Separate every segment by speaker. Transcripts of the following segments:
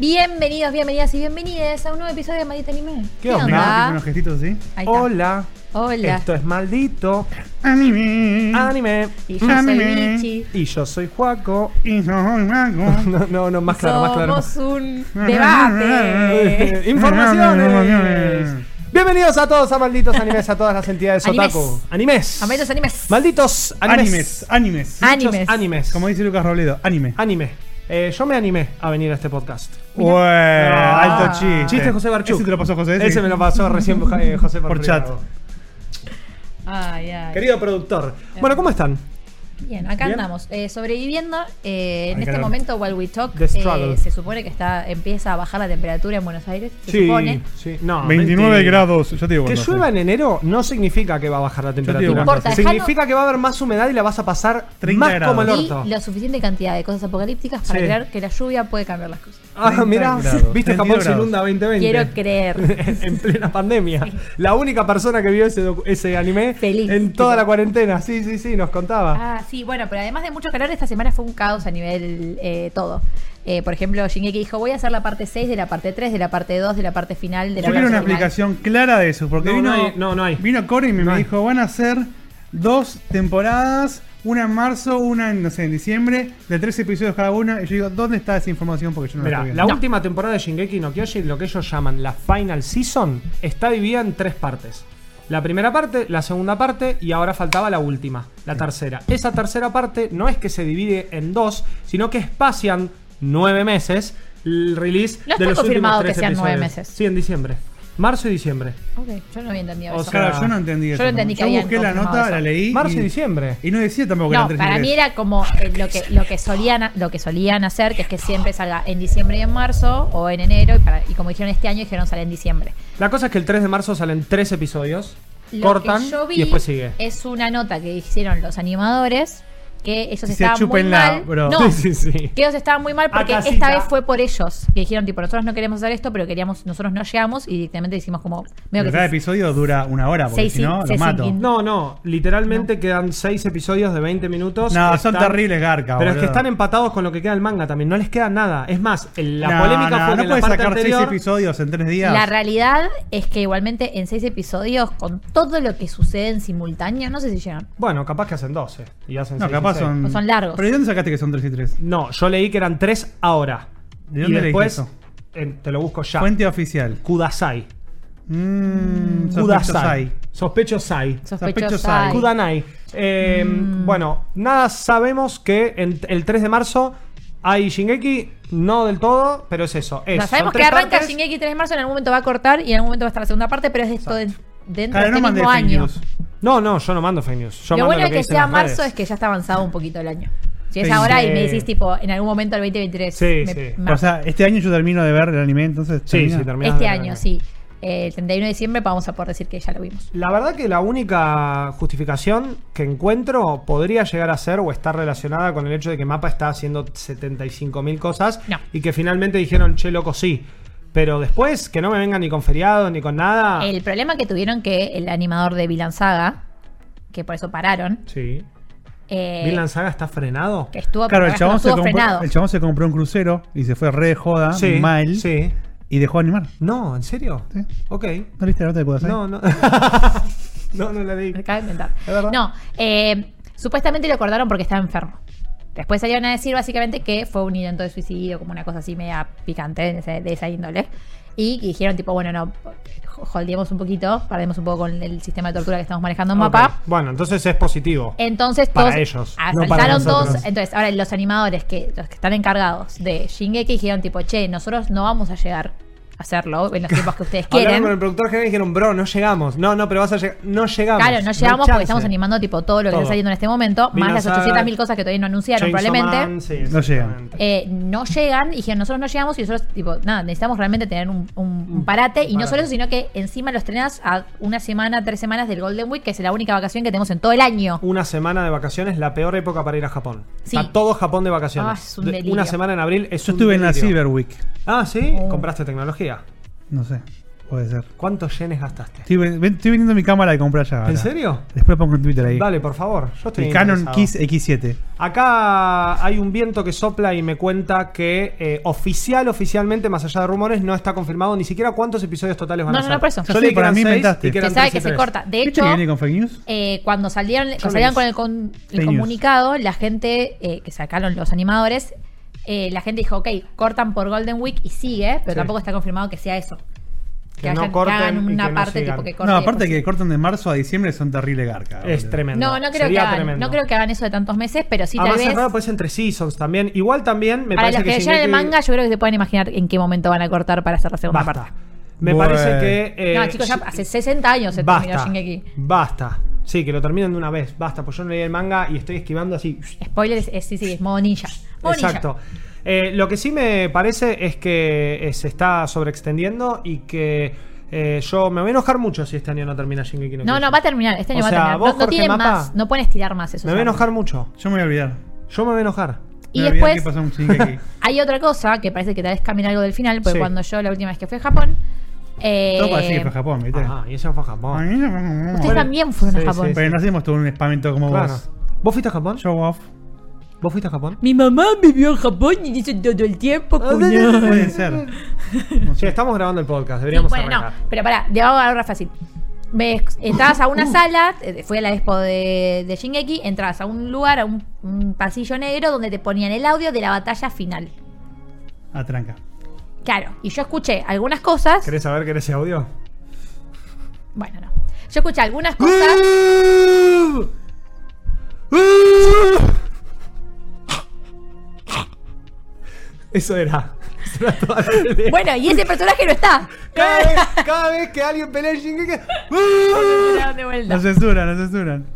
Speaker 1: Bienvenidos, bienvenidas y bienvenidas a un nuevo episodio de Maldita Anime.
Speaker 2: ¿Qué onda?
Speaker 3: onda?
Speaker 2: Unos gestitos así.
Speaker 1: Ahí está.
Speaker 3: Hola.
Speaker 1: Hola.
Speaker 3: Esto es maldito
Speaker 2: Anime.
Speaker 3: anime.
Speaker 1: Y yo soy
Speaker 2: Anime.
Speaker 1: Vichy.
Speaker 3: Y yo soy Juaco.
Speaker 2: Y soy mago.
Speaker 3: No, no, no, más claro, más claro.
Speaker 1: Somos eh, un debate.
Speaker 3: Informaciones. Bienvenidos a todos a malditos animes, a todas las entidades
Speaker 1: Animes.
Speaker 3: otaku. Animes.
Speaker 1: Ametos animes.
Speaker 3: Malditos animes.
Speaker 2: Animes, animes.
Speaker 1: Ani-
Speaker 3: Muchos
Speaker 1: Animes.
Speaker 3: animes.
Speaker 2: Como dice Lucas Robledo, anime.
Speaker 3: Anime. Eh, yo me animé a venir a este podcast.
Speaker 2: Ué,
Speaker 3: Ah.
Speaker 2: Eh, alto chiste.
Speaker 3: Chiste José Barchuk.
Speaker 2: Ese te lo pasó José.
Speaker 3: Ese
Speaker 2: sí.
Speaker 3: me lo pasó recién eh, José
Speaker 2: Por
Speaker 3: privado.
Speaker 2: chat.
Speaker 1: Ay, ay.
Speaker 3: Querido productor. Bueno, ¿cómo están?
Speaker 1: Bien, acá
Speaker 3: Bien.
Speaker 1: andamos. eh, sobreviviendo. eh, en
Speaker 2: Ay,
Speaker 1: este
Speaker 2: calor.
Speaker 1: momento, while we talk,
Speaker 3: The struggle.
Speaker 1: eh, se supone que está empieza a bajar la temperatura en Buenos Aires. Se supone.
Speaker 3: sí. No,
Speaker 2: 29
Speaker 3: Ah, mentira.
Speaker 2: grados. Yo te digo
Speaker 3: Que
Speaker 2: cuando hace.
Speaker 3: llueva en enero no significa que va a bajar la temperatura.
Speaker 2: digo,
Speaker 1: Importa, dejalo-
Speaker 3: significa que va a haber más humedad y la vas a pasar
Speaker 2: 30
Speaker 3: más
Speaker 2: grados.
Speaker 3: como el
Speaker 1: Y
Speaker 3: orto.
Speaker 1: la suficiente cantidad de cosas apocalípticas para
Speaker 3: Sí.
Speaker 1: creer que la lluvia puede cambiar las cosas.
Speaker 3: Ah,
Speaker 2: 30
Speaker 3: mirá,
Speaker 2: grados.
Speaker 3: viste
Speaker 2: 32
Speaker 3: Japón se
Speaker 2: grados.
Speaker 3: inunda 2020.
Speaker 1: Quiero creer.
Speaker 3: en plena pandemia. La única persona que vio ese, docu- ese anime
Speaker 1: Feliz,
Speaker 3: en toda
Speaker 1: tipo.
Speaker 3: la cuarentena. Sí, sí, sí, nos contaba.
Speaker 1: Ah, sí, bueno, pero además de mucho calor, esta semana fue un caos a nivel eh, todo. Eh, por ejemplo, Shingeki dijo, voy a hacer la parte 6 de la parte 3, de la parte 2, de la parte final, de la
Speaker 2: Yo quiero
Speaker 1: parte
Speaker 2: una
Speaker 1: final.
Speaker 2: explicación clara de eso. Porque
Speaker 3: No,
Speaker 2: vino,
Speaker 3: no hay- no, no hay.
Speaker 2: vino Corey y me,
Speaker 3: No hay.
Speaker 2: dijo: van a ser dos temporadas. Una en marzo, una en, no sé, en diciembre, de tres episodios cada una. Y yo digo, ¿dónde está esa información? Porque yo no
Speaker 3: Mirá,
Speaker 2: la estoy
Speaker 3: la
Speaker 2: viendo.
Speaker 3: última temporada de Shingeki no Kyojin, lo que ellos llaman la Final Season, está dividida en tres partes. La primera parte, la segunda parte y ahora faltaba la última, la tercera. Esa tercera parte no es que se divide en dos, sino que espacian nueve meses el release
Speaker 1: No está
Speaker 3: de los últimos
Speaker 1: confirmado
Speaker 3: tres
Speaker 1: que sean nueve
Speaker 3: episodios.
Speaker 1: meses.
Speaker 3: Sí, en diciembre. Marzo y diciembre.
Speaker 1: Ok, yo no había entendido
Speaker 3: O
Speaker 1: eso.
Speaker 3: sea,
Speaker 2: Claro, yo no entendí
Speaker 1: Yo
Speaker 2: eso.
Speaker 1: no entendí que
Speaker 2: Yo
Speaker 1: habían
Speaker 2: busqué la
Speaker 1: confirmado
Speaker 2: nota,
Speaker 1: eso.
Speaker 2: la leí.
Speaker 3: Marzo y
Speaker 2: y-
Speaker 3: diciembre.
Speaker 2: Y no decía tampoco que
Speaker 1: No,
Speaker 2: eran tres
Speaker 1: para mí
Speaker 2: libres.
Speaker 1: era como eh, lo, que, lo, que solían, lo que solían hacer, que es que siempre salga en diciembre y en marzo, o en enero, y, para- y como dijeron este año, dijeron sale en diciembre.
Speaker 3: La cosa es que el 3 de marzo salen tres episodios,
Speaker 1: Lo
Speaker 3: cortan
Speaker 1: que yo vi
Speaker 3: y después sigue.
Speaker 1: Es una nota que hicieron los animadores, que ellos
Speaker 2: se
Speaker 1: estaban muy
Speaker 2: chupen la-
Speaker 1: mal.
Speaker 2: bro.
Speaker 1: No,
Speaker 3: Sí, sí, sí.
Speaker 1: Que ellos estaban muy mal porque
Speaker 3: A casita.
Speaker 1: esta vez fue por ellos. Que dijeron, tipo, nosotros no queremos hacer esto, pero queríamos, nosotros no llegamos y directamente hicimos como. medio que
Speaker 2: Pero cada
Speaker 1: se-
Speaker 2: episodio dura una hora, porque
Speaker 1: Seis
Speaker 2: si no,
Speaker 1: sin-
Speaker 2: lo
Speaker 1: seis
Speaker 2: mato.
Speaker 1: sin-
Speaker 2: No,
Speaker 3: No, no, literalmente quedan seis episodios de 20 minutos.
Speaker 2: son
Speaker 3: Están-
Speaker 2: terribles garca,
Speaker 3: Pero es que
Speaker 2: boludo.
Speaker 3: están empatados con lo que queda el manga también. No les queda nada. Es más, el- la
Speaker 2: No,
Speaker 3: polémica
Speaker 2: no,
Speaker 3: fue que
Speaker 2: no
Speaker 3: en la
Speaker 2: puedes
Speaker 3: parte
Speaker 2: sacar
Speaker 3: anterior,
Speaker 2: seis episodios en tres días.
Speaker 1: La realidad es que igualmente en seis episodios, con todo lo que sucede en simultáneo, no sé si llegan.
Speaker 3: Bueno, capaz que hacen 12. Y hacen
Speaker 2: no,
Speaker 3: seis y
Speaker 2: capaz
Speaker 3: seis.
Speaker 2: son.
Speaker 1: O son largos.
Speaker 2: Pero ¿y dónde sacaste que son tres y tres?
Speaker 3: No, yo leí que eran tres ahora.
Speaker 2: ¿De dónde
Speaker 3: y
Speaker 2: leíste
Speaker 3: después,
Speaker 2: eso?
Speaker 3: eh, te lo busco ya.
Speaker 2: Fuente oficial. Mm,
Speaker 3: Kudasai. Mm,
Speaker 2: Mmm.
Speaker 3: Kudasai.
Speaker 1: Este
Speaker 3: Sospechosai.
Speaker 1: Sospechosai.
Speaker 2: Sospechosai.
Speaker 3: Kudanai. Eh,
Speaker 1: Mm.
Speaker 3: Bueno, nada sabemos que en- el 3 de marzo hay Shingeki. No del todo, pero es eso.
Speaker 1: O
Speaker 3: Es,
Speaker 1: sea,
Speaker 3: son
Speaker 1: sabemos que
Speaker 3: tres
Speaker 1: arranca
Speaker 3: partes.
Speaker 1: Shingeki 3 de marzo, en algún momento va a cortar y en algún momento va a estar la segunda parte, pero es de esto de- dentro de
Speaker 2: Claro, no
Speaker 1: este
Speaker 2: mandé
Speaker 1: mismo
Speaker 2: fake
Speaker 1: año.
Speaker 2: news.
Speaker 3: No, no, yo no mando fake news. Yo
Speaker 1: Lo
Speaker 3: mando
Speaker 1: bueno
Speaker 3: lo
Speaker 1: es que
Speaker 3: dicen
Speaker 1: sea
Speaker 3: las
Speaker 1: marzo
Speaker 3: redes.
Speaker 1: es que ya está avanzado un poquito el año. Si es
Speaker 2: Sí.
Speaker 1: ahora y me
Speaker 3: Sí.
Speaker 1: decís, tipo, en algún momento el 2023.
Speaker 3: Sí,
Speaker 1: me-
Speaker 3: sí.
Speaker 1: me-
Speaker 2: O sea, este año yo termino de ver el anime, entonces.
Speaker 3: Sí, sí, termina.
Speaker 1: este año, sí. Eh, El 31 de diciembre vamos a poder decir que ya lo vimos.
Speaker 3: La verdad que la única justificación que encuentro podría llegar a ser o estar relacionada con el hecho de que Mapa está haciendo 75.000 cosas
Speaker 1: No.
Speaker 3: y que finalmente dijeron, che, loco, sí. Pero después, que no me vengan ni con feriado ni con nada.
Speaker 1: El problema que tuvieron que el animador de Villain Saga, que por eso pararon,
Speaker 3: Sí.
Speaker 1: eh,
Speaker 3: ¿Vinland Saga está frenado?
Speaker 1: que estuvo,
Speaker 2: Claro, el
Speaker 1: pero
Speaker 2: chabón, se
Speaker 1: estuvo
Speaker 2: compró,
Speaker 1: frenado.
Speaker 2: el chabón se compró un crucero y se fue re de joda,
Speaker 3: Sí,
Speaker 2: mal,
Speaker 3: sí.
Speaker 2: y dejó de animar.
Speaker 3: No, ¿en serio?
Speaker 2: Sí.
Speaker 3: Ok.
Speaker 2: ¿No viste la nota de Kudasai?
Speaker 3: No, no. no, no la leí.
Speaker 1: Me acabo de inventar.
Speaker 3: Es verdad.
Speaker 1: No, eh, supuestamente lo acordaron porque estaba enfermo. Después salieron a decir básicamente que fue un intento de suicidio, como una cosa así media picante de, ese- de esa índole. Y que dijeron tipo, bueno, no, holdeemos un poquito, paremos un poco con el sistema de tortura que estamos manejando en
Speaker 3: Ok.
Speaker 1: mapa. Eh,
Speaker 3: Bueno, entonces es positivo.
Speaker 1: Entonces
Speaker 3: Para
Speaker 1: todos
Speaker 3: ellos,
Speaker 1: asaltaron
Speaker 2: no para nosotros.
Speaker 1: todos. Entonces, ahora los animadores que los que están encargados de Shingeki dijeron tipo, "Che, nosotros no vamos a llegar hacerlo en los tiempos que ustedes
Speaker 3: Hablaron
Speaker 1: quieren.
Speaker 3: con el productor general y dijeron, bro, no llegamos. No, no, pero vas a llegar. No llegamos.
Speaker 1: Claro, no
Speaker 3: hay
Speaker 1: llegamos
Speaker 3: chance.
Speaker 1: porque estamos animando tipo todo lo que
Speaker 3: Todo.
Speaker 1: está saliendo en este momento,
Speaker 3: Vinland
Speaker 1: más las
Speaker 3: Saga,
Speaker 1: 800.000 cosas que todavía no anunciaron
Speaker 3: Chainsaw
Speaker 1: probablemente.
Speaker 3: Man, sí,
Speaker 2: No llegan.
Speaker 3: exactamente.
Speaker 1: Eh, no llegan y dijeron nosotros no llegamos y nosotros tipo nada necesitamos realmente tener un, un- un parate y no
Speaker 3: parate.
Speaker 1: solo eso sino que encima lo estrenas a una semana tres semanas del Golden Week que es la única vacación que tenemos en todo el año
Speaker 3: Una semana de vacaciones, la peor época para ir a Japón.
Speaker 1: Sí.
Speaker 3: Está todo Japón de
Speaker 1: Ah,
Speaker 3: vacaciones.
Speaker 1: es un
Speaker 3: De-
Speaker 1: delirio.
Speaker 3: Una semana en abril es
Speaker 2: Yo
Speaker 3: un
Speaker 2: estuve en la
Speaker 3: delirio.
Speaker 2: Cyber Week.
Speaker 3: Ah, ¿sí?
Speaker 1: Oh.
Speaker 3: Compraste tecnología.
Speaker 2: No sé, puede ser.
Speaker 3: ¿Cuántos yenes gastaste?
Speaker 2: Estoy, ven- estoy vendiendo mi cámara de comprar ya. ahora.
Speaker 3: ¿En serio?
Speaker 2: Después pongo en Twitter ahí.
Speaker 3: Dale, por favor. Yo estoy
Speaker 2: el Canon
Speaker 3: interesado.
Speaker 2: Kiss X7.
Speaker 3: Acá hay un viento que sopla y me cuenta que eh, oficial, oficialmente, más allá de rumores, no está confirmado ni siquiera cuántos episodios totales van
Speaker 1: No,
Speaker 3: a
Speaker 1: no,
Speaker 3: ser.
Speaker 1: no, por eso.
Speaker 3: Yo
Speaker 2: Ya
Speaker 3: leí
Speaker 2: sé,
Speaker 3: que
Speaker 2: para
Speaker 3: eran
Speaker 2: mí
Speaker 3: seis
Speaker 2: inventaste.
Speaker 3: y
Speaker 1: se
Speaker 3: que eran
Speaker 1: sabe
Speaker 3: tres y
Speaker 1: que se
Speaker 3: tres.
Speaker 1: corta de
Speaker 2: ¿Viste
Speaker 1: hecho
Speaker 2: que viene con fake news?
Speaker 1: eh, cuando salieron, cuando salieron
Speaker 3: news.
Speaker 1: con el, con- el
Speaker 2: Fake news.
Speaker 1: comunicado, la gente eh, que sacaron los animadores, eh, la gente dijo, ok, cortan por Golden Week y sigue, pero
Speaker 3: Sí.
Speaker 1: tampoco está confirmado que sea eso. Que,
Speaker 3: Que no
Speaker 1: hayan- que
Speaker 3: corten
Speaker 1: hagan
Speaker 3: y
Speaker 1: una
Speaker 3: que no
Speaker 1: parte
Speaker 3: sigan.
Speaker 1: tipo que corte.
Speaker 2: No, aparte
Speaker 1: después.
Speaker 2: que cortan de marzo a diciembre son terrible garca.
Speaker 3: Es
Speaker 2: boludo.
Speaker 3: tremendo.
Speaker 1: No, no creo, que
Speaker 3: Sería
Speaker 1: hagan,
Speaker 3: tremendo.
Speaker 1: no creo que hagan eso de tantos meses, pero sí tal
Speaker 3: Además, es
Speaker 1: vez.
Speaker 3: raro, pues entre seasons también. Igual también me
Speaker 1: Para
Speaker 3: parece
Speaker 1: los que
Speaker 3: que.
Speaker 1: leyeron el
Speaker 3: Shingeki-
Speaker 1: manga, yo creo que se pueden imaginar en qué momento van a cortar para hacer la segunda
Speaker 3: Basta.
Speaker 1: parte.
Speaker 3: Me
Speaker 2: Bueno.
Speaker 3: parece que. eh,
Speaker 1: no, chicos, ya hace 60 años se terminó
Speaker 3: Basta.
Speaker 1: Shingeki.
Speaker 3: Basta. Sí, que lo terminen de una vez. Basta, pues yo no leí el manga y estoy esquivando así.
Speaker 1: Spoiler es, es- eh, sí, sí, es modo ninja. Modo ninja.
Speaker 3: Exacto. Eh, lo que sí me parece es que eh, se está sobreextendiendo y que eh, yo me voy a enojar mucho si este año no termina Shingeki
Speaker 1: No,
Speaker 3: no Kyojin.
Speaker 1: no, va a terminar. Este año
Speaker 3: O
Speaker 1: va a
Speaker 3: sea,
Speaker 1: terminar.
Speaker 3: vos,
Speaker 1: No, no
Speaker 3: Jorge
Speaker 1: tienen
Speaker 3: Mapa,
Speaker 1: más. No pueden estirar más eso.
Speaker 3: Me voy a
Speaker 1: ¿sabes?
Speaker 3: enojar mucho.
Speaker 2: Yo me voy a olvidar.
Speaker 3: Yo me voy a enojar.
Speaker 1: Y
Speaker 2: Me voy a olvidar
Speaker 1: después
Speaker 2: qué pasó en Shingeki.
Speaker 1: hay otra cosa que parece que tal vez cambia algo del final, porque
Speaker 3: Sí.
Speaker 1: cuando yo la última vez que fui a Japón. eh,
Speaker 2: Todo para decir que fue a Japón, ¿viste?
Speaker 3: Ah, y eso fue a Japón.
Speaker 1: ustedes
Speaker 3: Bueno,
Speaker 1: también fueron
Speaker 3: sí,
Speaker 1: a Japón.
Speaker 3: sí, sí.
Speaker 2: Pero no hacemos todo un espamento como
Speaker 3: Claro.
Speaker 2: vos.
Speaker 3: ¿Vos fuiste a Japón?
Speaker 2: Show off.
Speaker 3: ¿Vos fuiste a Japón?
Speaker 1: Mi mamá vivió en Japón y dice todo el
Speaker 3: Ah,
Speaker 1: tiempo. cuñado.
Speaker 2: Puede ser. No
Speaker 3: Sí,
Speaker 2: sé.
Speaker 3: estamos grabando el podcast,
Speaker 1: Sí,
Speaker 3: deberíamos
Speaker 1: bueno, no,
Speaker 3: arrancar.
Speaker 1: pero pará, te hago algo fácil. Ves, entrabas a una
Speaker 3: Uh.
Speaker 1: sala, eh, fui a la expo de, de Shingeki, entrabas a un lugar, a un, un pasillo negro donde te ponían el audio de la batalla final.
Speaker 2: Ah, tranca.
Speaker 1: Claro, y yo escuché algunas cosas.
Speaker 3: ¿Querés saber qué era ese audio?
Speaker 1: Bueno, no. Yo escuché algunas cosas.
Speaker 3: Eso era. Eso era toda la pelea.
Speaker 1: Bueno, y ese personaje no está.
Speaker 3: Cada vez, cada vez que alguien pelea en Shingeki.
Speaker 1: De
Speaker 2: Lo
Speaker 1: vuelta.
Speaker 2: censuran, lo censuran.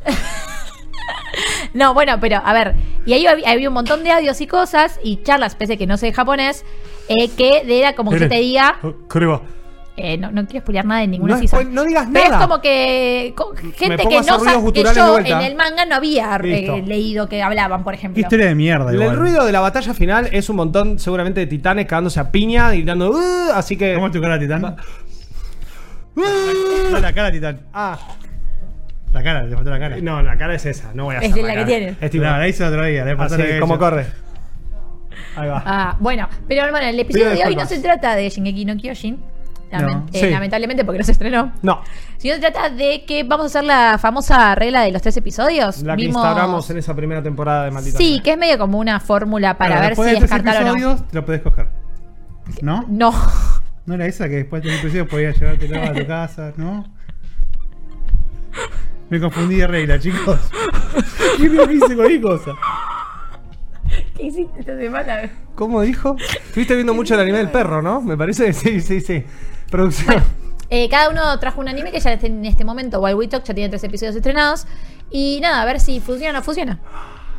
Speaker 1: No, bueno, pero a ver, y ahí había, había un montón de audios y cosas y charlas, pese a que no sé japonés, eh, que era como que yo te diga,
Speaker 3: Oh, Creo.
Speaker 1: eh, no, no quiero spoilear nada de ninguna
Speaker 3: No
Speaker 1: season.
Speaker 3: spoil- no digas
Speaker 1: Pero
Speaker 3: nada.
Speaker 1: es como que co- gente
Speaker 3: pongo a
Speaker 1: que
Speaker 3: hacer
Speaker 1: no
Speaker 3: ruidos
Speaker 1: sabe que
Speaker 3: guturales de
Speaker 1: yo en
Speaker 3: vuelta.
Speaker 1: el manga no había eh,
Speaker 3: Listo.
Speaker 1: leído que hablaban, por
Speaker 2: Qué
Speaker 1: ejemplo.
Speaker 2: historia de mierda, igual.
Speaker 3: El ruido de la batalla final es un montón, seguramente, de titanes cagándose a piña, gritando. "Uh", así que.
Speaker 2: ¿Cómo es tu cara, Titán?
Speaker 3: "Uh".
Speaker 2: No, la cara, Titán.
Speaker 3: Ah,
Speaker 2: La cara, te faltó la cara.
Speaker 3: no, la cara es esa. No voy a
Speaker 1: Es
Speaker 3: hacer
Speaker 1: la que
Speaker 3: cara.
Speaker 1: tiene.
Speaker 3: Es tipo,
Speaker 2: No, la hice el otro día. La
Speaker 3: así,
Speaker 2: pasada la que
Speaker 3: como
Speaker 2: hizo.
Speaker 3: corre. Ahí va.
Speaker 1: Ah, bueno, pero bueno, el episodio
Speaker 3: Pido
Speaker 1: de hoy no
Speaker 3: disculpas.
Speaker 1: se trata de Shingeki no Kyojin, lamen-
Speaker 2: No.
Speaker 1: eh,
Speaker 3: Sí.
Speaker 1: lamentablemente porque no se estrenó.
Speaker 3: No,
Speaker 1: Sino se trata de que vamos a hacer la famosa regla de los tres episodios.
Speaker 3: la que
Speaker 1: Vimos-
Speaker 3: instauramos en esa primera temporada de Maldita
Speaker 1: Sí,
Speaker 3: Sea.
Speaker 1: que es medio como una fórmula para
Speaker 2: Claro,
Speaker 1: ver si
Speaker 2: después de tres
Speaker 1: descartar o no.
Speaker 2: episodios, te lo podés coger. ¿No?
Speaker 1: No.
Speaker 2: ¿No era esa que después de tres episodios podías llevártelo a tu casa? ¿No? Me confundí de regla, chicos. ¿Qué me hice con cosa?
Speaker 1: ¿Qué hiciste esta semana?
Speaker 3: ¿Cómo dijo? Estuviste viendo mucho el anime del perro, ¿no? Me parece. Sí, sí, sí. Producción.
Speaker 1: Eh, cada uno trajo un anime que ya está en este momento, Wild We Talk ya tiene tres episodios estrenados. Y nada, a ver si funciona o no funciona.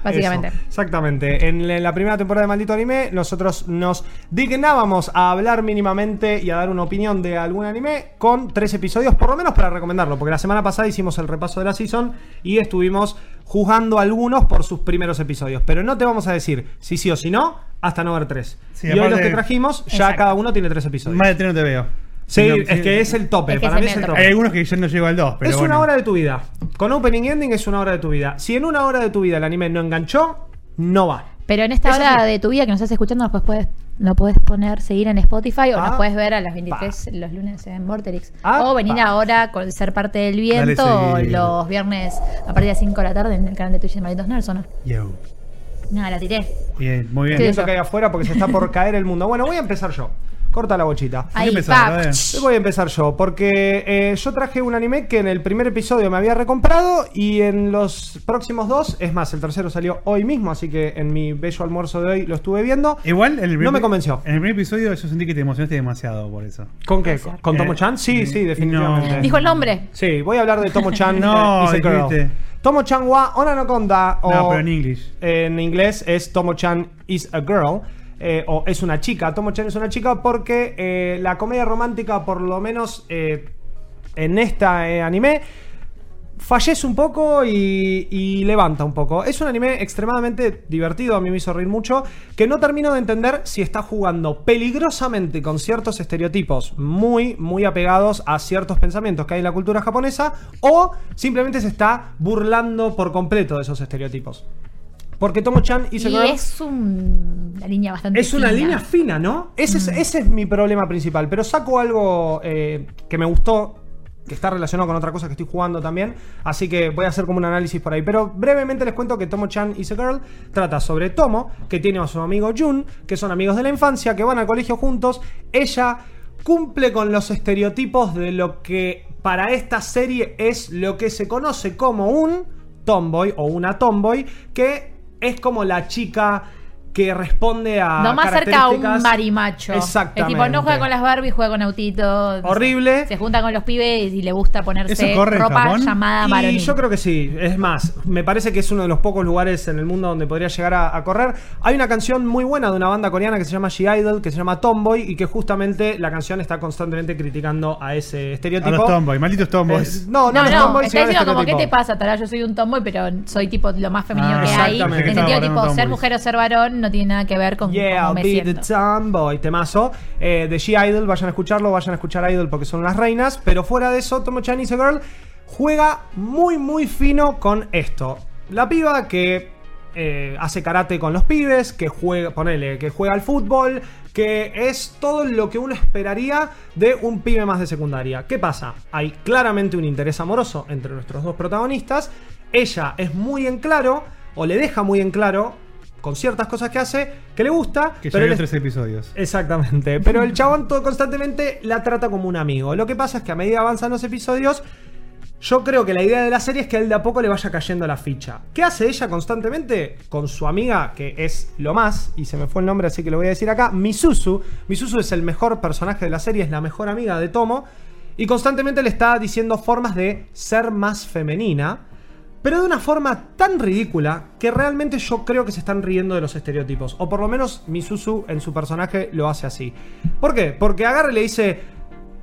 Speaker 1: Básicamente.
Speaker 3: Eso, exactamente. En la en la primera temporada de Maldito Anime, nosotros nos dignábamos a hablar mínimamente y a dar una opinión de algún anime con tres episodios, por lo menos para recomendarlo, porque la semana pasada hicimos el repaso de la season y estuvimos juzgando algunos por sus primeros episodios. Pero no te vamos a decir si sí o si no, hasta no ver tres.
Speaker 2: Sí,
Speaker 3: y hoy los
Speaker 2: aparte-
Speaker 3: que trajimos, ya
Speaker 1: Exacto.
Speaker 3: cada uno tiene tres episodios.
Speaker 2: Más de tres no te veo.
Speaker 3: Sí,
Speaker 2: No,
Speaker 3: es que es el tope,
Speaker 1: Es que
Speaker 3: para
Speaker 1: es
Speaker 3: mí
Speaker 1: el
Speaker 3: es el
Speaker 1: metro.
Speaker 3: tope.
Speaker 2: Hay algunos que yo no llego al 2, Eh, pero
Speaker 3: es
Speaker 2: bueno.
Speaker 3: una hora de tu vida. Con opening y ending es una hora de tu vida. Si en una hora de tu vida el anime no enganchó, no va.
Speaker 1: Pero en esta
Speaker 3: Eso
Speaker 1: hora
Speaker 3: sí.
Speaker 1: de tu vida que nos estás escuchando, nos puedes, no puedes poner seguir en Spotify o
Speaker 3: Ah,
Speaker 1: nos puedes ver a las 23 los lunes en Vorterix.
Speaker 3: Ah,
Speaker 1: o venir
Speaker 3: pa.
Speaker 1: ahora con ser parte del
Speaker 2: Dale,
Speaker 1: viento o
Speaker 2: seguir.
Speaker 1: los viernes a partir de las 5 de la tarde en el canal de Twitch de Malditos Nerds, ¿o no?
Speaker 2: Yo.
Speaker 1: Nada, la tiré.
Speaker 2: Bien, muy bien.
Speaker 1: Sí.
Speaker 3: Pienso que hay afuera porque se está por caer el mundo. Bueno, voy a empezar yo. Corta la bochita.
Speaker 1: Ahí,
Speaker 2: empezar,
Speaker 1: pa.
Speaker 2: a ver.
Speaker 3: Hoy Voy a empezar yo, porque eh, yo traje un anime que en el primer episodio me había recomprado y en los próximos dos, es más, el tercero salió hoy mismo, así que en mi bello almuerzo de hoy lo estuve viendo.
Speaker 2: Igual, en el primer-
Speaker 3: No me convenció.
Speaker 2: En el primer episodio yo sentí que te emocionaste demasiado por eso.
Speaker 3: ¿Con qué? ¿Con Tomo Chan? Sí,
Speaker 2: Eh,
Speaker 3: sí,
Speaker 2: no.
Speaker 3: definitivamente.
Speaker 1: Dijo el nombre.
Speaker 3: Sí, voy a hablar de Tomo Chan.
Speaker 2: No,
Speaker 3: eh, Isekuro.
Speaker 2: dijiste.
Speaker 3: Tomo Chan wa Onanoconda. O
Speaker 2: No, pero en English.
Speaker 3: En inglés es Tomo Chan is a girl. eh, o es una chica. Tomo Chan es una chica porque eh, la comedia romántica, por lo menos eh, en esta eh, anime, fallece un poco y, y levanta un poco. Es un anime extremadamente divertido, a mí me hizo reír mucho, que no termino de entender si está jugando peligrosamente con ciertos estereotipos muy, muy apegados a ciertos pensamientos que hay en la cultura japonesa o simplemente se está burlando por completo de esos estereotipos. Porque Tomo-chan hizo
Speaker 1: Y es un- una línea bastante.
Speaker 3: es una
Speaker 1: fina. Mm.
Speaker 3: línea fina, ¿no? Ese es, ese es mi problema principal. Pero saco algo eh, que me gustó, que está relacionado con otra cosa que estoy jugando también. Así que voy a hacer como un análisis por ahí. Pero brevemente les cuento que Tomo Chan y a Girl trata sobre Tomo, que tiene a su amigo Jun, que son amigos de la infancia, que van al colegio juntos. Ella cumple con los estereotipos de lo que para esta serie es lo que se conoce como un tomboy o una tomboy, que es como la chica que responde a
Speaker 1: No más cerca a un
Speaker 3: características-
Speaker 1: marimacho. Es
Speaker 3: Exactamente.
Speaker 1: tipo, no juega con las Barbie, juega con autitos. no sé.
Speaker 3: Horrible.
Speaker 1: Se junta con los pibes y le gusta ponerse
Speaker 2: ¿Eso corre en
Speaker 1: ropa
Speaker 2: Japón?
Speaker 1: llamada
Speaker 3: Y
Speaker 1: varonil.
Speaker 3: yo creo que sí, es más, me parece que es uno de los pocos lugares en el mundo donde podría llegar a, a correr. Hay una canción muy buena de una banda coreana que se llama G-Idol, que se llama Tomboy, y que justamente la canción está constantemente criticando a ese
Speaker 2: A
Speaker 3: estereotipo.
Speaker 2: los Tomboy, malditos Tomboy.
Speaker 3: Es- eh, no,
Speaker 1: No,
Speaker 3: no, los
Speaker 1: no,
Speaker 3: tomboys,
Speaker 1: está
Speaker 3: sino el
Speaker 1: diciendo como, ¿qué
Speaker 3: estereotipo.
Speaker 1: te pasa, Tara? Yo soy un tomboy, pero soy tipo lo más femenino
Speaker 2: Ah,
Speaker 1: que hay. En
Speaker 3: exactamente.
Speaker 1: el sentido,
Speaker 2: Estaba
Speaker 1: tipo,
Speaker 2: hablando
Speaker 1: ser
Speaker 2: de
Speaker 1: mujer o ser varón no tiene nada que ver con
Speaker 3: Yeah,
Speaker 1: cómo
Speaker 3: I'll
Speaker 1: me
Speaker 3: be the
Speaker 1: siento.
Speaker 3: tomboy, temazo. Eh, de G-Idol, vayan a escucharlo, vayan a escuchar Idol porque son las reinas. Pero fuera de eso, Tomo Chan Is a Girl juega muy, muy fino con esto. La piba que eh, hace karate con los pibes, que juega, ponele, que juega al fútbol, que es todo lo que uno esperaría de un pibe más de secundaria. ¿Qué pasa? Hay claramente un interés amoroso entre nuestros dos protagonistas. Ella es muy en claro, o le deja muy en claro, con ciertas cosas que hace que le gusta,
Speaker 2: Que ya
Speaker 3: pero él
Speaker 2: vio
Speaker 3: es-
Speaker 2: tres
Speaker 1: Eh,
Speaker 2: episodios.
Speaker 3: Exactamente. Pero el chabón todo constantemente la trata como un amigo. Lo que pasa es que a medida que avanzan los episodios, yo creo que la idea de la serie es que a él de a poco le vaya cayendo la ficha. ¿Qué hace ella constantemente con su amiga, que es lo más, y se me fue el nombre, así que lo voy a decir acá, Misuzu? Misuzu es el mejor personaje de la serie, es la mejor amiga de Tomo, y constantemente le está diciendo formas de ser más femenina. Pero de una forma tan ridícula que realmente yo creo que se están riendo de los estereotipos. O por lo menos Misuzu en su personaje lo hace así. ¿Por qué? Porque agarra y le dice.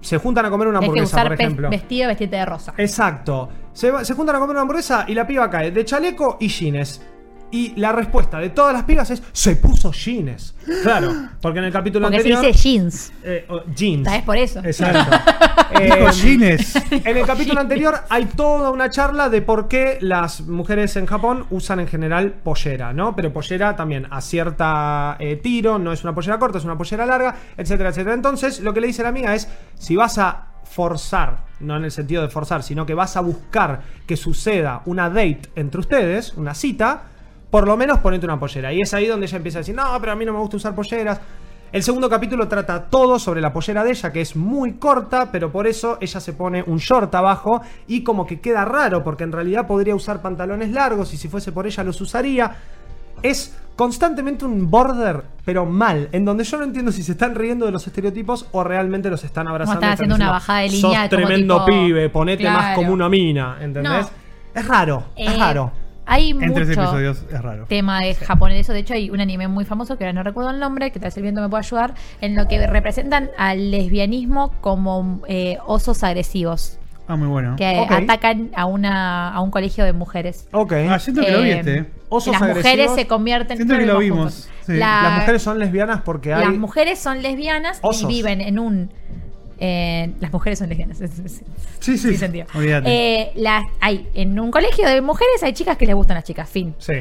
Speaker 3: Se juntan a comer una
Speaker 1: Tienes que
Speaker 3: hamburguesa, por
Speaker 1: usar pes-
Speaker 3: ejemplo.
Speaker 1: vestido, vestirte de rosa.
Speaker 3: Exacto. Se, va- se juntan a comer una hamburguesa y la piba cae de chaleco y jeans. Y la respuesta de todas las pibas es: se puso jeans. Claro, porque en el capítulo
Speaker 1: Porque se
Speaker 3: anterior.
Speaker 1: dice jeans.
Speaker 3: eh, o- jeans.
Speaker 1: ¿Sabes por eso?
Speaker 3: Exacto. Eh,
Speaker 2: Dijo Gines.
Speaker 3: en el capítulo anterior hay toda una charla de por qué las mujeres en Japón usan en general pollera, ¿no? Pero pollera también a cierta eh, tiro, no es una pollera corta, es una pollera larga, etcétera, etcétera. Entonces, lo que le dice la amiga es, si vas a forzar, no en el sentido de forzar, sino que vas a buscar que suceda una date entre ustedes, una cita, por lo menos ponete una pollera. Y es ahí donde ella empieza a decir, no, pero a mí no me gusta usar polleras. El segundo capítulo trata todo sobre la pollera de ella, que es muy corta, pero por eso ella se pone un short abajo y como que queda raro, porque en realidad podría usar pantalones largos y si fuese por ella los usaría. Es constantemente un border, pero mal, en donde yo no entiendo si se están riendo de los estereotipos o realmente los están abrazando.
Speaker 1: están haciendo
Speaker 3: diciendo,
Speaker 1: una bajada de línea,
Speaker 3: Sos
Speaker 1: como
Speaker 3: tremendo
Speaker 1: tipo,
Speaker 3: pibe, ponete más
Speaker 1: claro.
Speaker 3: como una mina, ¿entendés? Es raro, es
Speaker 1: Eh,
Speaker 3: raro.
Speaker 1: Hay
Speaker 2: En tres
Speaker 1: mucho
Speaker 2: episodios es raro.
Speaker 1: tema de japonés de eso. De hecho, hay un anime muy famoso que ahora no recuerdo el nombre, que tal vez el viento me puede ayudar, en lo que representan al lesbianismo como eh, osos agresivos
Speaker 2: Ah, muy bueno.
Speaker 1: que
Speaker 3: Ok.
Speaker 1: atacan a una a un colegio de mujeres.
Speaker 3: Ok.
Speaker 2: Ah, siento que lo
Speaker 1: Eh,
Speaker 2: vi este.
Speaker 3: Osos
Speaker 1: las mujeres
Speaker 3: agresivos.
Speaker 1: se convierten
Speaker 2: Siento
Speaker 1: no
Speaker 2: que lo
Speaker 1: vimos
Speaker 2: vimos,
Speaker 1: juntos.
Speaker 2: sí.
Speaker 1: La-
Speaker 3: Las mujeres son lesbianas porque hay...
Speaker 1: Ah. las mujeres son lesbianas
Speaker 3: Osos.
Speaker 1: y viven en un eh, las mujeres son lesbianas. es- es-
Speaker 3: Sí,
Speaker 1: sí, sentido.
Speaker 2: Olvídate.
Speaker 1: Eh, las, hay, en un colegio de mujeres hay chicas que les gustan las chicas, fin.
Speaker 3: Sí.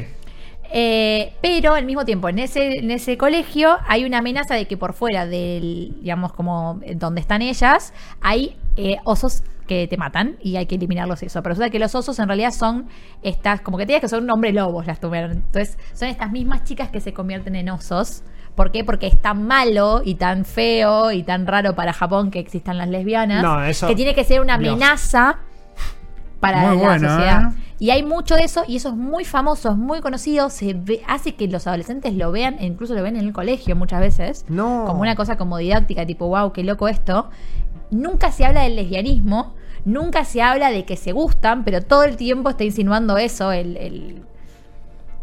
Speaker 1: Eh, pero al mismo tiempo, en ese, en ese colegio hay una amenaza de que por fuera del, digamos, como eh, donde están ellas, hay eh, osos que te matan y hay que eliminarlos eso. Pero resulta que los osos en realidad son estas, como que te digas que son hombres lobos las tuvieron. Entonces, son estas mismas chicas que se convierten en osos ¿Por qué? Porque es tan malo y tan feo y tan raro para Japón que existan las lesbianas.
Speaker 3: No, eso-
Speaker 1: que tiene que ser una
Speaker 3: Dios.
Speaker 1: amenaza para
Speaker 2: Muy
Speaker 1: la
Speaker 2: bueno,
Speaker 1: sociedad.
Speaker 2: ¿eh?
Speaker 1: Y hay mucho de eso, y eso es muy famoso, es muy conocido, se ve- hace que los adolescentes lo vean, e incluso lo ven en el colegio muchas veces,
Speaker 3: No.
Speaker 1: como una cosa como didáctica, tipo, wow, qué loco esto. Nunca se habla del lesbianismo, nunca se habla de que se gustan, pero todo el tiempo está insinuando eso, el, el-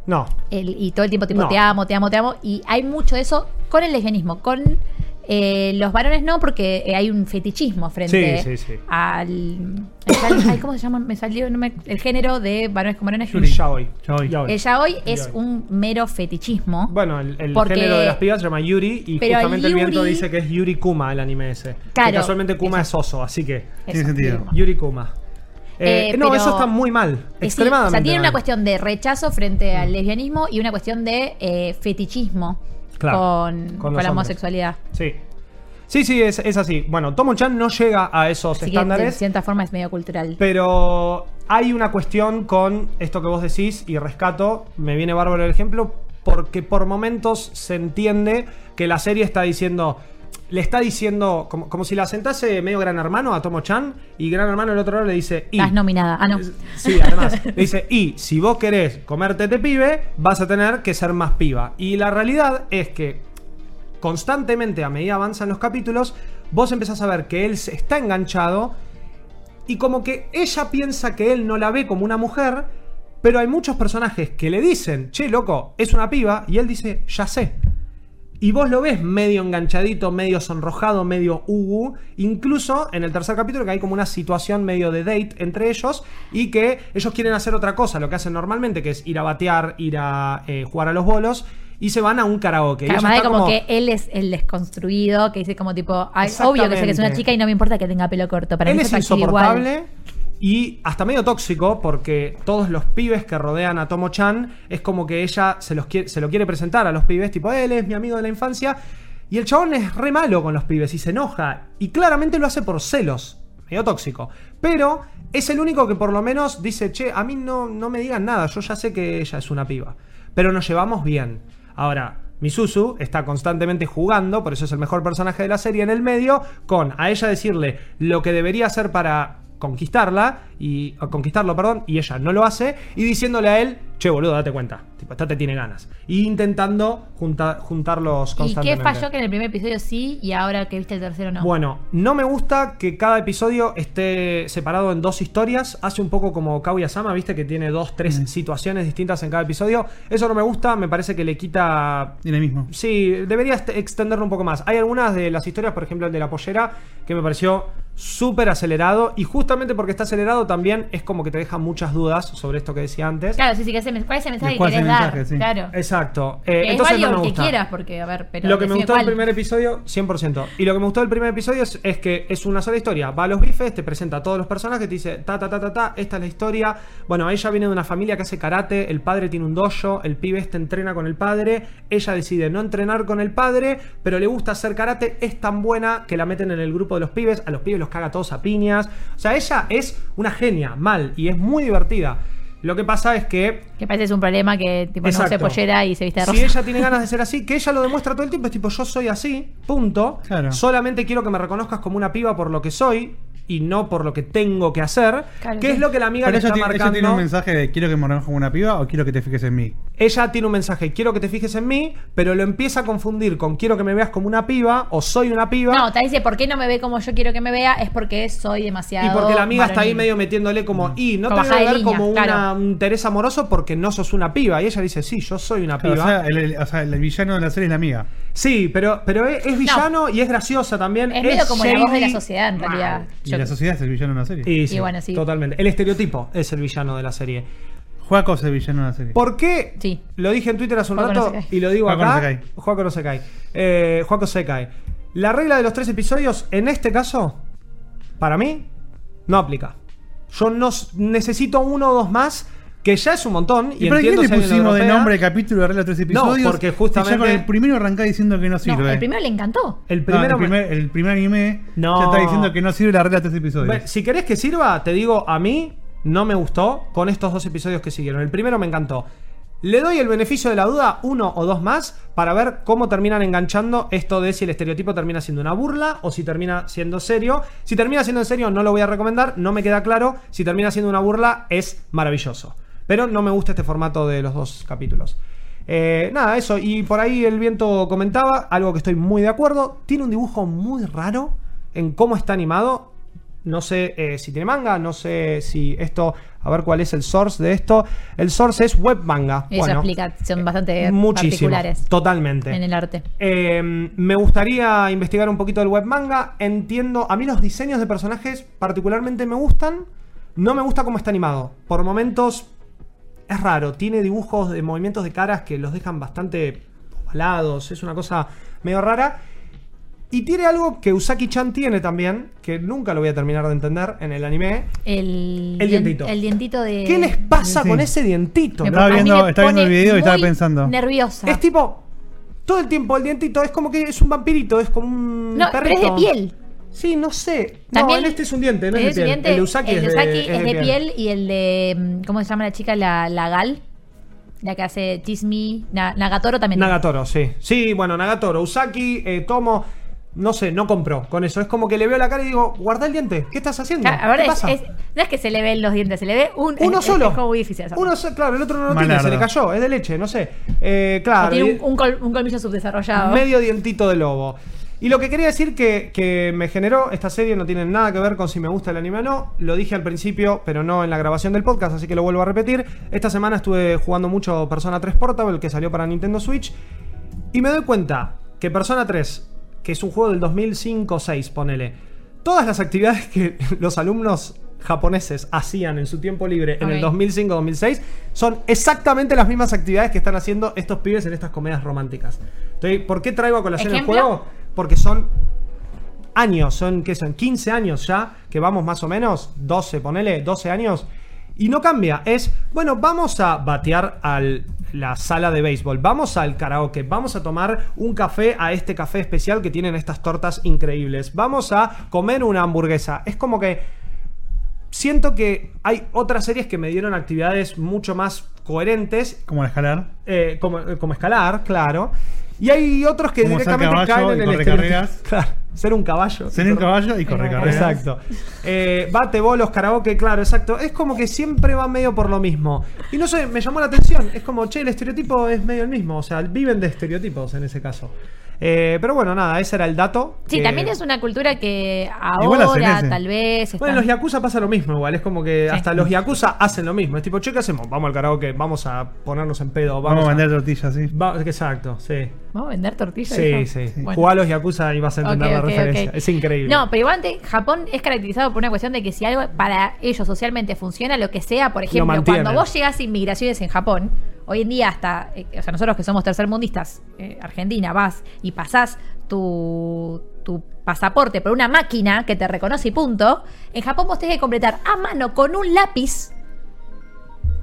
Speaker 3: No.
Speaker 1: el- y todo el tiempo tipo,
Speaker 3: No.
Speaker 1: te amo, te amo, te amo, y hay mucho de eso con el lesbianismo, con... eh, los varones no, porque eh, hay un fetichismo frente
Speaker 3: Sí, sí, sí.
Speaker 1: al. al- ay, ¿Cómo se llama? Me salió no me- el género de varones con varones.
Speaker 3: El yaoi.
Speaker 2: Yaoi.
Speaker 3: Yaoi.
Speaker 1: El yaoi es
Speaker 3: Yaoi.
Speaker 1: un mero fetichismo.
Speaker 3: Bueno, el, el
Speaker 1: Porque-
Speaker 3: género de las pibas se llama Yuri y
Speaker 1: Pero el
Speaker 3: justamente el, viento
Speaker 1: Yuri-
Speaker 3: dice que es Yuri Kuma el anime ese. Que
Speaker 1: Claro.
Speaker 3: casualmente Kuma es oso, así que
Speaker 2: Tiene sentido.
Speaker 3: Yuri Kuma. Eh,
Speaker 1: Eh,
Speaker 3: no,
Speaker 1: pero-
Speaker 3: eso está muy mal.
Speaker 1: Es decir,
Speaker 3: extremadamente.
Speaker 1: o sea, tiene
Speaker 3: mal. Mm.
Speaker 1: una cuestión de rechazo frente al lesbianismo y una cuestión de eh, fetichismo
Speaker 3: Claro,
Speaker 1: con,
Speaker 3: con
Speaker 1: con
Speaker 3: los
Speaker 1: la
Speaker 3: hombres.
Speaker 1: homosexualidad.
Speaker 3: Sí. Sí, sí, es, es así. Bueno, Tomo-chan no llega a esos
Speaker 1: Así que de
Speaker 3: estándares,
Speaker 1: cierta forma es medio cultural.
Speaker 3: pero hay una cuestión con esto que vos decís y rescato, me viene bárbaro el ejemplo, porque por momentos se entiende que la serie está diciendo, le está diciendo, como, como si la sentase medio Gran Hermano a Tomo-chan y Gran Hermano el otro lado le dice, y,
Speaker 1: Estás nominada. Ah, no.
Speaker 3: Sí, además. Le dice, y si vos querés comerte este pibe, vas a tener que ser más piba. Y la realidad es que constantemente, a medida avanzan los capítulos, vos empezás a ver que él se está enganchado y como que ella piensa que él no la ve como una mujer, pero hay muchos personajes que le dicen, che, loco, es una piba, y él dice, ya sé. Y vos lo ves medio enganchadito, medio sonrojado, medio ugu. Incluso en el tercer capítulo que hay como una situación medio de date entre ellos y que ellos quieren hacer otra cosa, lo que hacen normalmente, que es ir a batear, ir a eh, jugar a los bolos y se van a un karaoke. Y
Speaker 1: Claro,
Speaker 3: ella
Speaker 1: más de
Speaker 3: está
Speaker 1: como,
Speaker 3: como-
Speaker 1: que él es el desconstruido, que dice como tipo, "Ay, obvio que sé que es una
Speaker 3: Exactamente.
Speaker 1: chica y no me importa que tenga pelo corto. Para
Speaker 3: él
Speaker 1: mí
Speaker 3: es
Speaker 1: es atractivo igual.
Speaker 3: insoportable y hasta medio tóxico porque todos los pibes que rodean a Tomo Chan es como que ella se, los quiere, se lo quiere presentar a los pibes, tipo, él es mi amigo de la infancia. Y el chabón es re malo con los pibes y se enoja. Y claramente lo hace por celos. Medio tóxico. Pero es el único que por lo menos dice, che, a mí no, no me digan nada, yo ya sé que ella es una piba. Pero nos llevamos bien. Ahora, Misuzu está constantemente jugando, por eso es el mejor personaje de la serie en el medio, con a ella decirle lo que debería hacer para conquistarla y o conquistarlo, perdón, y ella no lo hace y diciéndole a él, "Che, boludo, date cuenta, tipo, esta te tiene ganas." Y intentando junta- juntarlos
Speaker 1: ¿Y qué
Speaker 3: constantemente.
Speaker 1: falló que en el primer episodio sí y ahora que viste el tercero no?
Speaker 3: Bueno, no me gusta que cada episodio esté separado en dos historias. Hace un poco como Kaguya-sama, viste que tiene dos, tres
Speaker 1: Mm.
Speaker 3: situaciones distintas en cada episodio. Eso no me gusta, me parece que le quita
Speaker 2: Dinamismo.
Speaker 3: Sí, debería est- extenderlo un poco más. Hay algunas de las historias, por ejemplo, el de la pollera, que me pareció súper acelerado. Y justamente porque está acelerado también es como que te deja muchas dudas sobre esto que decía antes.
Speaker 1: Claro, sí, sí, que ese mes- ¿cuál es el mensaje que
Speaker 2: ¿Cuál es
Speaker 1: querés
Speaker 2: el
Speaker 1: dar?
Speaker 2: mensaje? Sí.
Speaker 1: Claro.
Speaker 3: Exacto. Eh,
Speaker 1: Que
Speaker 3: entonces
Speaker 1: igual
Speaker 3: no
Speaker 1: digo
Speaker 3: me
Speaker 1: el que
Speaker 3: gusta.
Speaker 1: quieras, porque, a ver, pero.
Speaker 3: Lo que me
Speaker 1: decime
Speaker 3: gustó del
Speaker 1: cuál.
Speaker 3: primer episodio, 100%. Y lo que me gustó del primer episodio es, es que es una sola historia. Va a los bifes, te presenta a todos los personajes, te dice, ta, ta, ta, ta, ta, esta es la historia. Bueno, ella viene de una familia que hace karate, el padre tiene un dojo, el pibe este entrena con el padre, ella decide no entrenar con el padre, pero le gusta hacer karate, es tan buena que la meten en el grupo de los pibes, a los pibes los caga todos a piñas. O sea, ella es una genia, mal, y es muy divertida. Lo que pasa es que
Speaker 1: Que parece que es un problema que, tipo, no se
Speaker 3: Exacto.
Speaker 1: pollera y se viste de rosa.
Speaker 3: Si ella tiene ganas de ser así, que ella lo demuestra todo el tiempo, es tipo, yo soy así, punto.
Speaker 2: Claro.
Speaker 3: Solamente quiero que me reconozcas como una piba por lo que soy y no por lo que tengo que hacer,
Speaker 1: Claro,
Speaker 3: que
Speaker 1: sí.
Speaker 3: es lo que la amiga
Speaker 2: Pero
Speaker 3: le
Speaker 2: ella
Speaker 3: está
Speaker 2: tiene, ella
Speaker 3: marcando.
Speaker 2: tiene un mensaje de quiero que me reconozca como una piba o quiero que te fijes en mí.
Speaker 3: Ella tiene un mensaje, quiero que te fijes en mí, pero lo empieza a confundir con quiero que me veas como una piba o soy una piba.
Speaker 1: No, te dice, ¿por qué no me ve como yo quiero que me vea? Es porque soy demasiado.
Speaker 3: y porque la amiga está ahí
Speaker 1: varonil.
Speaker 3: medio metiéndole
Speaker 2: Mm.
Speaker 3: como, y no
Speaker 1: Como
Speaker 3: te voy a
Speaker 1: bajada de
Speaker 3: ver
Speaker 1: línea,
Speaker 3: como una,
Speaker 1: claro.
Speaker 3: un Teresa amoroso porque no sos una piba. Y ella dice, sí, yo soy una
Speaker 2: Claro,
Speaker 3: piba.
Speaker 2: o sea, el, el- o sea, el villano de la serie es la amiga.
Speaker 3: Sí, pero, pero es, es villano y es graciosa también.
Speaker 1: Es medio como la voz de la
Speaker 3: shady.
Speaker 1: sociedad, en realidad.
Speaker 2: Y
Speaker 1: Yo-
Speaker 2: la sociedad es el villano de la serie.
Speaker 3: Y,
Speaker 1: Y
Speaker 3: sí,
Speaker 1: bueno, sí.
Speaker 3: Totalmente. El estereotipo es el villano de la serie.
Speaker 2: Juaco es el villano de la serie.
Speaker 3: ¿Por qué?
Speaker 1: Sí.
Speaker 3: Lo dije en Twitter hace un
Speaker 1: Juaco no
Speaker 3: rato
Speaker 1: se cae.
Speaker 3: y lo digo
Speaker 2: Juaco no se
Speaker 3: acá.
Speaker 2: cae.
Speaker 3: Juaco no se cae. Eh, Juaco se cae. La regla de los tres episodios, en este caso, para mí, no aplica. Yo no s- necesito uno o dos más, que ya es un montón.
Speaker 2: ¿Y,
Speaker 3: Y,
Speaker 2: para qué
Speaker 3: entiendo
Speaker 2: le
Speaker 3: si alguien lo
Speaker 2: pusimos de
Speaker 3: dropea.
Speaker 2: nombre el capítulo de arreglo tres episodios?
Speaker 3: porque
Speaker 2: si
Speaker 3: justamente-
Speaker 2: ya con el primero arrancá diciendo que no
Speaker 1: No,
Speaker 2: sirve.
Speaker 1: el primero le encantó.
Speaker 3: El
Speaker 2: No,
Speaker 3: primero.
Speaker 2: el, primer, el primer anime
Speaker 3: No.
Speaker 2: ya está diciendo que no sirve la regla de tres episodios.
Speaker 3: Bueno, si querés que sirva, te digo, a mí no me gustó con estos dos episodios que siguieron. El primero me encantó. Le doy el beneficio de la duda, uno o dos más, para ver cómo terminan enganchando esto de si el estereotipo termina siendo una burla o si termina siendo serio. Si termina siendo en serio, no lo voy a recomendar, no me queda claro. Si termina siendo una burla, es maravilloso. Pero no me gusta este formato de los dos capítulos. Eh, nada, eso. Y por ahí el viento comentaba, algo que estoy muy de acuerdo. Tiene un dibujo muy raro en cómo está animado. No sé eh, si tiene manga, no sé si esto. A ver cuál es el source de esto. El source es web manga.
Speaker 1: Eso
Speaker 3: Bueno, eh,
Speaker 1: explica, son bastante
Speaker 3: muchísimo,
Speaker 1: particulares
Speaker 3: Totalmente.
Speaker 1: en el arte.
Speaker 3: Eh, me gustaría investigar un poquito del web manga. Entiendo, a mí los diseños de personajes particularmente me gustan. No me gusta cómo está animado. Por momentos es raro. Tiene dibujos de movimientos de caras que los dejan bastante ovalados. Es una cosa medio rara. Y tiene algo que Usaki-chan tiene también, que nunca lo voy a terminar de entender en el anime.
Speaker 1: El,
Speaker 3: El
Speaker 1: dien-
Speaker 3: dientito.
Speaker 1: el dientito de.
Speaker 3: ¿Qué les pasa
Speaker 2: Sí.
Speaker 3: con ese dientito?
Speaker 1: Eh, Me
Speaker 3: no?
Speaker 2: Estaba
Speaker 1: pone- a mí me
Speaker 2: viendo- estaba viendo el
Speaker 1: pone
Speaker 2: video y estaba
Speaker 1: muy
Speaker 2: pensando.
Speaker 1: Nerviosa.
Speaker 3: Es tipo. Todo el tiempo el dientito es como que es un vampirito, es como un.
Speaker 1: no, pero es de
Speaker 3: perrito.
Speaker 1: piel.
Speaker 3: Sí, no sé.
Speaker 1: También-
Speaker 3: no, en este es un diente, no es de
Speaker 1: es
Speaker 3: piel.
Speaker 1: diente,
Speaker 3: el de Usaki,
Speaker 1: el de Usaki
Speaker 3: es de piel.
Speaker 1: y el de. mm, ¿Cómo se llama la chica? La, la Gal. La que hace Chismi. Na- Nagatoro también.
Speaker 3: Nagatoro, sí. Sí, bueno, Nagatoro, Usaki, eh, Tomo. No sé, no compró con eso. Es como que le veo la cara y digo, guarda el diente. ¿Qué estás haciendo?
Speaker 1: Claro, ahora
Speaker 3: ¿Qué
Speaker 1: Ah, es-
Speaker 3: pasa?
Speaker 1: es- no es que se le ven los dientes, se le ve un, es-
Speaker 3: Uno
Speaker 1: es-
Speaker 3: solo.
Speaker 1: Es como muy difícil hacerlo.
Speaker 3: Uno so- claro, el otro no lo tiene,
Speaker 2: Malarda.
Speaker 3: se le cayó, es de leche, no sé. Eh,
Speaker 1: O
Speaker 3: claro.
Speaker 1: tiene
Speaker 3: y-
Speaker 1: un, un col- un colmillo subdesarrollado.
Speaker 3: Medio dientito de lobo. Y lo que quería decir que, que me generó esta serie no tiene nada que ver con si me gusta el anime o no. Lo dije al principio, pero no en la grabación del podcast, así que lo vuelvo a repetir. Esta semana estuve jugando mucho Persona 3 Portable, que salió para Nintendo Switch. Y me doy cuenta que Persona 3, que es un juego del 2005-6, ponele, todas las actividades que los alumnos japoneses hacían en su tiempo libre en el
Speaker 1: Ok.
Speaker 3: 2005-2006 son exactamente las mismas actividades que están haciendo estos pibes en estas comedias románticas. Entonces, ¿Por qué traigo a colación
Speaker 1: ¿Ejemplo?
Speaker 3: el juego? Porque son años, son, ¿qué son? 15 años ya, que vamos más o menos, 12, ponele, 12 años, y no cambia. Es, bueno, vamos a batear a la sala de béisbol, vamos al karaoke, vamos a tomar un café a este café especial que tienen estas tortas increíbles, vamos a comer una hamburguesa. Es como que siento que hay otras series que me dieron actividades mucho más coherentes
Speaker 2: Como la escalar.
Speaker 3: eh, como, eh, como escalar, claro. Y hay otros que
Speaker 2: Como ser
Speaker 3: directamente caen
Speaker 2: caballo y
Speaker 3: en el
Speaker 2: correr
Speaker 3: estereotipo.
Speaker 2: carreras.
Speaker 3: Claro, ser un caballo.
Speaker 2: Ser un caballo y correr carreras.
Speaker 3: Exacto. Eh, bate, bolos, karaoke, claro, exacto. Es como que siempre va medio por lo mismo. Y no sé, me llamó la atención. Es como, che, el estereotipo es medio el mismo. O sea, viven de estereotipos en ese caso. Eh, pero bueno, nada, ese era el dato.
Speaker 1: Sí,
Speaker 3: que-
Speaker 1: también es una cultura que
Speaker 2: Igual hacen
Speaker 1: ahora
Speaker 2: ese.
Speaker 1: tal vez está-
Speaker 3: Bueno, en los Yakuza pasa lo mismo, igual. Es como que hasta los Yakuza hacen lo mismo. Es tipo, che, ¿qué hacemos? Vamos al karaoke, vamos a ponernos en pedo.
Speaker 2: Vamos,
Speaker 3: Vamos,
Speaker 2: a vender
Speaker 3: a...
Speaker 2: tortillas, sí.
Speaker 3: Va- Exacto, sí.
Speaker 1: ¿Vamos a vender tortillas?
Speaker 3: Sí,
Speaker 1: dijo?
Speaker 3: sí.
Speaker 1: Bueno.
Speaker 3: Jugá a los Yakuza y vas a entender
Speaker 1: Ok,
Speaker 3: la
Speaker 1: ok,
Speaker 3: referencia.
Speaker 1: ok.
Speaker 3: Es increíble.
Speaker 1: No, pero igual ante- Japón es caracterizado por una cuestión de que si algo para ellos socialmente funciona, lo que sea, por ejemplo,
Speaker 3: mantienen.
Speaker 1: cuando vos llegas a inmigraciones en Japón, hoy en día hasta, eh, o sea, nosotros que somos tercermundistas, eh, Argentina, vas y pasás tu, tu pasaporte por una máquina que te reconoce y punto, en Japón vos tenés que completar a mano con un lápiz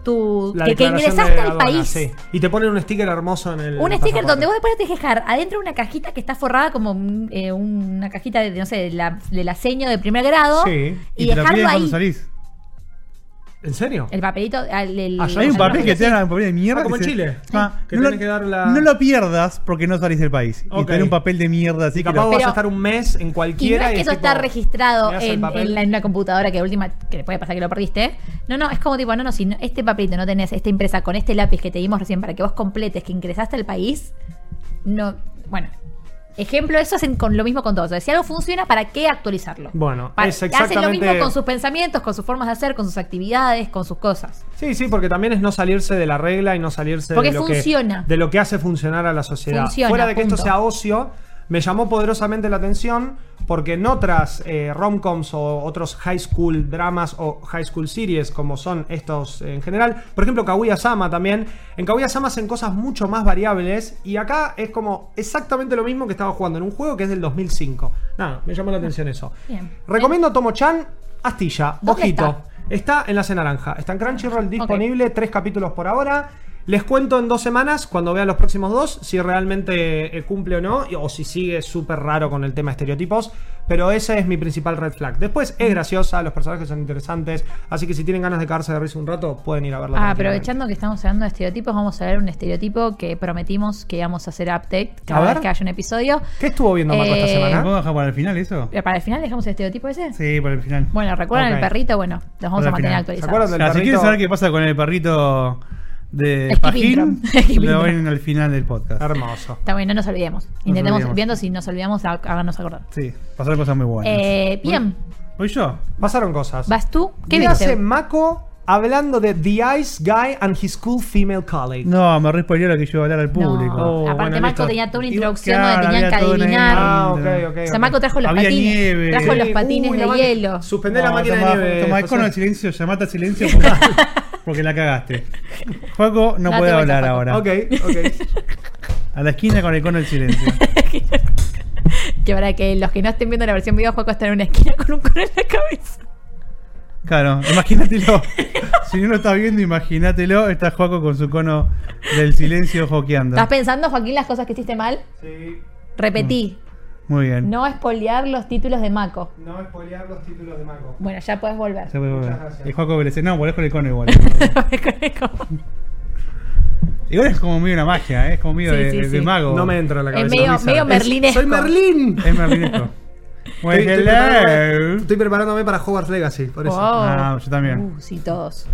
Speaker 1: tu,
Speaker 3: La
Speaker 1: que, que
Speaker 3: declaración
Speaker 1: ingresaste
Speaker 3: de
Speaker 1: al
Speaker 3: aduana,
Speaker 1: país.
Speaker 3: sí. Y te ponen un sticker hermoso en el.
Speaker 1: Un sticker
Speaker 3: pasaporte.
Speaker 1: donde vos después te tenés que dejar adentro una cajita que está forrada como un- eh, una cajita de, no sé, de la, de la seño de primer grado.
Speaker 3: Sí.
Speaker 1: Y,
Speaker 2: Y, te la
Speaker 1: dejarlo
Speaker 2: piden
Speaker 1: ahí.
Speaker 2: cuando salís.
Speaker 3: ¿En serio?
Speaker 1: El papelito. al- el-
Speaker 3: Ah, ya
Speaker 2: Hay un
Speaker 1: el
Speaker 2: papel que
Speaker 1: papelito.
Speaker 2: te dan un papel de mierda.
Speaker 3: Ah, como
Speaker 2: que
Speaker 3: en
Speaker 2: se-
Speaker 3: Chile.
Speaker 2: Ah,
Speaker 3: Que
Speaker 2: no,
Speaker 3: tenés
Speaker 2: lo,
Speaker 3: que dar la-
Speaker 2: no lo pierdas porque no salís del país.
Speaker 3: Ok.
Speaker 2: Y tenés un papel de mierda, así
Speaker 3: Y
Speaker 2: que
Speaker 3: capaz
Speaker 2: lo-
Speaker 3: vas a
Speaker 1: Pero-
Speaker 3: estar un mes en
Speaker 1: Y no
Speaker 3: cualquiera.
Speaker 1: es que eso
Speaker 3: tipo,
Speaker 1: está registrado
Speaker 3: mirás el
Speaker 1: en,
Speaker 3: papel.
Speaker 1: en la- en una computadora que última que le puede pasar que lo perdiste. No, no, es como tipo, no, no, si no- este papelito no tenés esta impresa con este lápiz que te dimos recién para que vos completes que ingresaste al país, no, bueno. Ejemplo, eso hacen con lo mismo con todo. O sea, si algo funciona, ¿para qué actualizarlo?
Speaker 3: Bueno,
Speaker 1: Pa-
Speaker 3: es
Speaker 1: hacen lo
Speaker 3: exactamente-
Speaker 1: mismo con sus pensamientos, con sus formas de hacer, con sus actividades, con sus cosas.
Speaker 3: Sí, sí, porque también es no salirse de la regla y no salirse
Speaker 1: Porque
Speaker 3: de, lo
Speaker 1: funciona.
Speaker 3: Que, de lo que hace funcionar a la sociedad.
Speaker 1: Funciona,
Speaker 3: Fuera de que esto
Speaker 1: punto.
Speaker 3: sea ocio, me llamó poderosamente la atención porque en otras eh, romcoms o otros high school dramas o high school series, como son estos en general, por ejemplo, Kaguya-sama también, en Kaguya-sama hacen cosas mucho más variables y acá es como exactamente lo mismo que estaba jugando en un juego que es del 2005. Nada, me llamó la atención eso.
Speaker 1: Bien.
Speaker 3: Recomiendo Tomo-chan, Astilla,
Speaker 1: ¿Dónde
Speaker 3: Ojito.
Speaker 1: está?
Speaker 3: Está en la C Naranja. Está en Crunchyroll disponible, tres capítulos por ahora. Les cuento en dos semanas, cuando vean los próximos dos, si realmente eh, cumple o no, y- o si sigue súper raro con el tema de estereotipos. Pero esa es mi principal red flag. Después es graciosa, los personajes son interesantes. Así que si tienen ganas de cagarse de risa un rato, pueden ir a verla.
Speaker 1: Ah,
Speaker 3: tranquilamente.
Speaker 1: aprovechando que estamos hablando de estereotipos, vamos a ver un estereotipo que prometimos que íbamos a hacer update
Speaker 3: A
Speaker 1: cada
Speaker 3: ver.
Speaker 1: vez que haya un episodio.
Speaker 3: ¿Qué estuvo viendo Marco esta
Speaker 1: Eh,
Speaker 2: ¿Lo puedo
Speaker 3: semana?
Speaker 2: dejar para el final eso?
Speaker 1: Pero Para el final dejamos el estereotipo ese.
Speaker 2: Sí, para el final.
Speaker 1: Bueno, ¿recuerdan
Speaker 3: Ok.
Speaker 1: el perrito? Bueno, los vamos a
Speaker 2: Para
Speaker 1: mantener
Speaker 2: el final.
Speaker 3: ¿Se
Speaker 1: actualizados.
Speaker 3: acuerdan
Speaker 2: O
Speaker 3: del
Speaker 2: sea, si
Speaker 3: perrito?
Speaker 2: quieren saber qué pasa con el perrito de
Speaker 1: Skip
Speaker 2: Pajín,
Speaker 1: intro. Skip
Speaker 2: lo
Speaker 1: intro.
Speaker 2: ven al final del podcast.
Speaker 3: Hermoso.
Speaker 1: Está bien, no nos olvidemos. Intentemos,
Speaker 2: olvidemos.
Speaker 1: viendo si nos olvidamos, ha- háganos acordar.
Speaker 2: Sí, pasaron cosas muy buenas.
Speaker 1: Eh, bien,
Speaker 2: ¿Voy yo?
Speaker 3: Pasaron cosas.
Speaker 1: ¿vas tú? ¿Qué
Speaker 3: ¿Qué hace
Speaker 1: viste?
Speaker 3: Mako hablando de The Ice Guy and his cool female colleague?
Speaker 2: No, me respondió lo que yo iba a hablar al público.
Speaker 1: No.
Speaker 3: Oh,
Speaker 1: Aparte,
Speaker 3: bueno, listo.
Speaker 1: Marco tenía toda una
Speaker 2: Iba-
Speaker 1: introducción
Speaker 2: claro,
Speaker 1: donde tenían
Speaker 2: había
Speaker 1: que
Speaker 2: todo en el-
Speaker 1: adivinar.
Speaker 3: Ah, ok, ok.
Speaker 1: O
Speaker 3: ok.
Speaker 1: sea, Marco trajo los
Speaker 2: Había
Speaker 1: patines.
Speaker 2: nieve.
Speaker 1: Trajo los
Speaker 3: Uy,
Speaker 1: patines
Speaker 3: la
Speaker 1: de
Speaker 3: ma-
Speaker 1: hielo.
Speaker 3: Suspender la
Speaker 2: No,
Speaker 3: máquina
Speaker 2: toma-
Speaker 3: de nieve.
Speaker 2: toma
Speaker 3: José.
Speaker 2: icono de silencio, llamate al silencio porque, porque la cagaste. Juaco no
Speaker 1: Date
Speaker 2: puede
Speaker 1: vuelta,
Speaker 2: hablar
Speaker 1: Juaco.
Speaker 2: ahora.
Speaker 3: Ok, ok.
Speaker 2: A la esquina con el icono del silencio.
Speaker 1: Que para que los que no estén viendo la versión video, Juaco está en una esquina con un cono en la cabeza.
Speaker 2: Claro, imagínatelo. Si no lo estás viendo, imagínatelo. Está Juaco con su cono del silencio joqueando.
Speaker 1: ¿Estás pensando, Joaquín, las cosas que hiciste mal?
Speaker 3: Sí.
Speaker 1: Repetí.
Speaker 2: Muy bien.
Speaker 1: No espolear los títulos de Maco.
Speaker 3: No spoilear los títulos de Mako.
Speaker 1: Bueno, ya puedes volver.
Speaker 2: Se puede volver.
Speaker 3: Muchas gracias.
Speaker 2: Y Juaco obedece. No, volvés con el cono igual. igual es como medio una magia, ¿eh? es como medio
Speaker 1: Sí,
Speaker 2: de,
Speaker 1: sí,
Speaker 2: de
Speaker 1: sí.
Speaker 2: mago.
Speaker 3: No me entra en la
Speaker 1: Es
Speaker 3: cabeza.
Speaker 1: medio-
Speaker 3: Lisa.
Speaker 1: medio
Speaker 3: Es-
Speaker 1: merlinesco.
Speaker 3: ¡Soy Merlín!
Speaker 2: Es merlinesco. Well,
Speaker 3: Estoy- estoy preparándome-
Speaker 2: hello.
Speaker 3: Estoy preparándome para Hogwarts Legacy, por eso.
Speaker 2: Ah, yo también.
Speaker 1: Uh, sí, todos.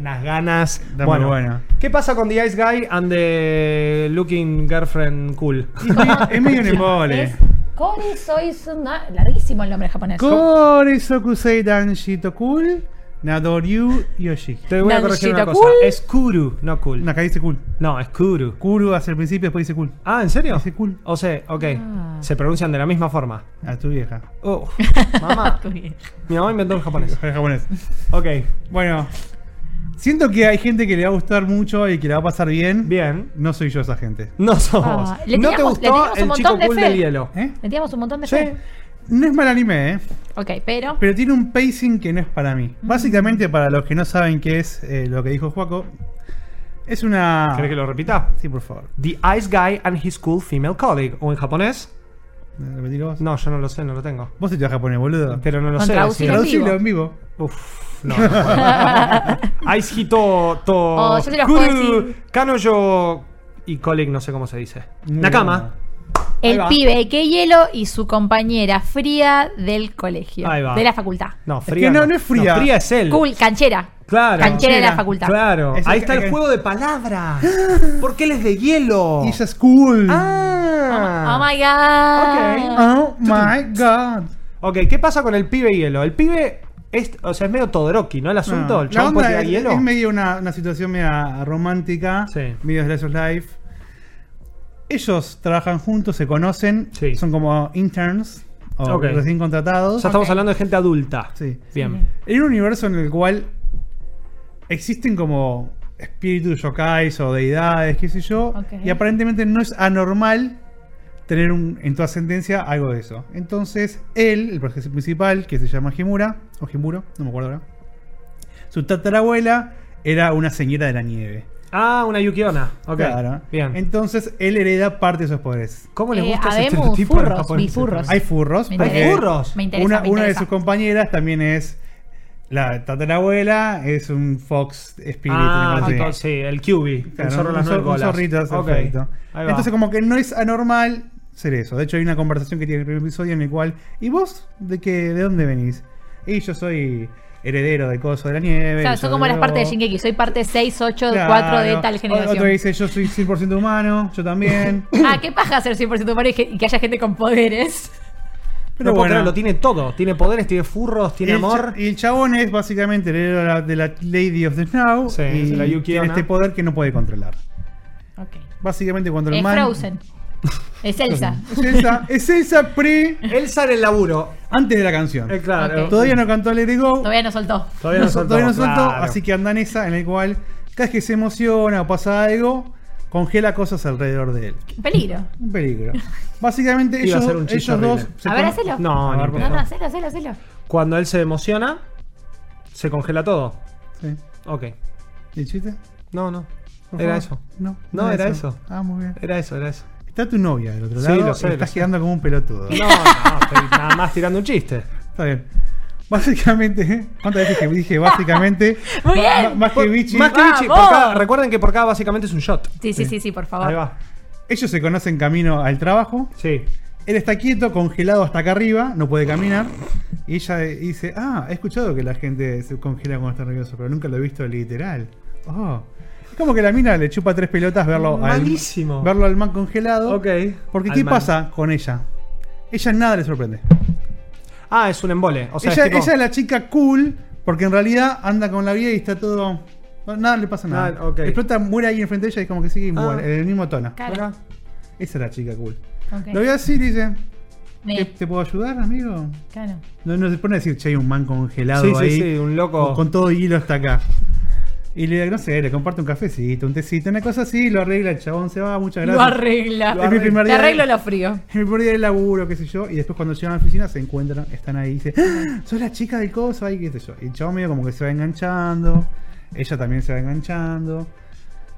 Speaker 3: Unas ganas.
Speaker 2: Está muy bueno.
Speaker 3: ¿Qué pasa con The Ice Guy and the Looking Girlfriend Cool?
Speaker 2: es medio un embole.
Speaker 1: Es Kori Soizuna. Larguísimo el nombre en japonés.
Speaker 2: Korisokusei Danshitokul Nadoryu Yoshi.
Speaker 3: Te voy a corregir una
Speaker 1: Nancita,
Speaker 3: cosa.
Speaker 1: cool.
Speaker 3: Es Kuru, no Cool.
Speaker 2: No, acá dice cool.
Speaker 3: No, es Kuru.
Speaker 2: Kuru hacia el principio, después dice cool.
Speaker 3: Ah, ¿en serio?
Speaker 2: Dice cool.
Speaker 3: O sea, ok.
Speaker 1: Ah.
Speaker 3: Se pronuncian de la misma forma.
Speaker 2: A Ah, tu vieja.
Speaker 3: Oh, mamá. Mi mamá inventó el japonés.
Speaker 2: Es japonés.
Speaker 3: Ok,
Speaker 2: Bueno. Siento que hay gente que le va a gustar mucho y que la va a pasar bien.
Speaker 3: bien.
Speaker 2: No soy yo esa gente.
Speaker 3: No somos.
Speaker 1: Ah, le
Speaker 3: ¿No te
Speaker 1: teníamos- le teníamos
Speaker 3: gustó
Speaker 1: un
Speaker 3: el
Speaker 1: montón
Speaker 3: chico
Speaker 1: de
Speaker 3: cool
Speaker 1: fe.
Speaker 3: del hielo?
Speaker 2: ¿Eh?
Speaker 1: Le teníamos un montón de
Speaker 3: Sí.
Speaker 1: fe.
Speaker 2: No es mal anime, ¿eh?
Speaker 1: Ok, pero.
Speaker 2: Pero tiene un pacing que no es para mí.
Speaker 3: Mm.
Speaker 2: Básicamente, para los que no saben qué es eh, lo que dijo Juaco, es una.
Speaker 3: ¿Querés que lo repita?
Speaker 2: Sí, por favor.
Speaker 3: The Ice Guy and His Cool Female Colleague. ¿O en japonés?
Speaker 2: ¿Repetilo vos?
Speaker 3: No, yo no lo sé, no lo tengo.
Speaker 2: Vos estás japonés, boludo.
Speaker 3: Pero no lo
Speaker 1: Con
Speaker 3: sé.
Speaker 1: traducir.
Speaker 3: decir-
Speaker 2: Traducilo en vivo.
Speaker 3: Uf, no. Ice Hito to.
Speaker 1: Oh, yo te los
Speaker 3: Kuru,
Speaker 1: puedo decir.
Speaker 3: Kanojo y colleague, no sé cómo se dice.
Speaker 2: Mm.
Speaker 3: Nakama. Ahí
Speaker 1: El
Speaker 3: va.
Speaker 1: pibe que hielo y su compañera fría del colegio.
Speaker 3: Ahí va.
Speaker 1: De la facultad.
Speaker 3: No,
Speaker 2: que
Speaker 3: fría.
Speaker 2: no, no es fría.
Speaker 3: fría es él.
Speaker 1: Cool, canchera.
Speaker 3: Claro.
Speaker 1: Canchera de
Speaker 2: Canchera,
Speaker 1: la facultad.
Speaker 3: Claro.
Speaker 2: Es el
Speaker 3: Ahí
Speaker 2: que-
Speaker 3: está el
Speaker 2: que-
Speaker 3: juego de palabras. Porque él es de hielo.
Speaker 2: Y ella es cool.
Speaker 1: Oh
Speaker 3: Ah.
Speaker 1: my god.
Speaker 3: Ok.
Speaker 2: Oh my god.
Speaker 3: Ok, ¿qué pasa con el pibe hielo? El pibe es, o sea, es medio Todoroki, ¿no? El asunto,
Speaker 2: No,
Speaker 3: el
Speaker 2: Ah. la
Speaker 3: chabón puede
Speaker 2: onda
Speaker 3: tirar
Speaker 2: es,
Speaker 3: hielo.
Speaker 2: es medio una, una situación media romántica,
Speaker 3: Sí.
Speaker 2: medio slice of life. Ellos trabajan juntos, se conocen,
Speaker 3: Sí.
Speaker 2: son como interns o
Speaker 3: Ok.
Speaker 2: recién contratados.
Speaker 3: Ya estamos hablando de gente adulta.
Speaker 2: Sí.
Speaker 3: Bien.
Speaker 2: En un universo en el cual existen como espíritus yokais o deidades, qué sé yo,
Speaker 1: Ok.
Speaker 2: y aparentemente no es anormal tener un- en tu ascendencia algo de eso. Entonces, él, el personaje principal, que se llama Himura, o Himuro, no me acuerdo ahora, su tatarabuela era una señora de la nieve.
Speaker 3: Ah, una Yukiona. Ok.
Speaker 2: Claro.
Speaker 3: Bien.
Speaker 2: Entonces, él hereda parte de esos poderes.
Speaker 3: ¿Cómo les
Speaker 1: Eh,
Speaker 3: gusta ese
Speaker 1: habemos
Speaker 3: estereotipo a los
Speaker 1: furros,
Speaker 3: japoneses?
Speaker 1: bifurros.
Speaker 2: Hay furros.
Speaker 1: Me
Speaker 2: porque
Speaker 3: ¿Hay furros?
Speaker 1: Me interesa.
Speaker 2: una,
Speaker 1: me
Speaker 2: una de
Speaker 1: interesa.
Speaker 2: sus compañeras también es. La tatarabuela es un Fox Spirit.
Speaker 3: Ah,
Speaker 2: una cosa
Speaker 3: tipo,
Speaker 2: así.
Speaker 3: sí, el QB.
Speaker 2: Claro,
Speaker 3: el zorro de las nueve
Speaker 2: un, zor- un
Speaker 3: colas.
Speaker 2: zorrito, es
Speaker 3: Ok,
Speaker 2: perfecto.
Speaker 3: ahí va.
Speaker 2: Entonces, como que no es anormal ser eso. De hecho, hay una conversación que tiene el primer episodio en el cual. ¿Y vos de qué, de dónde venís? Y yo soy heredero del coso de la nieve.
Speaker 1: O sea,
Speaker 2: yo
Speaker 1: son como las
Speaker 2: de-
Speaker 1: partes de Shingeki. Soy parte 6, 8,
Speaker 2: Claro.
Speaker 1: 4 de tal
Speaker 2: Otro
Speaker 1: generación.
Speaker 2: dice, yo soy 100% humano, yo también.
Speaker 1: Ah, qué paja ser 100% humano y que- y que haya gente con poderes.
Speaker 2: Pero
Speaker 3: No puedo
Speaker 2: bueno.
Speaker 3: creerlo, tiene todo. Tiene poderes, tiene furros, tiene
Speaker 2: El
Speaker 3: amor.
Speaker 2: cha- Y el chabón es básicamente el heredero de la, de la Lady of the Snow.
Speaker 3: Sí,
Speaker 2: y
Speaker 3: es la Yuki
Speaker 2: tiene
Speaker 3: Onna.
Speaker 2: este poder que no puede controlar.
Speaker 1: Ok.
Speaker 2: Básicamente cuando el
Speaker 1: Es
Speaker 2: man...
Speaker 1: Eh, Frozen. Es Elsa.
Speaker 2: Es Elsa, es Elsa pre...
Speaker 3: Elsa en el laburo.
Speaker 2: Antes de la canción.
Speaker 3: Eh, claro.
Speaker 1: Ok.
Speaker 2: Todavía no cantó Let It Go.
Speaker 1: Todavía no soltó.
Speaker 3: Todavía
Speaker 2: no, todavía no soltó,
Speaker 3: claro.
Speaker 2: así que anda en esa en el cual cada vez que se emociona o pasa algo, congela cosas alrededor de él.
Speaker 1: Peligro.
Speaker 2: Un peligro. Básicamente
Speaker 3: Iba a
Speaker 2: ellos,
Speaker 3: ser un chiste
Speaker 2: ellos
Speaker 3: horrible.
Speaker 2: dos... se
Speaker 1: A ver,
Speaker 2: cono-
Speaker 1: hacelo.
Speaker 3: No,
Speaker 2: A ver,
Speaker 3: ni
Speaker 2: por
Speaker 1: No,
Speaker 3: pedo.
Speaker 1: no, hacelo, hacelo, hacelo.
Speaker 3: Cuando él se emociona, se congela todo.
Speaker 2: Sí.
Speaker 3: Ok.
Speaker 2: ¿Y el chiste?
Speaker 3: No, no.
Speaker 2: por
Speaker 3: Era
Speaker 2: favor?
Speaker 3: eso.
Speaker 2: No,
Speaker 3: No, era eso.
Speaker 2: Ah, muy bien.
Speaker 3: Era eso, era eso.
Speaker 2: Está tu novia del otro
Speaker 3: Sí,
Speaker 2: lado.
Speaker 3: lo sé,
Speaker 2: y
Speaker 3: lo
Speaker 2: estás
Speaker 3: sé.
Speaker 2: quedando como un pelotudo.
Speaker 3: No, no, estoy nada más tirando un chiste.
Speaker 2: Está bien. Básicamente, ¿cuántas veces que dije básicamente?
Speaker 1: Muy
Speaker 2: Ma-
Speaker 1: bien.
Speaker 2: ma- Más que Vichy,
Speaker 3: Más que bichi, por
Speaker 1: ¡Vamos!
Speaker 3: cada- recuerden que por cada básicamente es un shot.
Speaker 1: Sí, sí, sí, sí, por favor.
Speaker 3: Ahí va.
Speaker 2: ellos se conocen camino al trabajo.
Speaker 3: Sí.
Speaker 2: Él está quieto, congelado hasta acá arriba, no puede caminar. Y ella dice, ah, he escuchado que la gente se congela cuando está nervioso, pero nunca lo he visto literal. Oh. Es como que la mina le chupa tres pelotas verlo al,
Speaker 3: Malísimo.
Speaker 2: verlo al man congelado.
Speaker 3: Ok.
Speaker 2: Porque
Speaker 3: Al
Speaker 2: ¿qué
Speaker 3: man.
Speaker 2: pasa con ella? Ella nada le sorprende.
Speaker 3: Ah, es un embole. O sea,
Speaker 2: ella,
Speaker 3: es tipo-
Speaker 2: ella es la chica cool, porque en realidad anda con la vida y está todo... no, Nada le pasa nada.
Speaker 3: Nada, ok.
Speaker 2: Explota, muere ahí enfrente de ella y como que sigue igual,
Speaker 3: Ah.
Speaker 2: en el mismo tono.
Speaker 1: Claro.
Speaker 2: Esa es la chica cool.
Speaker 1: Ok.
Speaker 2: Lo ve así y le dice,
Speaker 1: Me-
Speaker 2: "¿Te- ¿te puedo ayudar, amigo?
Speaker 1: Claro.
Speaker 2: No, no se pone a decir, che, hay un man congelado
Speaker 3: Sí, sí,
Speaker 2: ahí.
Speaker 3: sí, un loco.
Speaker 2: Con, con todo hilo hasta acá. Y le, no sé, le comparte un cafecito, un tecito, una cosa así, lo arregla, el chabón se va, muchas
Speaker 1: Lo
Speaker 2: gracias.
Speaker 1: arregla.
Speaker 2: Es mi primer
Speaker 1: Te
Speaker 2: día.
Speaker 1: arreglo lo frío.
Speaker 2: Es mi primer día de laburo, qué sé yo. Y después cuando llegan a la oficina se encuentran, están ahí y dice, "Ah, sos la chica del coso, ahí, qué sé yo. Y el chabón medio como que se va enganchando. Ella también se va enganchando.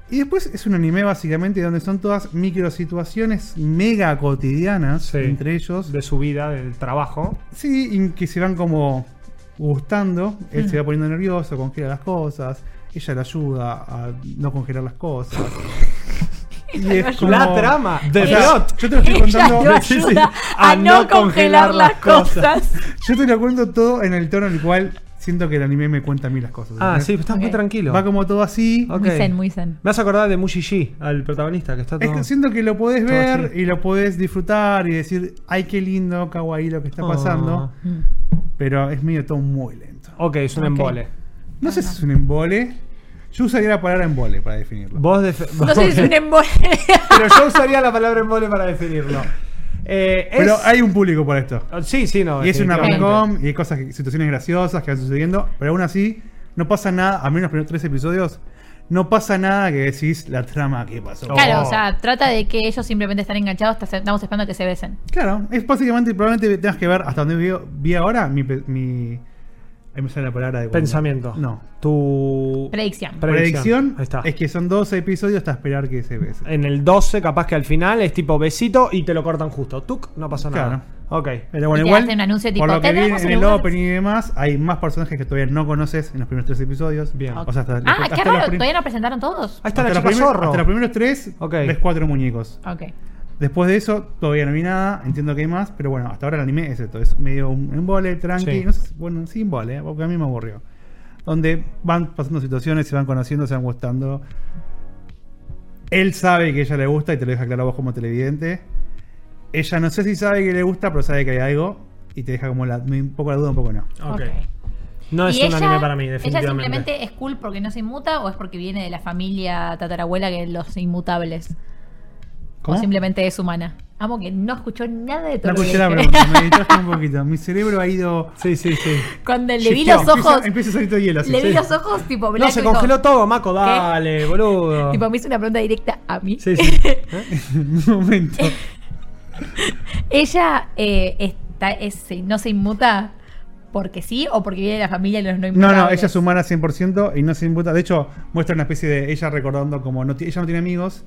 Speaker 2: Y después es un anime básicamente donde son todas microsituaciones mega cotidianas
Speaker 3: Sí.
Speaker 2: entre ellos.
Speaker 3: De su vida, del trabajo.
Speaker 2: Sí, y que se van como gustando. Él se va poniendo nervioso, congela las cosas. Ella le ayuda a no congelar las cosas. Y es como-
Speaker 3: La trama de
Speaker 2: O sea,
Speaker 3: plot.
Speaker 2: Yo te lo estoy
Speaker 1: Ella
Speaker 2: contando.
Speaker 1: lo
Speaker 3: sí, sí,
Speaker 1: ayuda
Speaker 3: a
Speaker 1: a no
Speaker 3: no congelar
Speaker 1: congelar las
Speaker 3: las cosas.
Speaker 1: cosas.
Speaker 2: Yo te lo cuento todo en el tono en el cual siento que el anime me cuenta a mí las cosas.
Speaker 3: Ah,
Speaker 2: ¿entendés?
Speaker 3: sí, estás muy
Speaker 1: Ok.
Speaker 3: tranquilo.
Speaker 2: Va como todo así.
Speaker 3: Ok.
Speaker 1: Muy zen, muy zen.
Speaker 3: Me has acordado de Mushishi, al protagonista que está
Speaker 2: Es
Speaker 3: todo.
Speaker 2: que siento que lo podés
Speaker 3: Todo
Speaker 2: ver
Speaker 3: así.
Speaker 2: y lo podés disfrutar y decir, ay, qué lindo, kawaii lo que está pasando.
Speaker 3: Oh.
Speaker 1: Mm.
Speaker 2: Pero es medio todo muy lento.
Speaker 3: Ok, es un
Speaker 1: Ok.
Speaker 3: embole.
Speaker 2: No sé si es un embole. Yo usaría la palabra embole para definirlo.
Speaker 3: Vos def-
Speaker 1: No sé si es un embole.
Speaker 3: Pero yo usaría la palabra embole para definirlo. Eh, es-
Speaker 2: Pero hay un público para esto.
Speaker 3: Sí, sí, no.
Speaker 2: Y es una
Speaker 3: definitivamente.
Speaker 2: rom y hay cosas, que- situaciones graciosas que van sucediendo, pero aún así no pasa nada, a menos los primeros tres episodios, no pasa nada que decís la trama que pasó.
Speaker 3: Oh.
Speaker 1: Claro, o sea, trata de que ellos simplemente están enganchados, hasta- estamos esperando a que se besen.
Speaker 2: Claro, es básicamente, probablemente tengas que ver hasta donde vi, vi ahora mi, pe- mi... Ahí me sale la palabra de... cuando-
Speaker 3: Pensamiento.
Speaker 2: No.
Speaker 3: Tu.
Speaker 1: Predicción.
Speaker 3: Pre-
Speaker 2: Predicción
Speaker 3: Ahí está.
Speaker 2: es que son 12 episodios hasta esperar que se besen.
Speaker 3: En el 12, capaz que al final es tipo besito y te lo cortan justo. Tuk, no pasa nada. Ok.
Speaker 2: Pero bueno,
Speaker 1: Y te
Speaker 2: igual,
Speaker 1: hacen un anuncio tipo,
Speaker 2: por lo que
Speaker 1: "Te
Speaker 2: vi en
Speaker 1: damos un
Speaker 2: el
Speaker 1: lugar".
Speaker 2: opening y demás, hay más personajes que todavía no conoces en los primeros tres episodios.
Speaker 3: Bien.
Speaker 2: O sea, hasta,
Speaker 1: ah,
Speaker 2: hasta
Speaker 1: qué
Speaker 2: los
Speaker 1: raro,
Speaker 2: prim-
Speaker 1: todavía no presentaron todos.
Speaker 3: Ahí está la
Speaker 2: hasta
Speaker 3: chica
Speaker 2: los primer-
Speaker 3: zorro.
Speaker 2: hasta los primeros tres,
Speaker 3: Ok.
Speaker 2: ves cuatro muñecos.
Speaker 1: Ok.
Speaker 2: Después de eso, todavía no vi nada, entiendo que hay más, pero bueno, hasta ahora el anime es esto, es medio un embole, tranqui,
Speaker 3: Sí.
Speaker 2: no sé si- bueno, sí embole, eh, porque a mí me aburrió. Donde van pasando situaciones, se van conociendo, se van gustando. Él sabe que ella le gusta y te lo deja claro a vos como televidente. Ella no sé si sabe que le gusta, pero sabe que hay algo y te deja como la, un poco la duda, un poco no.
Speaker 3: Ok.
Speaker 1: Ok.
Speaker 3: No es
Speaker 1: Y
Speaker 3: un
Speaker 1: ella-
Speaker 3: anime para mí,
Speaker 1: Ella
Speaker 3: definitivamente.
Speaker 1: simplemente es cool porque no se inmuta o es porque viene de la familia tatarabuela que los inmutables.
Speaker 2: ¿Cómo?
Speaker 1: O simplemente es humana. Amo que no escuchó nada de todo
Speaker 2: ¿Ah? No
Speaker 1: lo que
Speaker 2: escuché la
Speaker 1: dije.
Speaker 2: pregunta, me distraje un poquito. Mi cerebro ha ido.
Speaker 3: Sí, sí, sí.
Speaker 1: Cuando le vi
Speaker 2: Shifteó.
Speaker 1: los ojos,
Speaker 2: Empieza, empieza a salir todo hielo. así,
Speaker 1: le vi
Speaker 2: sí.
Speaker 1: los ojos tipo blanco.
Speaker 3: No, se
Speaker 1: y dijo-
Speaker 3: congeló todo, Maco. Dale, boludo.
Speaker 1: Tipo, me hizo una pregunta directa a mí.
Speaker 3: Sí, sí.
Speaker 2: Un momento.
Speaker 1: Ella eh, está, es- se- no se inmuta porque sí o porque viene de la familia y los no
Speaker 2: No,
Speaker 1: inmutables.
Speaker 2: no, ella es humana 100% y no se imputa. De hecho, muestra una especie de ella recordando como no ti- ella no tiene amigos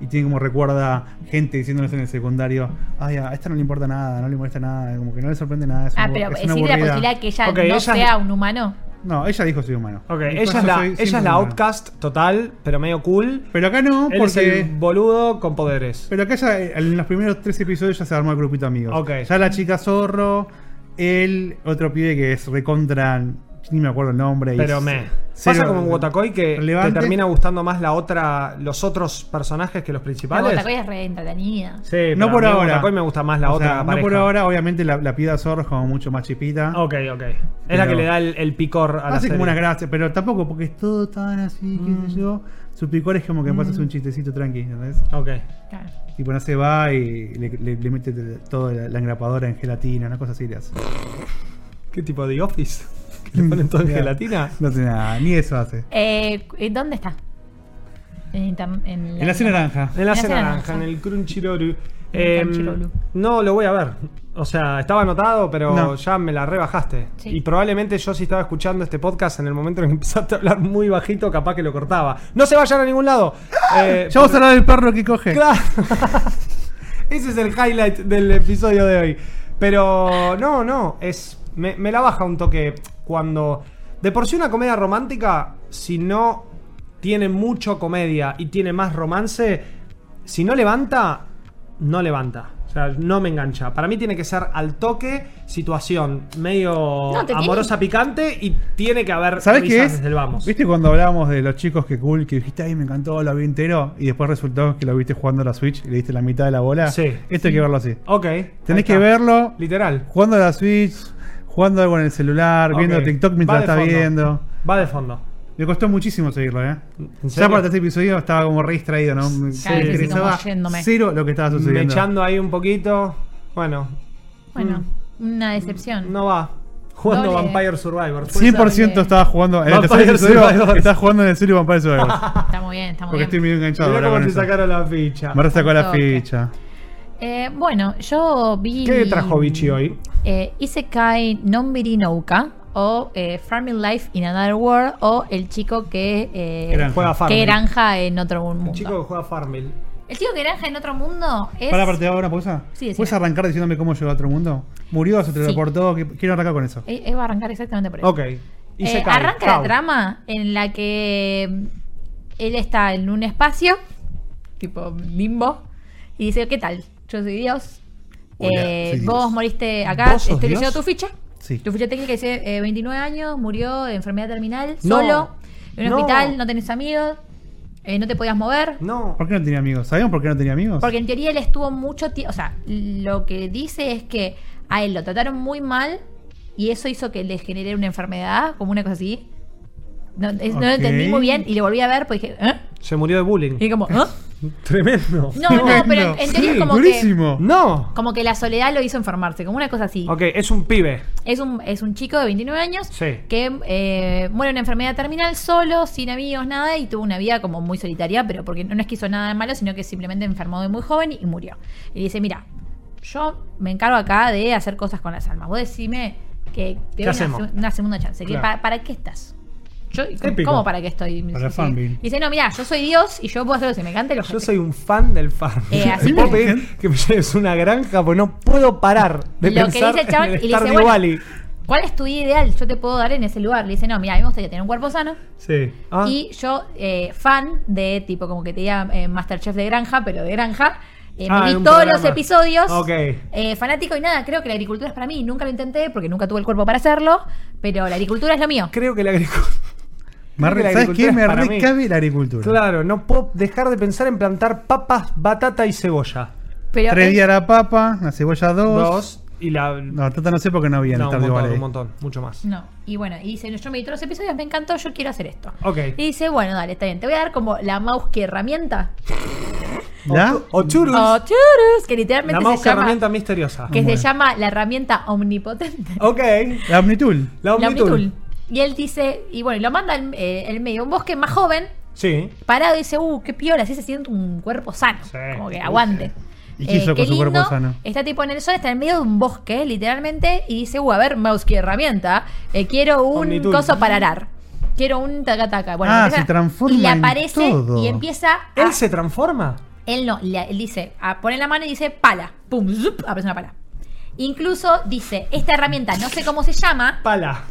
Speaker 2: y tiene como recuerda gente diciéndoles en el secundario, ay, a esta no le importa nada, no le molesta nada, como que no le sorprende nada. es
Speaker 1: Ah,
Speaker 2: una-
Speaker 1: pero
Speaker 2: es una
Speaker 1: existe la
Speaker 2: aburrida".
Speaker 1: posibilidad que ella
Speaker 3: Ok,
Speaker 1: no
Speaker 3: ella-
Speaker 1: sea un humano.
Speaker 2: No, ella dijo soy humano.
Speaker 3: Ok,
Speaker 2: Dijo,
Speaker 3: ella es,
Speaker 2: "Yo
Speaker 3: la,
Speaker 2: soy
Speaker 3: ella
Speaker 2: 100%
Speaker 3: es la
Speaker 2: humano".
Speaker 3: outcast total, pero medio cool.
Speaker 2: Pero acá no,
Speaker 3: Él es
Speaker 2: porque
Speaker 3: el boludo con poderes.
Speaker 2: pero acá ya eh, en los primeros tres episodios ya se armó el grupito de amigos.
Speaker 3: Ok.
Speaker 2: Ya la chica zorro, él, otro pibe que es recontra ni me acuerdo el nombre. y
Speaker 3: Pero
Speaker 2: es
Speaker 3: me.
Speaker 2: cero
Speaker 3: Pasa como en Wotakoi que te
Speaker 2: relevante.
Speaker 3: termina gustando más la otra, los otros personajes que los
Speaker 1: La
Speaker 3: principales.
Speaker 1: Botacoy es re entretenida.
Speaker 3: Sí, pero
Speaker 2: No por
Speaker 3: a mí
Speaker 2: ahora.
Speaker 3: Wotakoi me gusta más la
Speaker 2: O
Speaker 3: otra
Speaker 2: sea, No
Speaker 3: pareja.
Speaker 2: por ahora, obviamente la, la piedra zorro es como mucho más chipita.
Speaker 3: Ok, ok. Es la
Speaker 2: Pero-
Speaker 3: que le da el, el picor a la
Speaker 2: Hace
Speaker 3: serie. Mm.
Speaker 2: como una gracia, pero tampoco porque es todo tan así, qué sé yo. Su picor es como que pasas un chistecito tranqui, ¿entendés?
Speaker 3: Ok.
Speaker 1: Claro.
Speaker 2: Tipo, no se va y le, le- le mete toda la, la engrapadora en gelatina, una cosa así le hace.
Speaker 3: ¿Qué tipo de office? Mm, ¿Que le ponen todo en
Speaker 2: Claro.
Speaker 3: gelatina?
Speaker 2: No sé nada, ni eso hace.
Speaker 1: Eh, ¿Dónde está? en, inter- en
Speaker 2: El Hace Naranja.
Speaker 3: En la
Speaker 1: En la
Speaker 3: cena
Speaker 1: cena
Speaker 3: naranja, en
Speaker 1: naranja.
Speaker 3: el Crunchyroll.
Speaker 1: el
Speaker 3: Em,
Speaker 1: Crunchyroll.
Speaker 3: no lo voy a ver. O sea, estaba anotado, pero
Speaker 2: No.
Speaker 3: ya me la rebajaste.
Speaker 1: Sí.
Speaker 3: Y probablemente yo, si estaba escuchando este podcast en el momento en que empezaste a hablar muy bajito, capaz que lo cortaba. No se vayan a ningún lado. Eh,
Speaker 2: Ya vamos a hablar del perro que coge.
Speaker 3: Claro. Ese es el highlight del episodio de hoy. Pero no, no, es me, me la baja un toque cuando de por sí una comedia romántica si no tiene mucho comedia y tiene más romance, si no levanta no levanta. O sea, no me engancha. Para mí tiene que ser al toque, situación medio
Speaker 1: te tiene-
Speaker 3: amorosa picante y tiene que haber
Speaker 2: ¿Sabes
Speaker 3: risas
Speaker 2: qué es?
Speaker 3: desde el vamos.
Speaker 2: ¿Viste cuando hablábamos de los chicos que cool, que dijiste, ay, me encantó, lo vi entero? Y después resultó que lo viste jugando a la Switch y le diste la mitad de la bola.
Speaker 3: Sí.
Speaker 2: Esto hay que verlo así.
Speaker 3: Ok. ahí
Speaker 2: Tenés que
Speaker 3: está.
Speaker 2: verlo
Speaker 3: Literal.
Speaker 2: jugando a la Switch, jugando algo en el celular,
Speaker 3: Ok.
Speaker 2: viendo TikTok mientras
Speaker 3: Va de
Speaker 2: está
Speaker 3: fondo.
Speaker 2: viendo.
Speaker 3: Va de fondo.
Speaker 2: Me costó muchísimo seguirlo, ¿eh?
Speaker 3: ¿En
Speaker 2: Ya
Speaker 3: serio?
Speaker 2: para este episodio estaba como re distraído, ¿no? Me
Speaker 3: Sí.
Speaker 2: me
Speaker 3: Sí, sí,
Speaker 2: interesaba
Speaker 1: como yéndome.
Speaker 2: cero lo que estaba
Speaker 3: Me
Speaker 2: sucediendo.
Speaker 3: echando ahí un poquito. Bueno,
Speaker 1: Bueno, una decepción.
Speaker 3: no va. Jugando
Speaker 1: Doble.
Speaker 3: Vampire Survivor. Pues,
Speaker 2: 100% estaba jugando en el
Speaker 3: Vampire
Speaker 2: tercer episodio.
Speaker 3: Survivors.
Speaker 2: Estaba jugando en el serio Vampire Survivors.
Speaker 1: Está muy bien, está muy
Speaker 2: Porque estoy
Speaker 1: bien.
Speaker 2: medio enganchado.
Speaker 3: Ah, Mirá
Speaker 2: ahora
Speaker 3: cómo
Speaker 2: con
Speaker 3: te
Speaker 2: eso.
Speaker 3: sacaron la ficha.
Speaker 2: Marta sacó la
Speaker 1: Ok.
Speaker 2: ficha.
Speaker 1: Eh, bueno, yo vi.
Speaker 3: ¿Qué trajo Bichi hoy?
Speaker 1: Eh, Isekai Nonbiri Nouka o eh, Farming Life in Another World o El chico que. eh,
Speaker 2: Granja.
Speaker 3: Juega Farmil.
Speaker 1: que granja en otro mundo.
Speaker 3: El chico que juega Farmil.
Speaker 1: El chico que granja en otro mundo es.
Speaker 2: Para parte de ahora, pausa.
Speaker 1: Sí, decime.
Speaker 2: ¿Puedes arrancar diciéndome cómo llegó a otro mundo? Murió, se teleportó. que- Quiero arrancar con eso.
Speaker 1: Eh, eh, va a arrancar exactamente por eso.
Speaker 3: Ok. Y
Speaker 1: Eh,
Speaker 3: se cae.
Speaker 1: arranca la
Speaker 3: Chau.
Speaker 1: trama en la que mm, él está en un espacio, tipo limbo, y dice, ¿qué tal? Yo soy Dios.
Speaker 2: Hola,
Speaker 1: Eh,
Speaker 2: soy Dios.
Speaker 1: vos moriste acá,
Speaker 3: ¿Vos sos
Speaker 1: estoy leyendo
Speaker 3: Dios?
Speaker 1: tu ficha.
Speaker 2: Sí.
Speaker 1: Tu ficha técnica dice eh, 29 años, murió de enfermedad terminal,
Speaker 3: No.
Speaker 1: solo, en un
Speaker 3: No.
Speaker 1: hospital, no tenés amigos, eh, no te podías mover.
Speaker 3: No.
Speaker 2: ¿Por qué no tenía amigos? ¿Sabíamos por qué no tenía amigos?
Speaker 1: Porque en teoría él estuvo mucho tiempo. O sea, lo que dice es que a él lo trataron muy mal y eso hizo que le genere una enfermedad, como una cosa así. No, es- no lo
Speaker 2: Ok.
Speaker 1: entendí muy bien y le volví a ver porque dije, ¿eh?
Speaker 3: Se murió de bullying.
Speaker 1: Y como, ¿ah?
Speaker 3: Tremendo.
Speaker 1: No, no, pero en, en teoría es como que,
Speaker 2: Durísimo.
Speaker 3: No.
Speaker 1: como que la soledad lo hizo enfermarse, como una cosa así.
Speaker 3: Ok, es un pibe.
Speaker 1: Es un, es un chico de 29 años
Speaker 3: Sí.
Speaker 1: que eh, muere de una enfermedad terminal solo, sin amigos, nada, y tuvo una vida como muy solitaria, pero porque no, no es que hizo nada de malo, sino que simplemente enfermó de muy joven y, y murió. Y dice, mira, yo me encargo acá de hacer cosas con las almas. Vos decime que te doy
Speaker 3: ¿Qué
Speaker 1: una,
Speaker 3: hacemos?
Speaker 1: seg- una segunda chance. que
Speaker 3: Claro.
Speaker 1: pa- ¿Para qué estás? Yo, ¿cómo,
Speaker 3: Épico.
Speaker 1: cómo para qué estoy?
Speaker 2: Para
Speaker 1: Sí.
Speaker 2: fanbin.
Speaker 1: Dice, no, mira, yo soy Dios y yo puedo hacer lo que se me cante. Lo que
Speaker 3: Yo
Speaker 1: te-
Speaker 3: soy un fan del Farmil.
Speaker 1: Eh, así
Speaker 3: ¿Puedo
Speaker 1: que-
Speaker 3: pedir que me lleves una granja? Pues no puedo parar de
Speaker 1: Lo que
Speaker 3: pensar
Speaker 1: dice el chabón,
Speaker 3: en el
Speaker 1: y le dice,
Speaker 3: Stardew
Speaker 1: bueno.
Speaker 3: Valley.
Speaker 1: ¿Cuál es tu vida ideal? Yo te puedo dar en ese lugar. Le dice, no, mira, a mí me gustaría tener un cuerpo sano.
Speaker 3: Sí. Ah.
Speaker 1: Y yo, eh, fan de tipo, como que te diga eh, Masterchef de granja, pero de granja. eh, me
Speaker 3: Ah,
Speaker 1: vi
Speaker 3: en un
Speaker 1: todos
Speaker 3: programa.
Speaker 1: los episodios.
Speaker 3: Ok.
Speaker 1: Eh, fanático y nada, creo que la agricultura es para mí. Nunca lo intenté porque nunca tuve el cuerpo para hacerlo. Pero la agricultura es lo mío.
Speaker 3: Creo que la agricultura.
Speaker 2: Me re-
Speaker 3: Creo que la
Speaker 2: ¿Sabes
Speaker 3: agricultura
Speaker 2: qué? Me
Speaker 3: es para mí.
Speaker 2: recabe la agricultura.
Speaker 3: Claro, no puedo dejar de pensar en plantar papas, batata y cebolla.
Speaker 1: Pero
Speaker 2: Tres
Speaker 1: es-
Speaker 2: días la papa, la cebolla dos.
Speaker 3: Eh, Dos y la.
Speaker 2: No, la tata no sé porque no había en
Speaker 3: No,
Speaker 2: el
Speaker 3: un
Speaker 2: Stardew
Speaker 3: montón,
Speaker 2: Valley.
Speaker 3: un montón, mucho más.
Speaker 1: No. Y bueno, y dice, yo me vi todos los episodios, me encantó, yo quiero hacer esto.
Speaker 3: Ok.
Speaker 1: Y dice, bueno, dale, está bien. Te voy a dar como la mouse que herramienta.
Speaker 2: ¿Ya?
Speaker 3: O churus.
Speaker 1: Oh, churus, que
Speaker 3: la
Speaker 1: literalmente
Speaker 3: más
Speaker 1: se llama.
Speaker 3: herramienta misteriosa.
Speaker 1: Que
Speaker 2: Bueno.
Speaker 1: se llama la herramienta omnipotente.
Speaker 3: Ok.
Speaker 2: La Omnitul.
Speaker 3: La
Speaker 1: La
Speaker 3: omnitul.
Speaker 1: Omnitul. Y él dice, y bueno, y lo manda al eh, el medio, un bosque más joven,
Speaker 3: Sí.
Speaker 1: parado, y dice, uh, qué piola, así se siente un cuerpo sano.
Speaker 3: Sí.
Speaker 1: Como que aguante. Eh,
Speaker 2: ¿Y qué hizo con su cuerpo sano?
Speaker 1: Está tipo en el sol, está en medio de un bosque, literalmente, y dice, uh, a ver, mouse, qué herramienta. eh, quiero un
Speaker 3: Omnitul.
Speaker 1: coso para arar. Quiero un taca taca. Bueno,
Speaker 2: Ah,
Speaker 1: empieza-
Speaker 2: se transforma
Speaker 1: Y le
Speaker 2: en
Speaker 1: aparece
Speaker 2: todo.
Speaker 1: y empieza a-
Speaker 3: ¿Él se transforma?
Speaker 1: él no, le- él dice, a, pone la mano y dice pala. Pum, zup, aparece una pala. Incluso dice, esta herramienta no sé cómo se llama,
Speaker 3: Pala.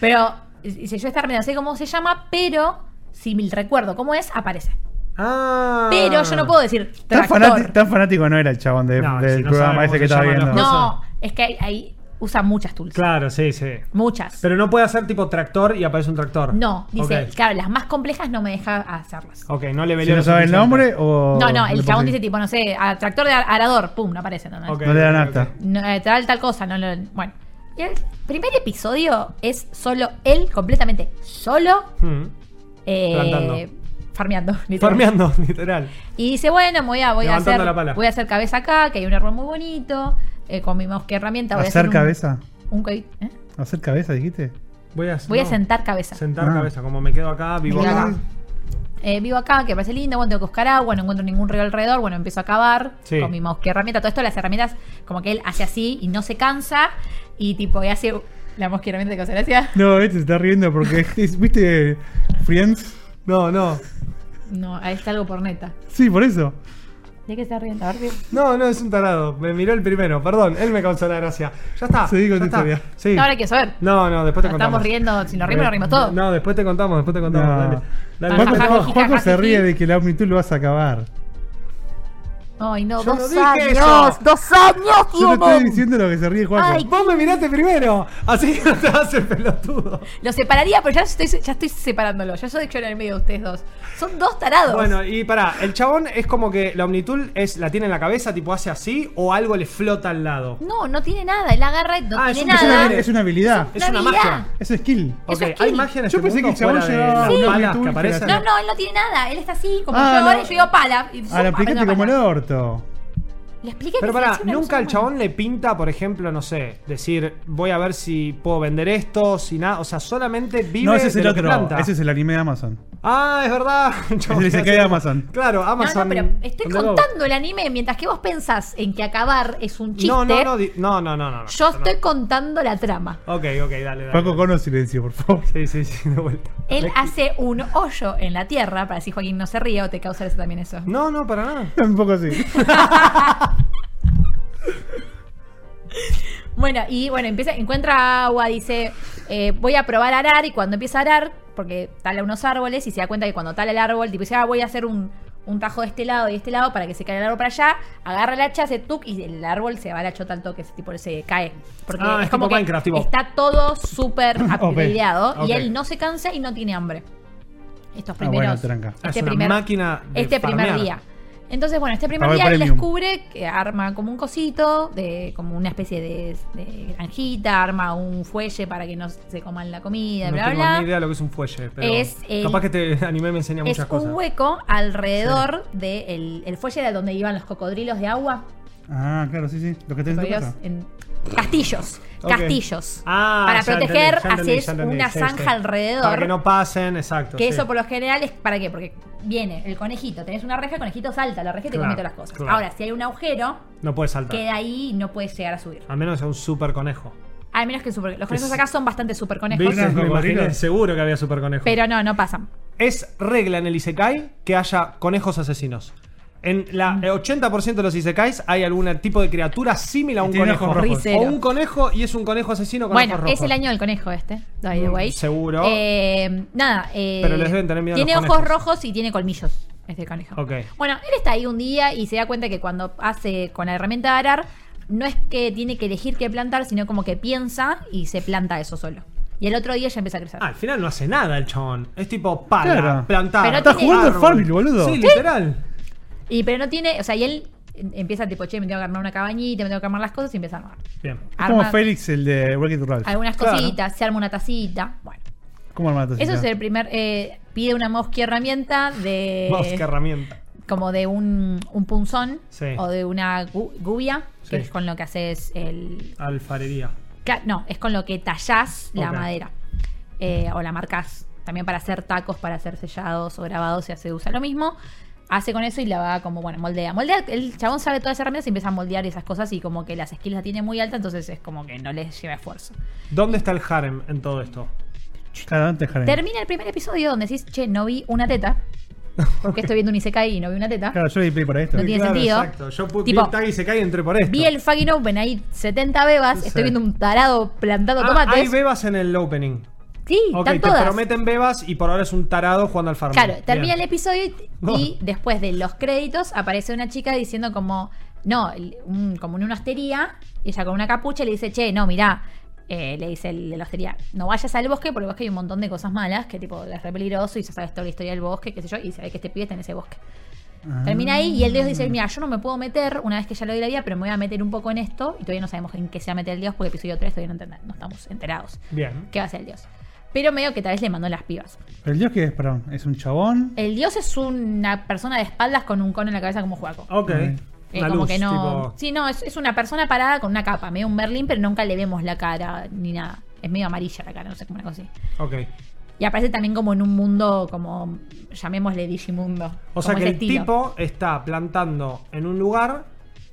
Speaker 1: pero dice, yo esta herramienta no sé cómo se llama, pero si me recuerdo cómo es, aparece.
Speaker 3: Ah.
Speaker 1: Pero yo no puedo decir
Speaker 2: Tan
Speaker 1: tractor.
Speaker 2: fanático, tan fanático no era el chabón de-
Speaker 3: No,
Speaker 2: del
Speaker 3: si no
Speaker 2: programa
Speaker 3: sabe
Speaker 2: ese
Speaker 3: cómo
Speaker 2: que
Speaker 3: se
Speaker 2: estaba
Speaker 3: llaman
Speaker 2: viendo.
Speaker 3: los
Speaker 1: No, es que ahí, ahí usa muchas tools.
Speaker 3: Claro, sí, sí.
Speaker 1: Muchas.
Speaker 3: Pero no puede hacer tipo tractor y aparece un tractor.
Speaker 1: no, dice,
Speaker 3: Ok.
Speaker 1: claro, las más complejas no me deja hacerlas.
Speaker 3: Ok, no le
Speaker 2: Si
Speaker 3: velió
Speaker 2: no
Speaker 3: lo
Speaker 2: sabe el
Speaker 3: suficiente.
Speaker 2: nombre
Speaker 3: Oh,
Speaker 2: o.
Speaker 1: No, no, el
Speaker 2: le
Speaker 1: chabón
Speaker 2: puse-
Speaker 1: dice tipo, no sé, a tractor de ar- arador, pum, no aparece. ¿entendés?
Speaker 3: Ok,
Speaker 2: No le dan
Speaker 3: ok,
Speaker 2: hasta.
Speaker 3: ok.
Speaker 1: No, eh, tal, tal cosa, no lo- Bueno. Y el primer episodio es solo él, completamente solo,
Speaker 3: Hmm.
Speaker 1: eh,
Speaker 3: Plantando.
Speaker 1: farmeando. literal.
Speaker 3: Farmeando, literal.
Speaker 1: Y dice, bueno, me voy a, voy a
Speaker 3: Levantando
Speaker 1: hacer.
Speaker 3: la pala.
Speaker 1: Voy a hacer cabeza acá, que hay un árbol muy bonito. eh, con mi mouse que herramienta voy a
Speaker 2: ¿Hacer
Speaker 1: un-
Speaker 2: cabeza?
Speaker 1: Un, cohi- ¿eh?
Speaker 2: ¿Hacer cabeza, dijiste?
Speaker 3: Voy a,
Speaker 1: Voy a
Speaker 3: no.
Speaker 1: sentar cabeza.
Speaker 3: Sentar
Speaker 2: Ah.
Speaker 3: cabeza. Como me quedo acá, vivo
Speaker 1: Me quedo
Speaker 3: acá.
Speaker 1: acá. eh, vivo acá, que me parece lindo, bueno, tengo que buscar agua, no encuentro ningún río alrededor, bueno, empiezo a cavar
Speaker 3: Sí.
Speaker 1: con mi mouse, que herramienta, todo esto, las herramientas, como que él hace así y no se cansa, y tipo, y hace uh, la mosca herramienta que hace gracia.
Speaker 2: No, este se está riendo porque, es- ¿viste? Friends.
Speaker 3: No, no.
Speaker 1: No, ahí está algo por neta.
Speaker 2: Sí, por eso.
Speaker 1: ¿De qué se riendo? A ver, bien.
Speaker 3: No, no, es un tarado. Me miró el primero, perdón. Él me causó la gracia. Ya está.
Speaker 2: Seguí con
Speaker 3: ya
Speaker 2: tu
Speaker 3: está.
Speaker 2: historia.
Speaker 3: Sí.
Speaker 1: No, ahora quiero saber.
Speaker 3: No, no, después te
Speaker 1: Nos
Speaker 3: contamos.
Speaker 1: estamos riendo, si nos rimos, nos rimos todos.
Speaker 3: No, después te contamos, después te contamos.
Speaker 2: No.
Speaker 3: Dale.
Speaker 1: Ajá,
Speaker 3: Dale,
Speaker 2: Juaco,
Speaker 3: después te
Speaker 1: ajá,
Speaker 3: contamos.
Speaker 1: jiji,
Speaker 2: Juaco
Speaker 1: ajá,
Speaker 2: se ríe
Speaker 1: jiji.
Speaker 2: de que la omnitud lo vas a acabar.
Speaker 1: Ay, no,
Speaker 3: Yo no
Speaker 1: dos
Speaker 3: dije
Speaker 1: años.
Speaker 3: eso.
Speaker 1: Dos años,
Speaker 2: Yo te estoy
Speaker 1: Diego.
Speaker 2: diciendo lo que se ríe Juaco.
Speaker 1: Ay,
Speaker 3: Vos me miraste primero, así que no te vas a hacer pelotudo.
Speaker 1: Lo separaría, pero ya estoy, ya estoy separándolo. Yo soy yo en el medio de ustedes dos. Son dos tarados.
Speaker 3: Bueno, y pará, el chabón es como que la Omnitul es, la tiene en la cabeza, tipo hace así, o algo le flota al lado.
Speaker 1: No, no tiene nada. Él agarra y no
Speaker 3: Ah, es
Speaker 1: tiene
Speaker 3: un-
Speaker 2: es,
Speaker 1: nada.
Speaker 2: una, es una habilidad.
Speaker 3: Es una
Speaker 1: habilidad.
Speaker 3: magia.
Speaker 2: Es un skill.
Speaker 1: Eso
Speaker 3: Ok,
Speaker 1: es
Speaker 3: hay
Speaker 1: killing.
Speaker 3: magia en
Speaker 2: Yo
Speaker 3: este
Speaker 2: pensé que el
Speaker 3: mundo
Speaker 2: chabón
Speaker 3: fuera de
Speaker 2: llevaba
Speaker 3: las
Speaker 2: una
Speaker 3: balas
Speaker 2: Omnitul
Speaker 3: que
Speaker 2: que
Speaker 3: aparecen.
Speaker 2: la
Speaker 1: No, no, él no tiene nada. Él está así, como
Speaker 2: Ah,
Speaker 1: yo ahora,
Speaker 2: no.
Speaker 1: yo digo pala. y
Speaker 2: A
Speaker 3: Ah,
Speaker 1: zoom,
Speaker 2: Ah, la
Speaker 1: aprendo
Speaker 2: picante
Speaker 1: la
Speaker 2: como el
Speaker 1: pala.
Speaker 2: orto.
Speaker 1: Le expliqué
Speaker 3: Pero
Speaker 1: que
Speaker 3: pará,
Speaker 1: es una
Speaker 3: nunca al
Speaker 1: persona
Speaker 3: chabón le pinta, por ejemplo, no sé, decir, voy a ver si puedo vender esto, si nada, o sea, solamente vive
Speaker 2: No, ese es
Speaker 3: de
Speaker 2: el
Speaker 3: lo que
Speaker 2: otro.
Speaker 3: planta.
Speaker 2: Ese es el anime de Amazon.
Speaker 3: Ah, es verdad. Chabón,
Speaker 2: el Isekai de Amazon.
Speaker 3: Claro,
Speaker 1: humana.
Speaker 3: Amazon.
Speaker 1: No, no, pero estoy
Speaker 3: ¿dónde lo-
Speaker 1: contando el anime mientras que vos pensás en que acabar es un chiste.
Speaker 3: No, no, no, di- no, no, no, no, no.
Speaker 1: Yo
Speaker 3: no.
Speaker 1: estoy contando la trama.
Speaker 3: Ok, ok, dale, dale.
Speaker 2: Paco, cono silencio, por favor.
Speaker 3: Sí, sí, sí, de vuelta.
Speaker 1: Él
Speaker 3: Me-
Speaker 1: hace un hoyo en la tierra, para si Joaquín no se ríe o te causa eso también eso.
Speaker 3: No, no, para nada.
Speaker 2: Un poco así.
Speaker 1: Bueno, y bueno, empieza, encuentra agua, dice, eh, voy a probar a arar, y cuando empieza a arar, porque tala unos árboles y se da cuenta que cuando tala el árbol, tipo dice, ah, voy a hacer un, un tajo de este lado y de este lado para que se caiga el árbol para allá, agarra el hacha, hace tuc y el árbol se va a la chota al toque, ese tipo se cae. Porque
Speaker 3: Ah,
Speaker 1: es,
Speaker 3: es
Speaker 1: como que
Speaker 3: tipo Minecraft, tipo.
Speaker 1: está todo súper upgradeado
Speaker 3: ok.
Speaker 1: y él no se cansa y no tiene hambre. Estos
Speaker 2: Ah, bueno,
Speaker 1: primeros.
Speaker 2: tranca.
Speaker 3: Ah, es una máquina de
Speaker 1: este primer
Speaker 3: farmear.
Speaker 1: día. Entonces, bueno, este primer
Speaker 2: Para ver
Speaker 1: día él
Speaker 2: premium.
Speaker 1: descubre que arma como un cosito, de, como una especie de, de granjita, arma un fuelle para que no se coman la comida,
Speaker 3: No
Speaker 1: bla,
Speaker 3: tengo
Speaker 1: bla.
Speaker 3: ni idea de lo que es un fuelle, pero
Speaker 1: Es el-
Speaker 3: capaz que te anime me enseña
Speaker 1: Es
Speaker 3: muchas
Speaker 1: un
Speaker 3: cosas.
Speaker 1: hueco alrededor del el fuelle de donde iban los cocodrilos de agua.
Speaker 2: Ah, claro, sí, sí. Lo que tenés en tu
Speaker 1: Cocodrilos
Speaker 2: casa.
Speaker 1: en- castillos,
Speaker 3: Ok.
Speaker 1: castillos.
Speaker 3: Ah,
Speaker 1: para
Speaker 3: ya entendí,
Speaker 1: proteger
Speaker 3: ya entendí,
Speaker 1: haces
Speaker 3: ya entendí,
Speaker 1: una
Speaker 3: sí,
Speaker 1: zanja
Speaker 3: sí.
Speaker 1: alrededor.
Speaker 3: Para que no pasen, exacto.
Speaker 1: Que
Speaker 3: sí.
Speaker 1: eso por lo general es para qué, porque viene el conejito, tenés una reja, el conejito salta, la reja y te
Speaker 3: Claro,
Speaker 1: come todas las cosas.
Speaker 3: claro.
Speaker 1: Ahora, si hay un agujero,
Speaker 3: No puedes saltar.
Speaker 1: queda ahí y no puedes llegar a subir.
Speaker 3: Al menos sea un super conejo.
Speaker 1: Al menos que el super- los conejos
Speaker 3: Es-
Speaker 1: acá son bastante super conejos.
Speaker 3: ¿Viste? Me
Speaker 2: cocodrilos?
Speaker 3: imaginé, seguro que había super conejo.
Speaker 1: Pero no, no pasan.
Speaker 3: Es regla en el Isekai que haya conejos asesinos. En
Speaker 1: Mm.
Speaker 3: la, el 80% de los Isekais hay algún tipo de criatura similar a
Speaker 2: Y
Speaker 3: un
Speaker 2: tiene
Speaker 3: conejo.
Speaker 2: ojos rojos.
Speaker 3: O
Speaker 1: Ricero.
Speaker 3: un conejo y es un conejo asesino con
Speaker 1: Bueno,
Speaker 3: ojos rojos.
Speaker 1: es el año del conejo este, by the
Speaker 3: Mm,
Speaker 1: way.
Speaker 3: seguro.
Speaker 1: Eh, nada. eh,
Speaker 3: Pero les deben tener miedo a
Speaker 1: Tiene
Speaker 3: los
Speaker 1: ojos
Speaker 3: conejos.
Speaker 1: rojos y tiene colmillos. Este conejo.
Speaker 3: Ok.
Speaker 1: Bueno, él está ahí un día y se da cuenta que cuando hace con la herramienta de arar, no es que tiene que elegir qué plantar, sino como que piensa y se planta eso solo. Y el otro día ya empieza a crecer.
Speaker 3: Ah, al final no hace nada el chabón. Es tipo pala,
Speaker 2: Claro.
Speaker 3: plantar.
Speaker 1: Pero Está tiene-
Speaker 2: jugando al Farmville, boludo.
Speaker 3: Sí,
Speaker 2: Sí.
Speaker 3: literal.
Speaker 1: Y pero no tiene, o sea, y él em, empieza tipo, che, me tengo que armar una cabañita, me tengo que armar las cosas y empieza a armar.
Speaker 3: Bien.
Speaker 2: Es como
Speaker 1: Arma-
Speaker 2: Félix, el de Wreck-It Ralph.
Speaker 1: algunas
Speaker 3: Claro.
Speaker 1: cositas, se arma una tacita. Bueno,
Speaker 2: ¿Cómo armar la
Speaker 1: eso es
Speaker 2: tacita?
Speaker 1: el primer. eh, pide una mosca herramienta de.
Speaker 3: Vos, qué herramienta.
Speaker 1: como de un, un punzón
Speaker 3: Sí.
Speaker 1: o de una gu- gubia, que
Speaker 3: Sí.
Speaker 1: es con lo que haces el.
Speaker 3: Alfarería.
Speaker 1: Cla- No, es con lo que tallás la
Speaker 3: Ok.
Speaker 1: madera eh, o la marcas. También para hacer tacos, para hacer sellados o grabados, se hace, usa lo mismo. Hace con eso y la va como, bueno, moldea. Moldea, el chabón sabe todas esas herramientas y empieza a moldear esas cosas y como que las skills las tiene muy alta, entonces es como que no les lleva esfuerzo.
Speaker 3: ¿Dónde está el harem en todo esto?
Speaker 2: Claro, antes Jaren.
Speaker 1: Termina el primer episodio donde decís, che, no vi una teta. Porque estoy viendo un Isekai y no vi una teta.
Speaker 2: Claro, yo le di play para esto.
Speaker 1: No tiene sentido.
Speaker 3: Exacto. Yo pu-
Speaker 1: Tipo,
Speaker 3: vi el tag y se cae y entré por esto.
Speaker 1: Vi el fucking open, ahí 70 bebas,
Speaker 3: Sí.
Speaker 1: estoy viendo un tarado plantando
Speaker 3: Ah,
Speaker 1: tomates.
Speaker 3: Hay bebas en el opening.
Speaker 1: sí,
Speaker 3: Ok,
Speaker 1: están
Speaker 3: te
Speaker 1: todas.
Speaker 3: prometen bebas y por ahora es un tarado jugando al farming.
Speaker 1: Claro, termina el
Speaker 3: Bien.
Speaker 1: episodio y, y después de los créditos aparece una chica diciendo como, no, el- un- como en una hostería, y ella con una capucha le dice, che, no, mirá, eh, le dice el de la hostería, no vayas al bosque porque el bosque hay un montón de cosas malas, que tipo, es re peligroso y ya sabes toda la historia del bosque, qué sé yo, y se ve que este pibe está en ese bosque.
Speaker 2: Ah.
Speaker 1: Termina ahí y el dios
Speaker 3: Ah.
Speaker 1: dice, mira, yo no me puedo meter una vez que ya lo di la vida, pero me voy a meter un poco en esto, y todavía no sabemos en qué se va a meter el dios porque episodio 3 todavía no, entend- no estamos enterados
Speaker 3: Bien.
Speaker 1: qué va a hacer el dios. Pero medio que tal vez le mandó las pibas.
Speaker 2: ¿El dios qué es? Perdón, es un chabón.
Speaker 1: El dios es una persona de espaldas con un cono en la cabeza como Juaco.
Speaker 3: Ok.
Speaker 1: Eh,
Speaker 2: Bien.
Speaker 3: Oh, Una
Speaker 1: como
Speaker 3: luz,
Speaker 1: que no.
Speaker 3: tipo-
Speaker 1: Sí, no, es, es una persona parada con una capa, medio un Merlín, pero nunca le vemos la cara ni nada. Es medio amarilla la cara, no sé cómo una cosa así.
Speaker 3: Ok.
Speaker 1: Y aparece también como en un mundo, como llamémosle Digimundo.
Speaker 3: O sea
Speaker 1: como
Speaker 3: que
Speaker 1: ese
Speaker 3: el
Speaker 1: estilo.
Speaker 3: tipo está plantando en un lugar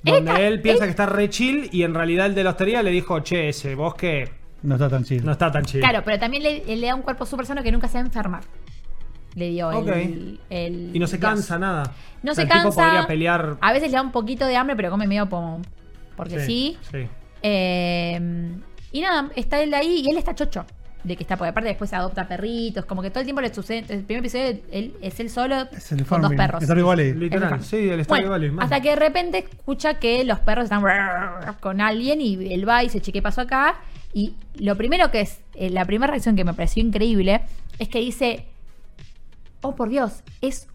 Speaker 3: donde
Speaker 1: Esta-
Speaker 3: él piensa
Speaker 1: eh.
Speaker 3: que está re chill y en realidad el de la hostería le dijo, che, ese bosque
Speaker 2: No está tan chido.
Speaker 3: no está tan chill.
Speaker 1: Claro, pero también le, le da un cuerpo súper sano que nunca se va a enfermar. Le dio el-
Speaker 3: Ok.
Speaker 1: el,
Speaker 3: Y no se
Speaker 1: Dios.
Speaker 3: cansa nada.
Speaker 1: No
Speaker 3: O sea,
Speaker 1: se
Speaker 3: el
Speaker 1: cansa.
Speaker 3: tipo podría pelear.
Speaker 1: A veces le da un poquito de hambre, pero come medio como. Porque sí.
Speaker 3: sí.
Speaker 1: Eh, y nada, está él ahí y él está chocho. De que está, porque aparte después adopta perritos, como que todo el tiempo le sucede. El primer episodio él, es él solo
Speaker 2: Es el
Speaker 1: con dos
Speaker 2: farming.
Speaker 1: perros.
Speaker 2: Es algo igual eh. ahí.
Speaker 3: Literal,
Speaker 1: Eso fue.
Speaker 3: sí, el estadio
Speaker 1: Bueno,
Speaker 3: Valley, man.
Speaker 1: hasta que de repente escucha que los perros están con alguien y él va y se cheque pasó acá. Y lo primero que es, eh, la primera reacción que me pareció increíble es que dice: Oh por Dios, es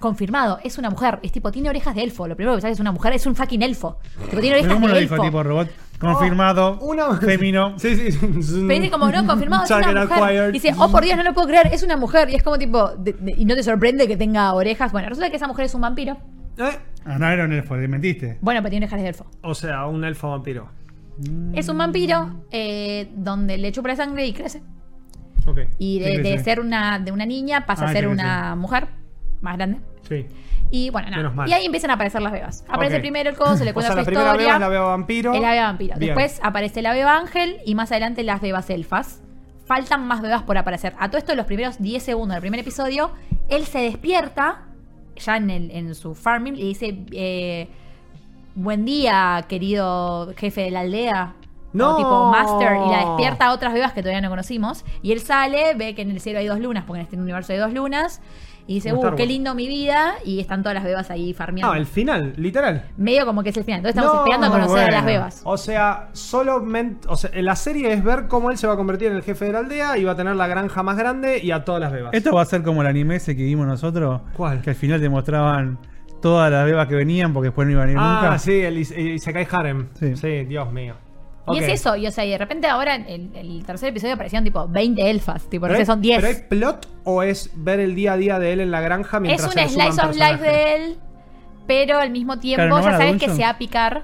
Speaker 1: confirmado, es una mujer. Es tipo, tiene orejas de elfo. Lo primero que sabes es una mujer, es un fucking elfo. Tipo, tiene
Speaker 2: Pero
Speaker 1: orejas
Speaker 2: ¿Cómo
Speaker 1: de
Speaker 2: lo dijo
Speaker 1: elfo.
Speaker 2: tipo robot? Confirmado.
Speaker 3: Una
Speaker 2: Femino.
Speaker 3: Sí, sí, sí.
Speaker 1: Pero dice como no, confirmado, es una
Speaker 3: Target
Speaker 1: mujer.
Speaker 3: acquired.
Speaker 1: Dice, oh por Dios, no lo puedo creer, es una mujer. Y es como tipo, de- de- y no te sorprende que tenga orejas. Bueno, resulta que esa mujer es un vampiro.
Speaker 3: Eh,
Speaker 2: Ah, no, era un elfo, le mentiste.
Speaker 1: Bueno, pero tiene orejas de elfo.
Speaker 3: O sea, un elfo vampiro.
Speaker 1: Es un vampiro eh, donde le chupa la sangre y crece.
Speaker 3: Ok.
Speaker 1: Y de,
Speaker 2: Sí, crece.
Speaker 1: de ser una, de una niña pasa
Speaker 2: Ah,
Speaker 1: a ser
Speaker 2: crece.
Speaker 1: una mujer más grande.
Speaker 3: Sí.
Speaker 1: Y bueno, nada.
Speaker 3: Menos mal.
Speaker 1: Y ahí empiezan a aparecer las bebas. Aparece
Speaker 3: Ok.
Speaker 1: primero el coso, le
Speaker 3: O
Speaker 1: cuenta
Speaker 3: sea, la
Speaker 1: su
Speaker 3: primera
Speaker 1: historia.
Speaker 3: beba es la beba vampiro.
Speaker 1: Es la beba vampiro.
Speaker 3: Bien.
Speaker 1: Después aparece la beba ángel y más adelante las bebas elfas. Faltan más bebas por aparecer. A todo esto, los primeros 10 segundos del primer episodio, él se despierta, ya en, el- en su farming, y dice: eh, Buen día, querido jefe de la aldea.
Speaker 3: No.
Speaker 1: O tipo master. Y la despierta a otras bebas que todavía no conocimos. Y él sale, ve que en el cielo hay dos lunas, porque en este universo hay dos lunas. Y dice,
Speaker 3: Como
Speaker 1: uh,
Speaker 3: Star
Speaker 1: qué
Speaker 3: Wars.
Speaker 1: lindo mi vida. Y están todas las bebas ahí farmeando.
Speaker 3: No, Ah, el final, literal.
Speaker 1: Medio como que es el final. Entonces estamos
Speaker 3: No,
Speaker 1: esperando a conocer a las
Speaker 2: bueno.
Speaker 1: bebas.
Speaker 3: O sea, solo men- o sea, la serie es ver cómo él se va a convertir en el jefe de la aldea y va a tener la granja más grande y a todas las bebas.
Speaker 2: Esto va a ser como el anime ese que vimos nosotros.
Speaker 3: ¿Cuál?
Speaker 2: Que al final te mostraban todas las bebas que venían porque después no iban a ir
Speaker 3: ah,
Speaker 2: nunca.
Speaker 3: sí, el Is- eh, Isekai Harem. Sí.
Speaker 2: Sí.
Speaker 3: Dios mío.
Speaker 1: Y
Speaker 3: Ok.
Speaker 1: es eso, y o sea, y de repente ahora en el, el tercer episodio aparecieron tipo 20 elfas, tipo, no
Speaker 3: ¿Pero
Speaker 1: sé,
Speaker 3: hay-
Speaker 1: son 10.
Speaker 3: ¿Pero hay plot o es ver el día a día de él en la granja
Speaker 1: Es
Speaker 3: mientras
Speaker 1: un
Speaker 3: se le suman
Speaker 1: slice of life
Speaker 3: personajes?
Speaker 1: de él, pero al mismo tiempo
Speaker 2: Claro, ¿no van
Speaker 1: ya
Speaker 2: a
Speaker 1: sabes que
Speaker 2: dungeon?
Speaker 1: se va a picar.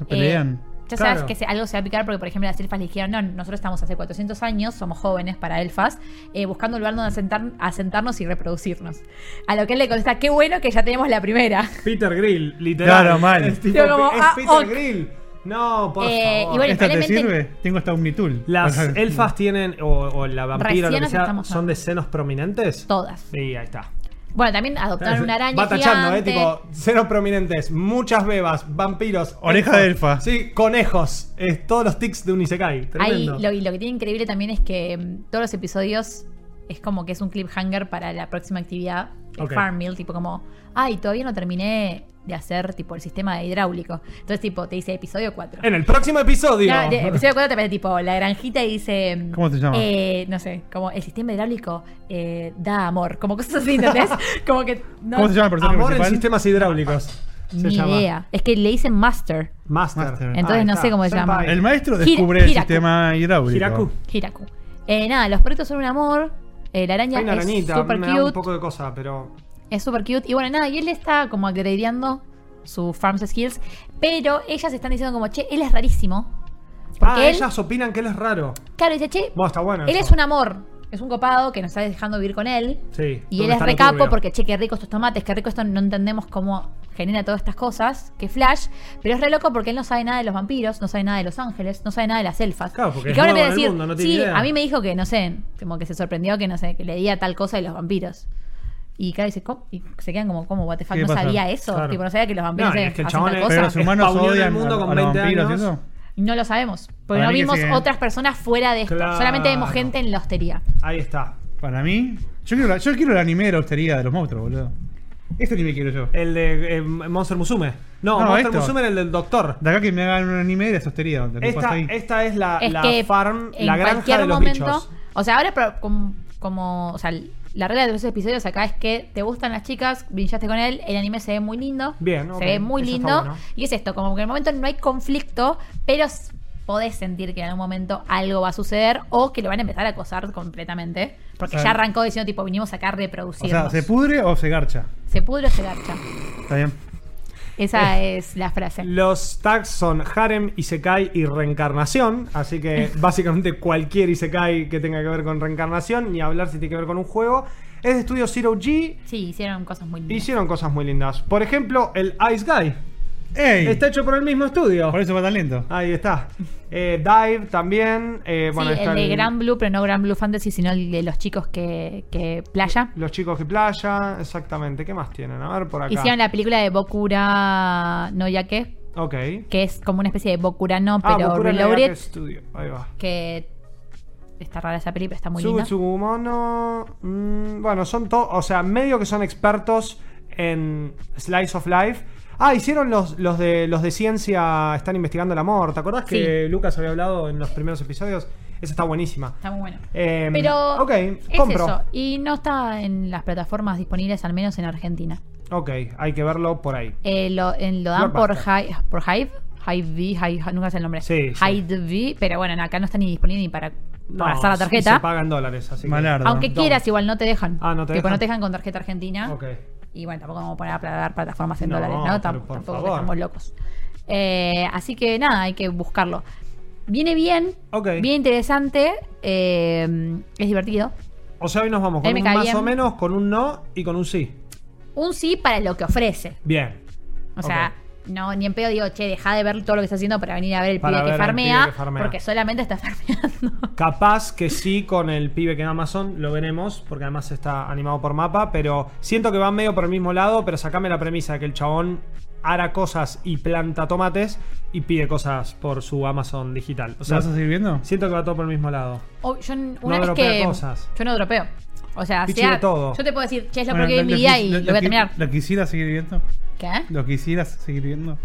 Speaker 2: Se pelean.
Speaker 1: eh, ya
Speaker 3: Claro.
Speaker 1: sabes que se- algo se va a picar porque, por ejemplo, las elfas le dijeron, no, nosotros estamos hace 400 años, somos jóvenes para elfas, eh, buscando un lugar donde asentar- asentarnos y reproducirnos. A lo que él le contesta, qué bueno que ya tenemos la primera.
Speaker 3: Peter Grill, literal.
Speaker 2: Claro, mal.
Speaker 3: Es, tipo,
Speaker 1: Yo como,
Speaker 3: es
Speaker 1: ah,
Speaker 3: Peter
Speaker 1: ok.
Speaker 3: Grill. No, por
Speaker 1: Eh,
Speaker 3: favor.
Speaker 1: y bueno,
Speaker 2: ¿Esta te
Speaker 1: probablemente-
Speaker 2: sirve? Tengo esta Omnitool.
Speaker 3: Las
Speaker 2: Ajá.
Speaker 3: elfas tienen, o, o la vampira,
Speaker 1: Recién
Speaker 3: lo que
Speaker 1: nos
Speaker 3: sea,
Speaker 1: estamos
Speaker 3: son de senos prominentes.
Speaker 1: Todas.
Speaker 3: Y ahí está.
Speaker 1: Bueno, también adoptaron una araña
Speaker 3: Va tachando,
Speaker 1: gigante.
Speaker 3: eh, tipo, senos prominentes, muchas bebas, vampiros.
Speaker 2: Oreja
Speaker 3: elfos.
Speaker 2: de elfa.
Speaker 3: Sí, conejos. Es, todos los tics de un Isekai.
Speaker 1: Ahí,
Speaker 3: Tremendo.
Speaker 1: lo, y lo que tiene increíble también es que mm, todos los episodios es como que es un cliffhanger para la próxima actividad de
Speaker 3: Ok.
Speaker 1: Farmville, tipo como, ay, todavía no terminé de hacer tipo el sistema de hidráulico. Entonces, tipo, te dice episodio 4.
Speaker 3: En el próximo episodio.
Speaker 1: Claro, de- episodio 4 te parece tipo la granjita y dice. mm,
Speaker 2: ¿Cómo se llama?
Speaker 1: eh, no sé, como el sistema hidráulico eh, da amor. Como cosas así, ¿entendés? como que. No,
Speaker 2: ¿Cómo se llama el personaje
Speaker 3: Amor en
Speaker 2: principal?
Speaker 3: sistemas hidráulicos. Se
Speaker 1: Ni
Speaker 3: llama.
Speaker 1: idea. Es que le dicen Master.
Speaker 3: Master.
Speaker 2: Master.
Speaker 1: Entonces
Speaker 3: Ahí
Speaker 1: no
Speaker 3: está.
Speaker 1: sé cómo se
Speaker 3: Senpai.
Speaker 1: llama.
Speaker 2: El maestro
Speaker 1: Hira-
Speaker 2: descubre el
Speaker 1: Hiraku.
Speaker 2: sistema hidráulico.
Speaker 3: Hiraku.
Speaker 1: Hiraku. Eh, nada, los perritos son un amor. eh, la araña
Speaker 3: Hay una
Speaker 1: es
Speaker 3: arañita,
Speaker 1: super
Speaker 3: me da un
Speaker 1: cute.
Speaker 3: poco de cosa, pero.
Speaker 1: Es super cute. Y bueno, nada, y él está como agregando sus farm skills. Pero ellas están diciendo como, che, él es rarísimo. Porque
Speaker 3: Ah,
Speaker 1: él,
Speaker 3: ellas opinan que él es raro.
Speaker 1: claro, dice, che,
Speaker 3: Bueno, está bueno.
Speaker 1: él
Speaker 3: eso.
Speaker 1: es un amor. Es un copado que nos está dejando vivir con él.
Speaker 3: Sí,
Speaker 1: Y él es
Speaker 3: ¿dónde está lo
Speaker 1: recapo
Speaker 3: turbio?
Speaker 1: porque, che, qué rico estos tomates, qué rico esto, no entendemos cómo genera todas estas cosas, que flash, pero es re loco porque él no sabe nada de los vampiros, no sabe nada de los ángeles, no sabe nada de las elfas.
Speaker 3: Claro, porque
Speaker 1: y
Speaker 3: es
Speaker 1: que ahora me
Speaker 3: nuevo
Speaker 1: va a
Speaker 3: en el
Speaker 1: decir,
Speaker 3: mundo, no tiene
Speaker 1: sí,
Speaker 3: idea".
Speaker 1: a mí me dijo que, no sé, como que se sorprendió que, no sé, que le diga tal cosa de los vampiros. Y claro, dice, ¿cómo? Y se quedan como, ¿cómo? What the fuck,
Speaker 2: ¿Qué
Speaker 1: no
Speaker 2: pasa?
Speaker 1: sabía eso.
Speaker 3: Claro.
Speaker 1: Tipo, no sabía que los vampiros
Speaker 3: No,
Speaker 1: eh,
Speaker 3: es que el
Speaker 1: hacen
Speaker 3: chabón
Speaker 1: tal
Speaker 3: es-
Speaker 1: cosa.
Speaker 2: Pero los humanos
Speaker 3: Espauneó en el
Speaker 2: odian
Speaker 3: mundo
Speaker 2: a-
Speaker 3: con
Speaker 2: a los
Speaker 3: 20
Speaker 2: vampiros,
Speaker 3: años.
Speaker 2: ¿y eso?
Speaker 1: No lo sabemos. Porque
Speaker 2: Para
Speaker 1: no
Speaker 2: mí que
Speaker 1: vimos
Speaker 2: sí, ¿eh?
Speaker 1: otras personas fuera de esto.
Speaker 3: Claro.
Speaker 1: Solamente vimos gente en la hostería.
Speaker 3: Ahí está.
Speaker 2: Para mí, yo quiero, la- yo quiero el anime de la austeridad de los monstruos, boludo. Este anime quiero yo.
Speaker 3: El de eh, Monster Musume. No,
Speaker 2: No,
Speaker 3: Monster
Speaker 2: esto.
Speaker 3: Musume era el del doctor.
Speaker 2: De acá que me hagan un anime de la austeridad. donde lo pasa
Speaker 3: Esta,
Speaker 2: ahí.
Speaker 3: esta es la,
Speaker 1: es
Speaker 3: la
Speaker 1: que
Speaker 3: farm,
Speaker 1: en
Speaker 3: la granja
Speaker 1: cualquier
Speaker 3: de los
Speaker 1: momento,
Speaker 3: bichos.
Speaker 1: o sea, ahora pro- como, como- o sea, la regla de los episodios acá es que te gustan las chicas, brillaste con él, el anime se ve muy lindo,
Speaker 3: Bien,
Speaker 1: se
Speaker 3: ok,
Speaker 1: ve muy
Speaker 3: eso está
Speaker 1: lindo
Speaker 3: bueno.
Speaker 1: y es esto, como que en el momento no hay conflicto, pero s- podés sentir que en algún momento algo va a suceder o que lo van a empezar a acosar completamente, porque
Speaker 2: O sea,
Speaker 1: ya arrancó diciendo tipo vinimos acá a reproducir.
Speaker 2: o sea, ¿se pudre o se garcha?
Speaker 1: se pudre o se garcha.
Speaker 2: Está bien.
Speaker 1: Esa
Speaker 3: Eh,
Speaker 1: es la frase.
Speaker 3: Los tags son harem, isekai y reencarnación. Así que básicamente cualquier isekai que tenga que ver con reencarnación, ni hablar si tiene que ver con un juego. Es de estudio Zero G.
Speaker 1: Sí, hicieron cosas muy lindas.
Speaker 3: Hicieron cosas muy lindas. Por ejemplo, el Ice Guy.
Speaker 2: ¡Ey!
Speaker 3: Está Ah, hecho por el mismo estudio.
Speaker 2: Por eso va tan lento.
Speaker 3: Ahí está. Eh, Dive también. Eh, bueno,
Speaker 1: sí,
Speaker 3: están
Speaker 1: el de Gran Blue, pero no Gran Blue Fantasy, sino el de los chicos que, que playa.
Speaker 3: Los chicos que playa. Exactamente. ¿Qué más tienen? A ver, por acá.
Speaker 1: Hicieron la película de Bokura no Yake,
Speaker 3: Ok.
Speaker 1: que es como una especie de Bokura no,
Speaker 3: Ah,
Speaker 1: pero
Speaker 3: Bokura no
Speaker 1: reloaded,
Speaker 3: Yake Studio. Ahí va.
Speaker 1: que está rara esa película, está muy linda.
Speaker 3: Tsugutsugumono. mm, bueno, son todos. O sea, medio que son expertos en Slice of Life. Ah, hicieron los, los, de, los de ciencia, están investigando el amor. ¿Te acordás
Speaker 1: Sí.
Speaker 3: que Lucas había hablado en los primeros episodios? Esa está buenísima.
Speaker 1: Está muy buena.
Speaker 3: Eh,
Speaker 1: Pero
Speaker 3: ok,
Speaker 1: es
Speaker 3: compro.
Speaker 1: eso. Y no está en las plataformas disponibles, al menos en Argentina.
Speaker 3: Ok, hay que verlo por ahí.
Speaker 1: Eh, lo, en- lo dan por,
Speaker 3: Blockbuster.
Speaker 1: Hi- por Hive. Hive, Hive, nunca sé el nombre.
Speaker 3: Sí, sí.
Speaker 1: Hive, pero bueno, no, acá no está ni disponible ni para
Speaker 3: No,
Speaker 1: pasar la
Speaker 3: sí,
Speaker 1: tarjeta.
Speaker 3: Se pagan dólares, así que-
Speaker 2: Malardo.
Speaker 1: Aunque
Speaker 3: Perdón.
Speaker 1: quieras, igual no te dejan.
Speaker 3: Ah, no te
Speaker 1: Tipo,
Speaker 3: dejan.
Speaker 1: no te dejan con tarjeta argentina.
Speaker 3: Ok.
Speaker 1: Y bueno, tampoco vamos a poner a pagar plataformas en
Speaker 3: No,
Speaker 1: dólares, ¿no? Tam-
Speaker 3: pero por
Speaker 1: tampoco
Speaker 3: favor.
Speaker 1: estamos locos. Eh, así que nada, hay que buscarlo. Viene bien,
Speaker 3: Ok.
Speaker 1: bien interesante, eh, es divertido.
Speaker 3: O sea, hoy nos vamos
Speaker 1: Ahí
Speaker 3: con
Speaker 1: me
Speaker 3: un
Speaker 1: cae
Speaker 3: más
Speaker 1: bien.
Speaker 3: o menos, con un no y con un sí.
Speaker 1: Un sí para lo que ofrece.
Speaker 3: Bien.
Speaker 1: O sea, no, ni en pedo digo, che, deja de ver todo lo que está haciendo para venir a ver el pibe
Speaker 3: Para
Speaker 1: que
Speaker 3: ver al
Speaker 1: farmea,
Speaker 3: pibe que farmea.
Speaker 1: porque solamente está farmeando.
Speaker 3: Capaz que sí con el pibe que en Amazon lo veremos, porque además está animado por mapa, pero siento que van medio por el mismo lado, pero sacame la premisa de que el chabón hará cosas y planta tomates y pide cosas por su Amazon digital. O
Speaker 2: ¿Lo
Speaker 3: sea,
Speaker 2: vas a seguir viendo?
Speaker 3: siento que va todo por el mismo lado.
Speaker 1: O- Oh, yo n- una
Speaker 3: No
Speaker 1: vez que
Speaker 3: dropea cosas.
Speaker 1: yo no dropeo. O sea,
Speaker 3: Pichi
Speaker 1: sea-
Speaker 3: de todo.
Speaker 1: yo te puedo decir, che, es lo
Speaker 2: Bueno,
Speaker 1: peor que vi en mi
Speaker 2: lo-
Speaker 1: vida
Speaker 2: lo-
Speaker 1: y lo,
Speaker 2: lo-
Speaker 1: voy
Speaker 2: lo
Speaker 1: a
Speaker 2: qui-
Speaker 1: terminar.
Speaker 2: ¿Lo quisieras seguir viendo?
Speaker 1: ¿Qué?
Speaker 2: ¿Lo quisieras seguir viendo?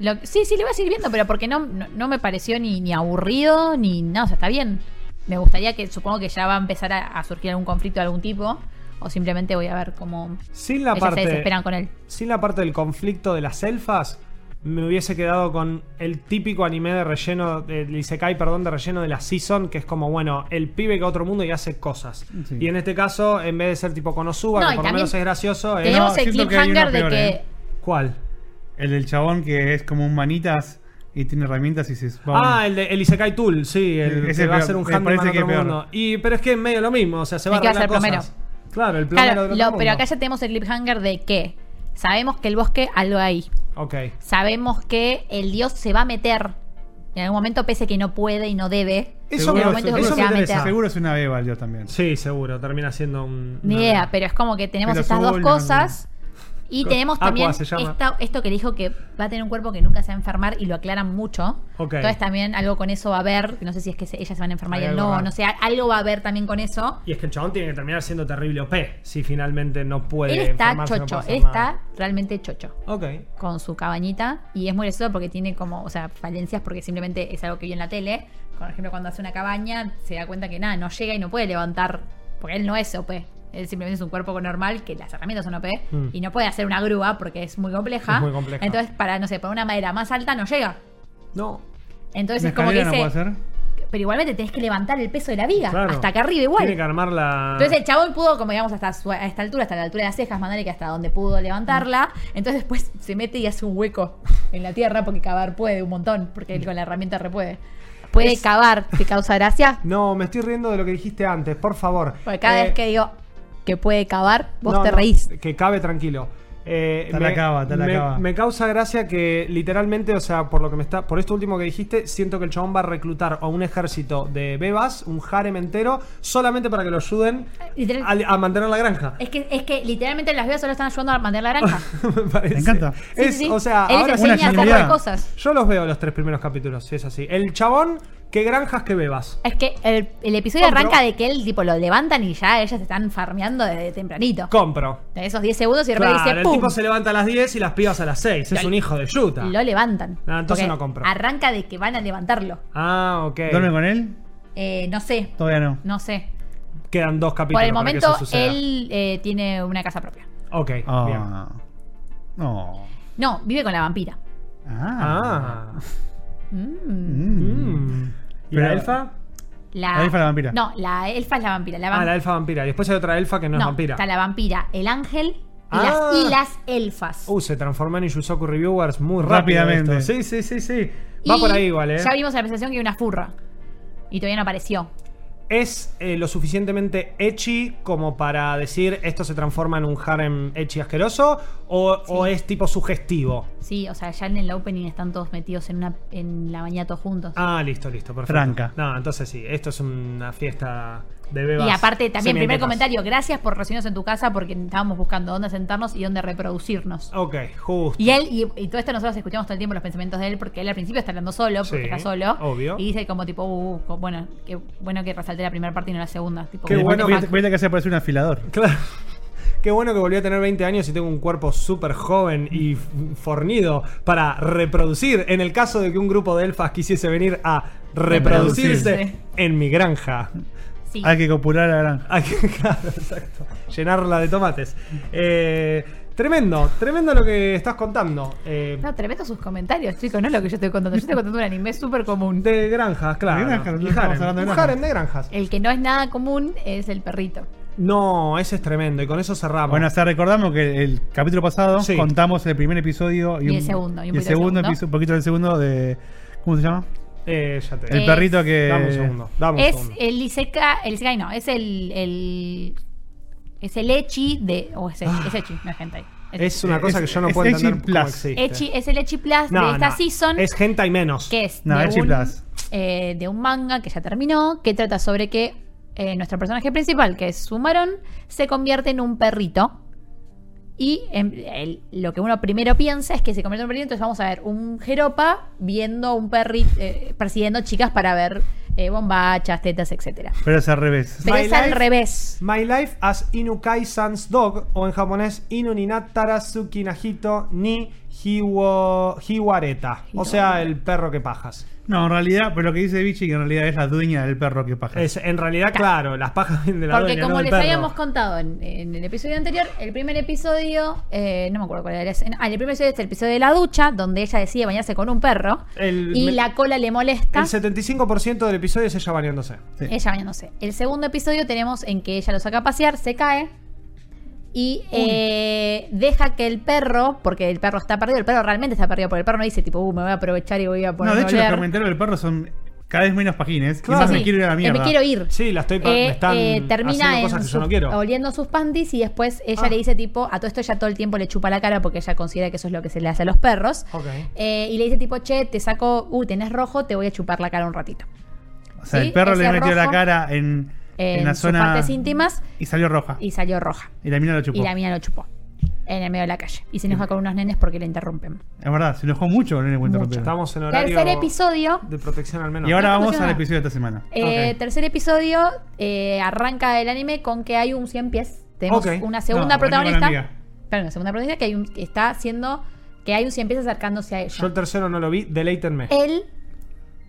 Speaker 1: Lo- sí, sí, le voy a seguir viendo, pero porque no, no, no me pareció ni, ni aburrido, ni nada, o sea, está bien. Me gustaría que, supongo que ya va a empezar a, a surgir algún conflicto de algún tipo, o simplemente voy a ver cómo
Speaker 3: Sin la
Speaker 1: ellas
Speaker 3: parte.
Speaker 1: se desesperan con él.
Speaker 3: sin la parte del conflicto de las elfas, me hubiese quedado con el típico anime de relleno, del Isekai, perdón, de relleno de la season, que es como, bueno, el pibe que va a otro mundo y hace cosas.
Speaker 2: Sí.
Speaker 3: Y en este caso, en vez de ser tipo Konosuba,
Speaker 1: No,
Speaker 3: que
Speaker 1: y
Speaker 3: por lo
Speaker 1: también
Speaker 3: menos es gracioso, es.
Speaker 1: Tenemos
Speaker 2: no,
Speaker 1: el
Speaker 2: siento que hay
Speaker 1: cliffhanger
Speaker 2: uno
Speaker 1: de
Speaker 2: peor,
Speaker 1: que...
Speaker 2: ¿eh?
Speaker 3: ¿Cuál?
Speaker 2: El del chabón que es como un manitas y tiene herramientas y se...
Speaker 3: Ah, el, de, el Isekai Tool, sí, el
Speaker 2: Ese
Speaker 3: que va a
Speaker 2: peor,
Speaker 3: ser un
Speaker 2: me
Speaker 3: handyman
Speaker 2: parece
Speaker 3: en otro
Speaker 2: que es peor.
Speaker 3: mundo. Y, pero es que es medio lo mismo, o sea, se va a
Speaker 1: El que va a
Speaker 3: arreglar
Speaker 1: ser plomero.
Speaker 3: cosas. Claro, el plomero
Speaker 1: Claro,
Speaker 3: del otro
Speaker 1: lo-
Speaker 3: mundo.
Speaker 1: pero acá ya tenemos el cliffhanger de que sabemos que el bosque algo hay.
Speaker 3: Ok.
Speaker 1: Sabemos que el dios se va a meter. En algún momento, pese que no puede y no debe.
Speaker 3: Eso me-
Speaker 1: en algún momento es
Speaker 3: eso me
Speaker 1: como que se va a
Speaker 3: interesa.
Speaker 1: meter.
Speaker 2: Seguro es una beba el dios también.
Speaker 3: Sí, seguro, termina siendo un.
Speaker 1: Ni
Speaker 3: una-
Speaker 1: idea, pero es como que tenemos
Speaker 2: Pero
Speaker 1: estas dos
Speaker 2: azul,
Speaker 1: cosas. Y
Speaker 3: Co-
Speaker 1: tenemos
Speaker 3: Aqua
Speaker 1: también
Speaker 3: se llama.
Speaker 1: esta- esto que dijo que va a tener un cuerpo que nunca se va a enfermar y lo aclaran mucho.
Speaker 3: Ok.
Speaker 1: Entonces también algo con eso va a haber, que no sé si es que se- ellas se van a enfermar
Speaker 3: Hay
Speaker 1: y él
Speaker 3: algo
Speaker 1: no,
Speaker 3: raro.
Speaker 1: no sé, algo va a haber también con eso.
Speaker 3: Y es que el chabón tiene que terminar siendo terrible OP si finalmente no puede.
Speaker 1: él está
Speaker 3: enfermarse, no
Speaker 1: chocho,
Speaker 3: puede hacer
Speaker 1: él
Speaker 3: nada.
Speaker 1: está realmente chocho.
Speaker 3: Ok.
Speaker 1: con su cabañita y es muy gracioso porque tiene como, o sea, falencias porque simplemente es algo que vio en la tele. Por ejemplo, cuando hace una cabaña se da cuenta que nada, no llega y no puede levantar, porque él no es OP. Él simplemente es un cuerpo normal, que las herramientas son OP,
Speaker 3: Mm.
Speaker 1: y no puede hacer una grúa porque es muy compleja.
Speaker 3: Es muy compleja.
Speaker 1: Entonces, para, no sé, para una madera más alta no llega.
Speaker 3: No.
Speaker 1: Entonces
Speaker 2: ¿Una
Speaker 1: es como que
Speaker 2: escalera no
Speaker 1: dice,
Speaker 2: puedo hacer?
Speaker 1: pero igualmente tenés que levantar el peso de la viga,
Speaker 3: Claro.
Speaker 1: hasta acá arriba igual.
Speaker 3: Tiene que armar la.
Speaker 1: Entonces el chabón pudo, como digamos, hasta su- a esta altura, hasta la altura de las cejas, mandarle que hasta donde pudo levantarla. Entonces después se mete y hace un hueco en la tierra porque cavar puede un montón, porque él con la herramienta re puede. Puede cavar, te causa gracia.
Speaker 3: No, me estoy riendo de lo que dijiste antes, por favor.
Speaker 1: Porque cada
Speaker 3: Eh,
Speaker 1: vez que digo que puede cavar, vos
Speaker 3: no,
Speaker 1: te
Speaker 3: no,
Speaker 1: reís.
Speaker 3: Que cabe tranquilo. Eh,
Speaker 2: Está la cava, está la
Speaker 3: me-
Speaker 2: cava.
Speaker 3: me causa gracia que literalmente, o sea, por lo que me está, por esto último que dijiste, siento que el chabón va a reclutar a un ejército de bebas, un harem entero, solamente para que lo ayuden
Speaker 1: Literal-
Speaker 3: a, a mantener la granja.
Speaker 1: Es que, es que literalmente las vidas solo están ayudando a mantener la granja. Sí,
Speaker 3: me parece.
Speaker 2: Me encanta.
Speaker 1: sí,
Speaker 3: Es,
Speaker 1: sí.
Speaker 3: O sea,
Speaker 1: él
Speaker 3: ahora
Speaker 1: les
Speaker 2: sí- Una
Speaker 1: enseña a hacer
Speaker 2: genialidad.
Speaker 1: las cosas.
Speaker 3: Yo los veo los tres primeros capítulos, si es así. El chabón, qué granjas que bebas.
Speaker 1: Es que el, el episodio
Speaker 3: Compro.
Speaker 1: arranca de que él tipo lo levantan y ya ellas están farmeando desde tempranito.
Speaker 3: Compro.
Speaker 1: De esos 10 segundos y de repente
Speaker 3: Claro, el
Speaker 1: dice ¡pum!
Speaker 3: tipo se levanta a las 10 y las pibas a las 6. Es
Speaker 1: Lo-
Speaker 3: un hijo de yuta.
Speaker 1: Lo levantan.
Speaker 3: Ah,
Speaker 1: Porque
Speaker 3: entonces no compro.
Speaker 1: Arranca de que van a levantarlo.
Speaker 3: Ah, ok.
Speaker 2: ¿Duerme con él?
Speaker 1: Eh, no sé,
Speaker 2: Todavía no.
Speaker 1: no sé.
Speaker 3: Quedan dos capítulos.
Speaker 1: Por el
Speaker 3: para que
Speaker 1: momento,
Speaker 3: eso suceda.
Speaker 1: él eh, tiene una casa propia.
Speaker 3: Ok, bien.
Speaker 2: Ah. No.
Speaker 1: No, vive con la vampira.
Speaker 2: Ah.
Speaker 3: Ah.
Speaker 1: Mm.
Speaker 2: Mm.
Speaker 3: Mm. ¿Y
Speaker 2: Pero-
Speaker 3: la elfa?
Speaker 2: La elfa es la vampira.
Speaker 1: No, la elfa es la vampira. La
Speaker 3: Ah,
Speaker 1: vamp-
Speaker 3: la elfa vampira. Y después hay otra elfa que no, es vampira.
Speaker 1: Está la vampira, el ángel Y, las,
Speaker 3: Ah.
Speaker 1: y las elfas.
Speaker 3: Uh, se transforman en Yusoku Reviewers muy
Speaker 2: Rápidamente.
Speaker 3: rápidamente. Sí, sí, sí, sí. Va
Speaker 1: Y
Speaker 3: por ahí igual, ¿eh?
Speaker 1: Ya vimos en la presentación que hay una furra. Y todavía no apareció.
Speaker 3: Es eh, lo suficientemente echi como para decir esto se transforma en un harem echi asqueroso o, o es tipo sugestivo.
Speaker 1: Sí, o sea, ya en el opening están todos metidos en una en la baña todos juntos.
Speaker 3: Ah, listo, listo, perfecto.
Speaker 2: Tranca.
Speaker 3: No, entonces sí, esto es una fiesta de bebas.
Speaker 1: y aparte también, primer
Speaker 3: semientetas.
Speaker 1: comentario, gracias por recibirnos en tu casa porque estábamos buscando dónde sentarnos y dónde reproducirnos.
Speaker 3: Ok, justo.
Speaker 1: Y él, y, y todo esto nosotros escuchamos todo el tiempo los pensamientos de él, porque él al principio está hablando solo, porque
Speaker 3: Sí,
Speaker 1: está solo.
Speaker 3: obvio.
Speaker 1: Y dice como tipo, uh, uh, co- bueno, qué bueno que resalté la primera parte y no la segunda. Tipo,
Speaker 3: Qué
Speaker 1: como,
Speaker 3: bueno.
Speaker 1: what
Speaker 2: Viste
Speaker 1: the
Speaker 2: viste que hace aparecer un afilador.
Speaker 3: Claro. Qué bueno que volví a tener 20 años y tengo un cuerpo súper joven y f- fornido para reproducir. En el caso de que un grupo de elfas quisiese venir a reproducirse
Speaker 1: Reproducirse.
Speaker 3: en mi granja.
Speaker 1: fuck? Sí.
Speaker 2: Hay que copular a la granja.
Speaker 3: Ah, claro, exacto. Llenarla de tomates. Eh, tremendo, tremendo lo que estás contando. Eh,
Speaker 1: No, tremendo sus comentarios, chicos, no es lo que yo estoy contando. Yo estoy contando un anime súper común.
Speaker 3: de granjas, claro.
Speaker 2: De granjas,
Speaker 3: Y
Speaker 2: estamos
Speaker 3: harem.
Speaker 2: hablando de
Speaker 3: Un
Speaker 2: granjas.
Speaker 3: harem de granjas.
Speaker 1: El que no es nada común es el perrito.
Speaker 3: No, ese es tremendo. Y con eso cerramos.
Speaker 2: Bueno, hasta recordamos que el capítulo pasado
Speaker 3: Sí.
Speaker 2: contamos el primer episodio
Speaker 1: Y el
Speaker 2: un-
Speaker 1: segundo, y un
Speaker 2: y
Speaker 1: poquito del
Speaker 2: el segundo,
Speaker 1: segundo.
Speaker 2: episo- un poquito del segundo de. ¿Cómo se llama?
Speaker 3: Eh, ya te
Speaker 2: El
Speaker 1: Eh,
Speaker 2: perrito que.
Speaker 3: Dame un segundo. Dame un
Speaker 1: es eh,
Speaker 3: segundo.
Speaker 1: el Isekai, el Isekai no, es el, el es el Echi de, o es, es Echi, no es Hentai.
Speaker 3: Ah. Es una cosa
Speaker 2: es-
Speaker 3: que yo no
Speaker 2: es
Speaker 3: puedo
Speaker 2: Echi
Speaker 3: entender cómo
Speaker 2: Plus.
Speaker 3: existe.
Speaker 1: Echi, es el Echi Plus
Speaker 3: No,
Speaker 1: de esta
Speaker 3: no,
Speaker 1: season.
Speaker 3: Es gente y menos.
Speaker 1: que es
Speaker 2: No,
Speaker 1: de,
Speaker 2: Echi
Speaker 1: un,
Speaker 2: Plus.
Speaker 1: eh, de un manga que ya terminó, que trata sobre que eh, nuestro personaje principal, que es Sumaron, se convierte en un perrito. Y em, el- lo que uno primero piensa es que se convierte en un perrito, entonces vamos a ver un jeropa viendo un perrito, persiguiendo chicas para ver eh, bombachas, tetas, etcétera.
Speaker 2: Pero es al revés.
Speaker 1: Pero
Speaker 3: My
Speaker 1: es al
Speaker 3: life-
Speaker 1: revés.
Speaker 3: My life as Inukai sans dog, o en japonés, Inu ni natara suki nahito ni hiwo, hiwareta. O sea, el perro que pajas.
Speaker 2: No, en realidad, pero lo que dice Vichy que en realidad es la dueña del perro que paja.
Speaker 3: Es- en realidad, claro, las pajas vienen de la
Speaker 1: Porque
Speaker 3: dueña,
Speaker 1: como
Speaker 3: no del
Speaker 1: les
Speaker 3: perro.
Speaker 1: habíamos contado en, en el episodio anterior, el primer episodio, eh, no me acuerdo cuál era la escena. Ah, el primer episodio es el episodio de la ducha, donde ella decide bañarse con un perro
Speaker 3: El-
Speaker 1: y
Speaker 3: me-
Speaker 1: la cola le molesta.
Speaker 3: El 75% del episodio es ella bañándose.
Speaker 2: Sí.
Speaker 1: Ella bañándose. El segundo episodio tenemos en que ella lo saca a pasear, se cae y eh, deja que el perro, porque el perro está perdido, el perro realmente está perdido, porque el perro no dice tipo, uh, me voy a aprovechar y voy a poner
Speaker 2: no, de hecho, los
Speaker 1: a oler".
Speaker 2: comentarios del perro son cada vez menos pagines.
Speaker 3: Claro.
Speaker 2: Y más
Speaker 1: Sí, eh,
Speaker 2: me quiero ir a la mierda.
Speaker 1: Me quiero ir.
Speaker 3: Sí, la estoy Eh, pa- me están haciendo
Speaker 1: Eh, termina en
Speaker 3: cosas que yo no
Speaker 1: sus-
Speaker 3: quiero.
Speaker 1: oliendo sus panties y después ella
Speaker 3: Ah.
Speaker 1: le dice tipo, a todo esto ella todo el tiempo le chupa la cara porque ella considera que eso es lo que se le hace a los perros.
Speaker 3: Ok.
Speaker 1: Eh, y le dice tipo, che, te saco, uh, tenés rojo, te voy a chupar la cara un ratito.
Speaker 2: O sea,
Speaker 1: Sí,
Speaker 2: el perro
Speaker 1: ese
Speaker 2: le metió la
Speaker 1: rojo
Speaker 2: cara en, en,
Speaker 1: en
Speaker 2: la
Speaker 1: Eh, sus
Speaker 2: zona.
Speaker 1: partes íntimas.
Speaker 2: Y salió roja.
Speaker 1: Y
Speaker 2: Y,
Speaker 1: salió roja.
Speaker 2: la mina lo chupó.
Speaker 1: Y la mina lo chupó. En el medio de la calle. Y se enoja con unos nenes porque le interrumpen.
Speaker 2: Es verdad, se enojó mucho con el encuentro
Speaker 1: Mucho.
Speaker 2: romperos.
Speaker 3: Estamos en horario
Speaker 1: Tercer episodio.
Speaker 3: de protección al menos.
Speaker 2: Y ahora
Speaker 1: No,
Speaker 2: vamos
Speaker 1: no,
Speaker 2: al
Speaker 1: no.
Speaker 2: episodio de esta semana.
Speaker 1: Eh,
Speaker 3: Ok.
Speaker 1: Tercer episodio eh, arranca el anime con que hay un 100 pies. Tenemos
Speaker 3: Ok.
Speaker 1: una segunda
Speaker 2: No,
Speaker 1: protagonista.
Speaker 2: venía con la amiga.
Speaker 1: Claro, una segunda protagonista que, hay un- que está haciendo. Que hay un 100 pies acercándose a
Speaker 3: Yo
Speaker 1: ella.
Speaker 3: el tercero no lo vi, deleítenme.
Speaker 1: Él,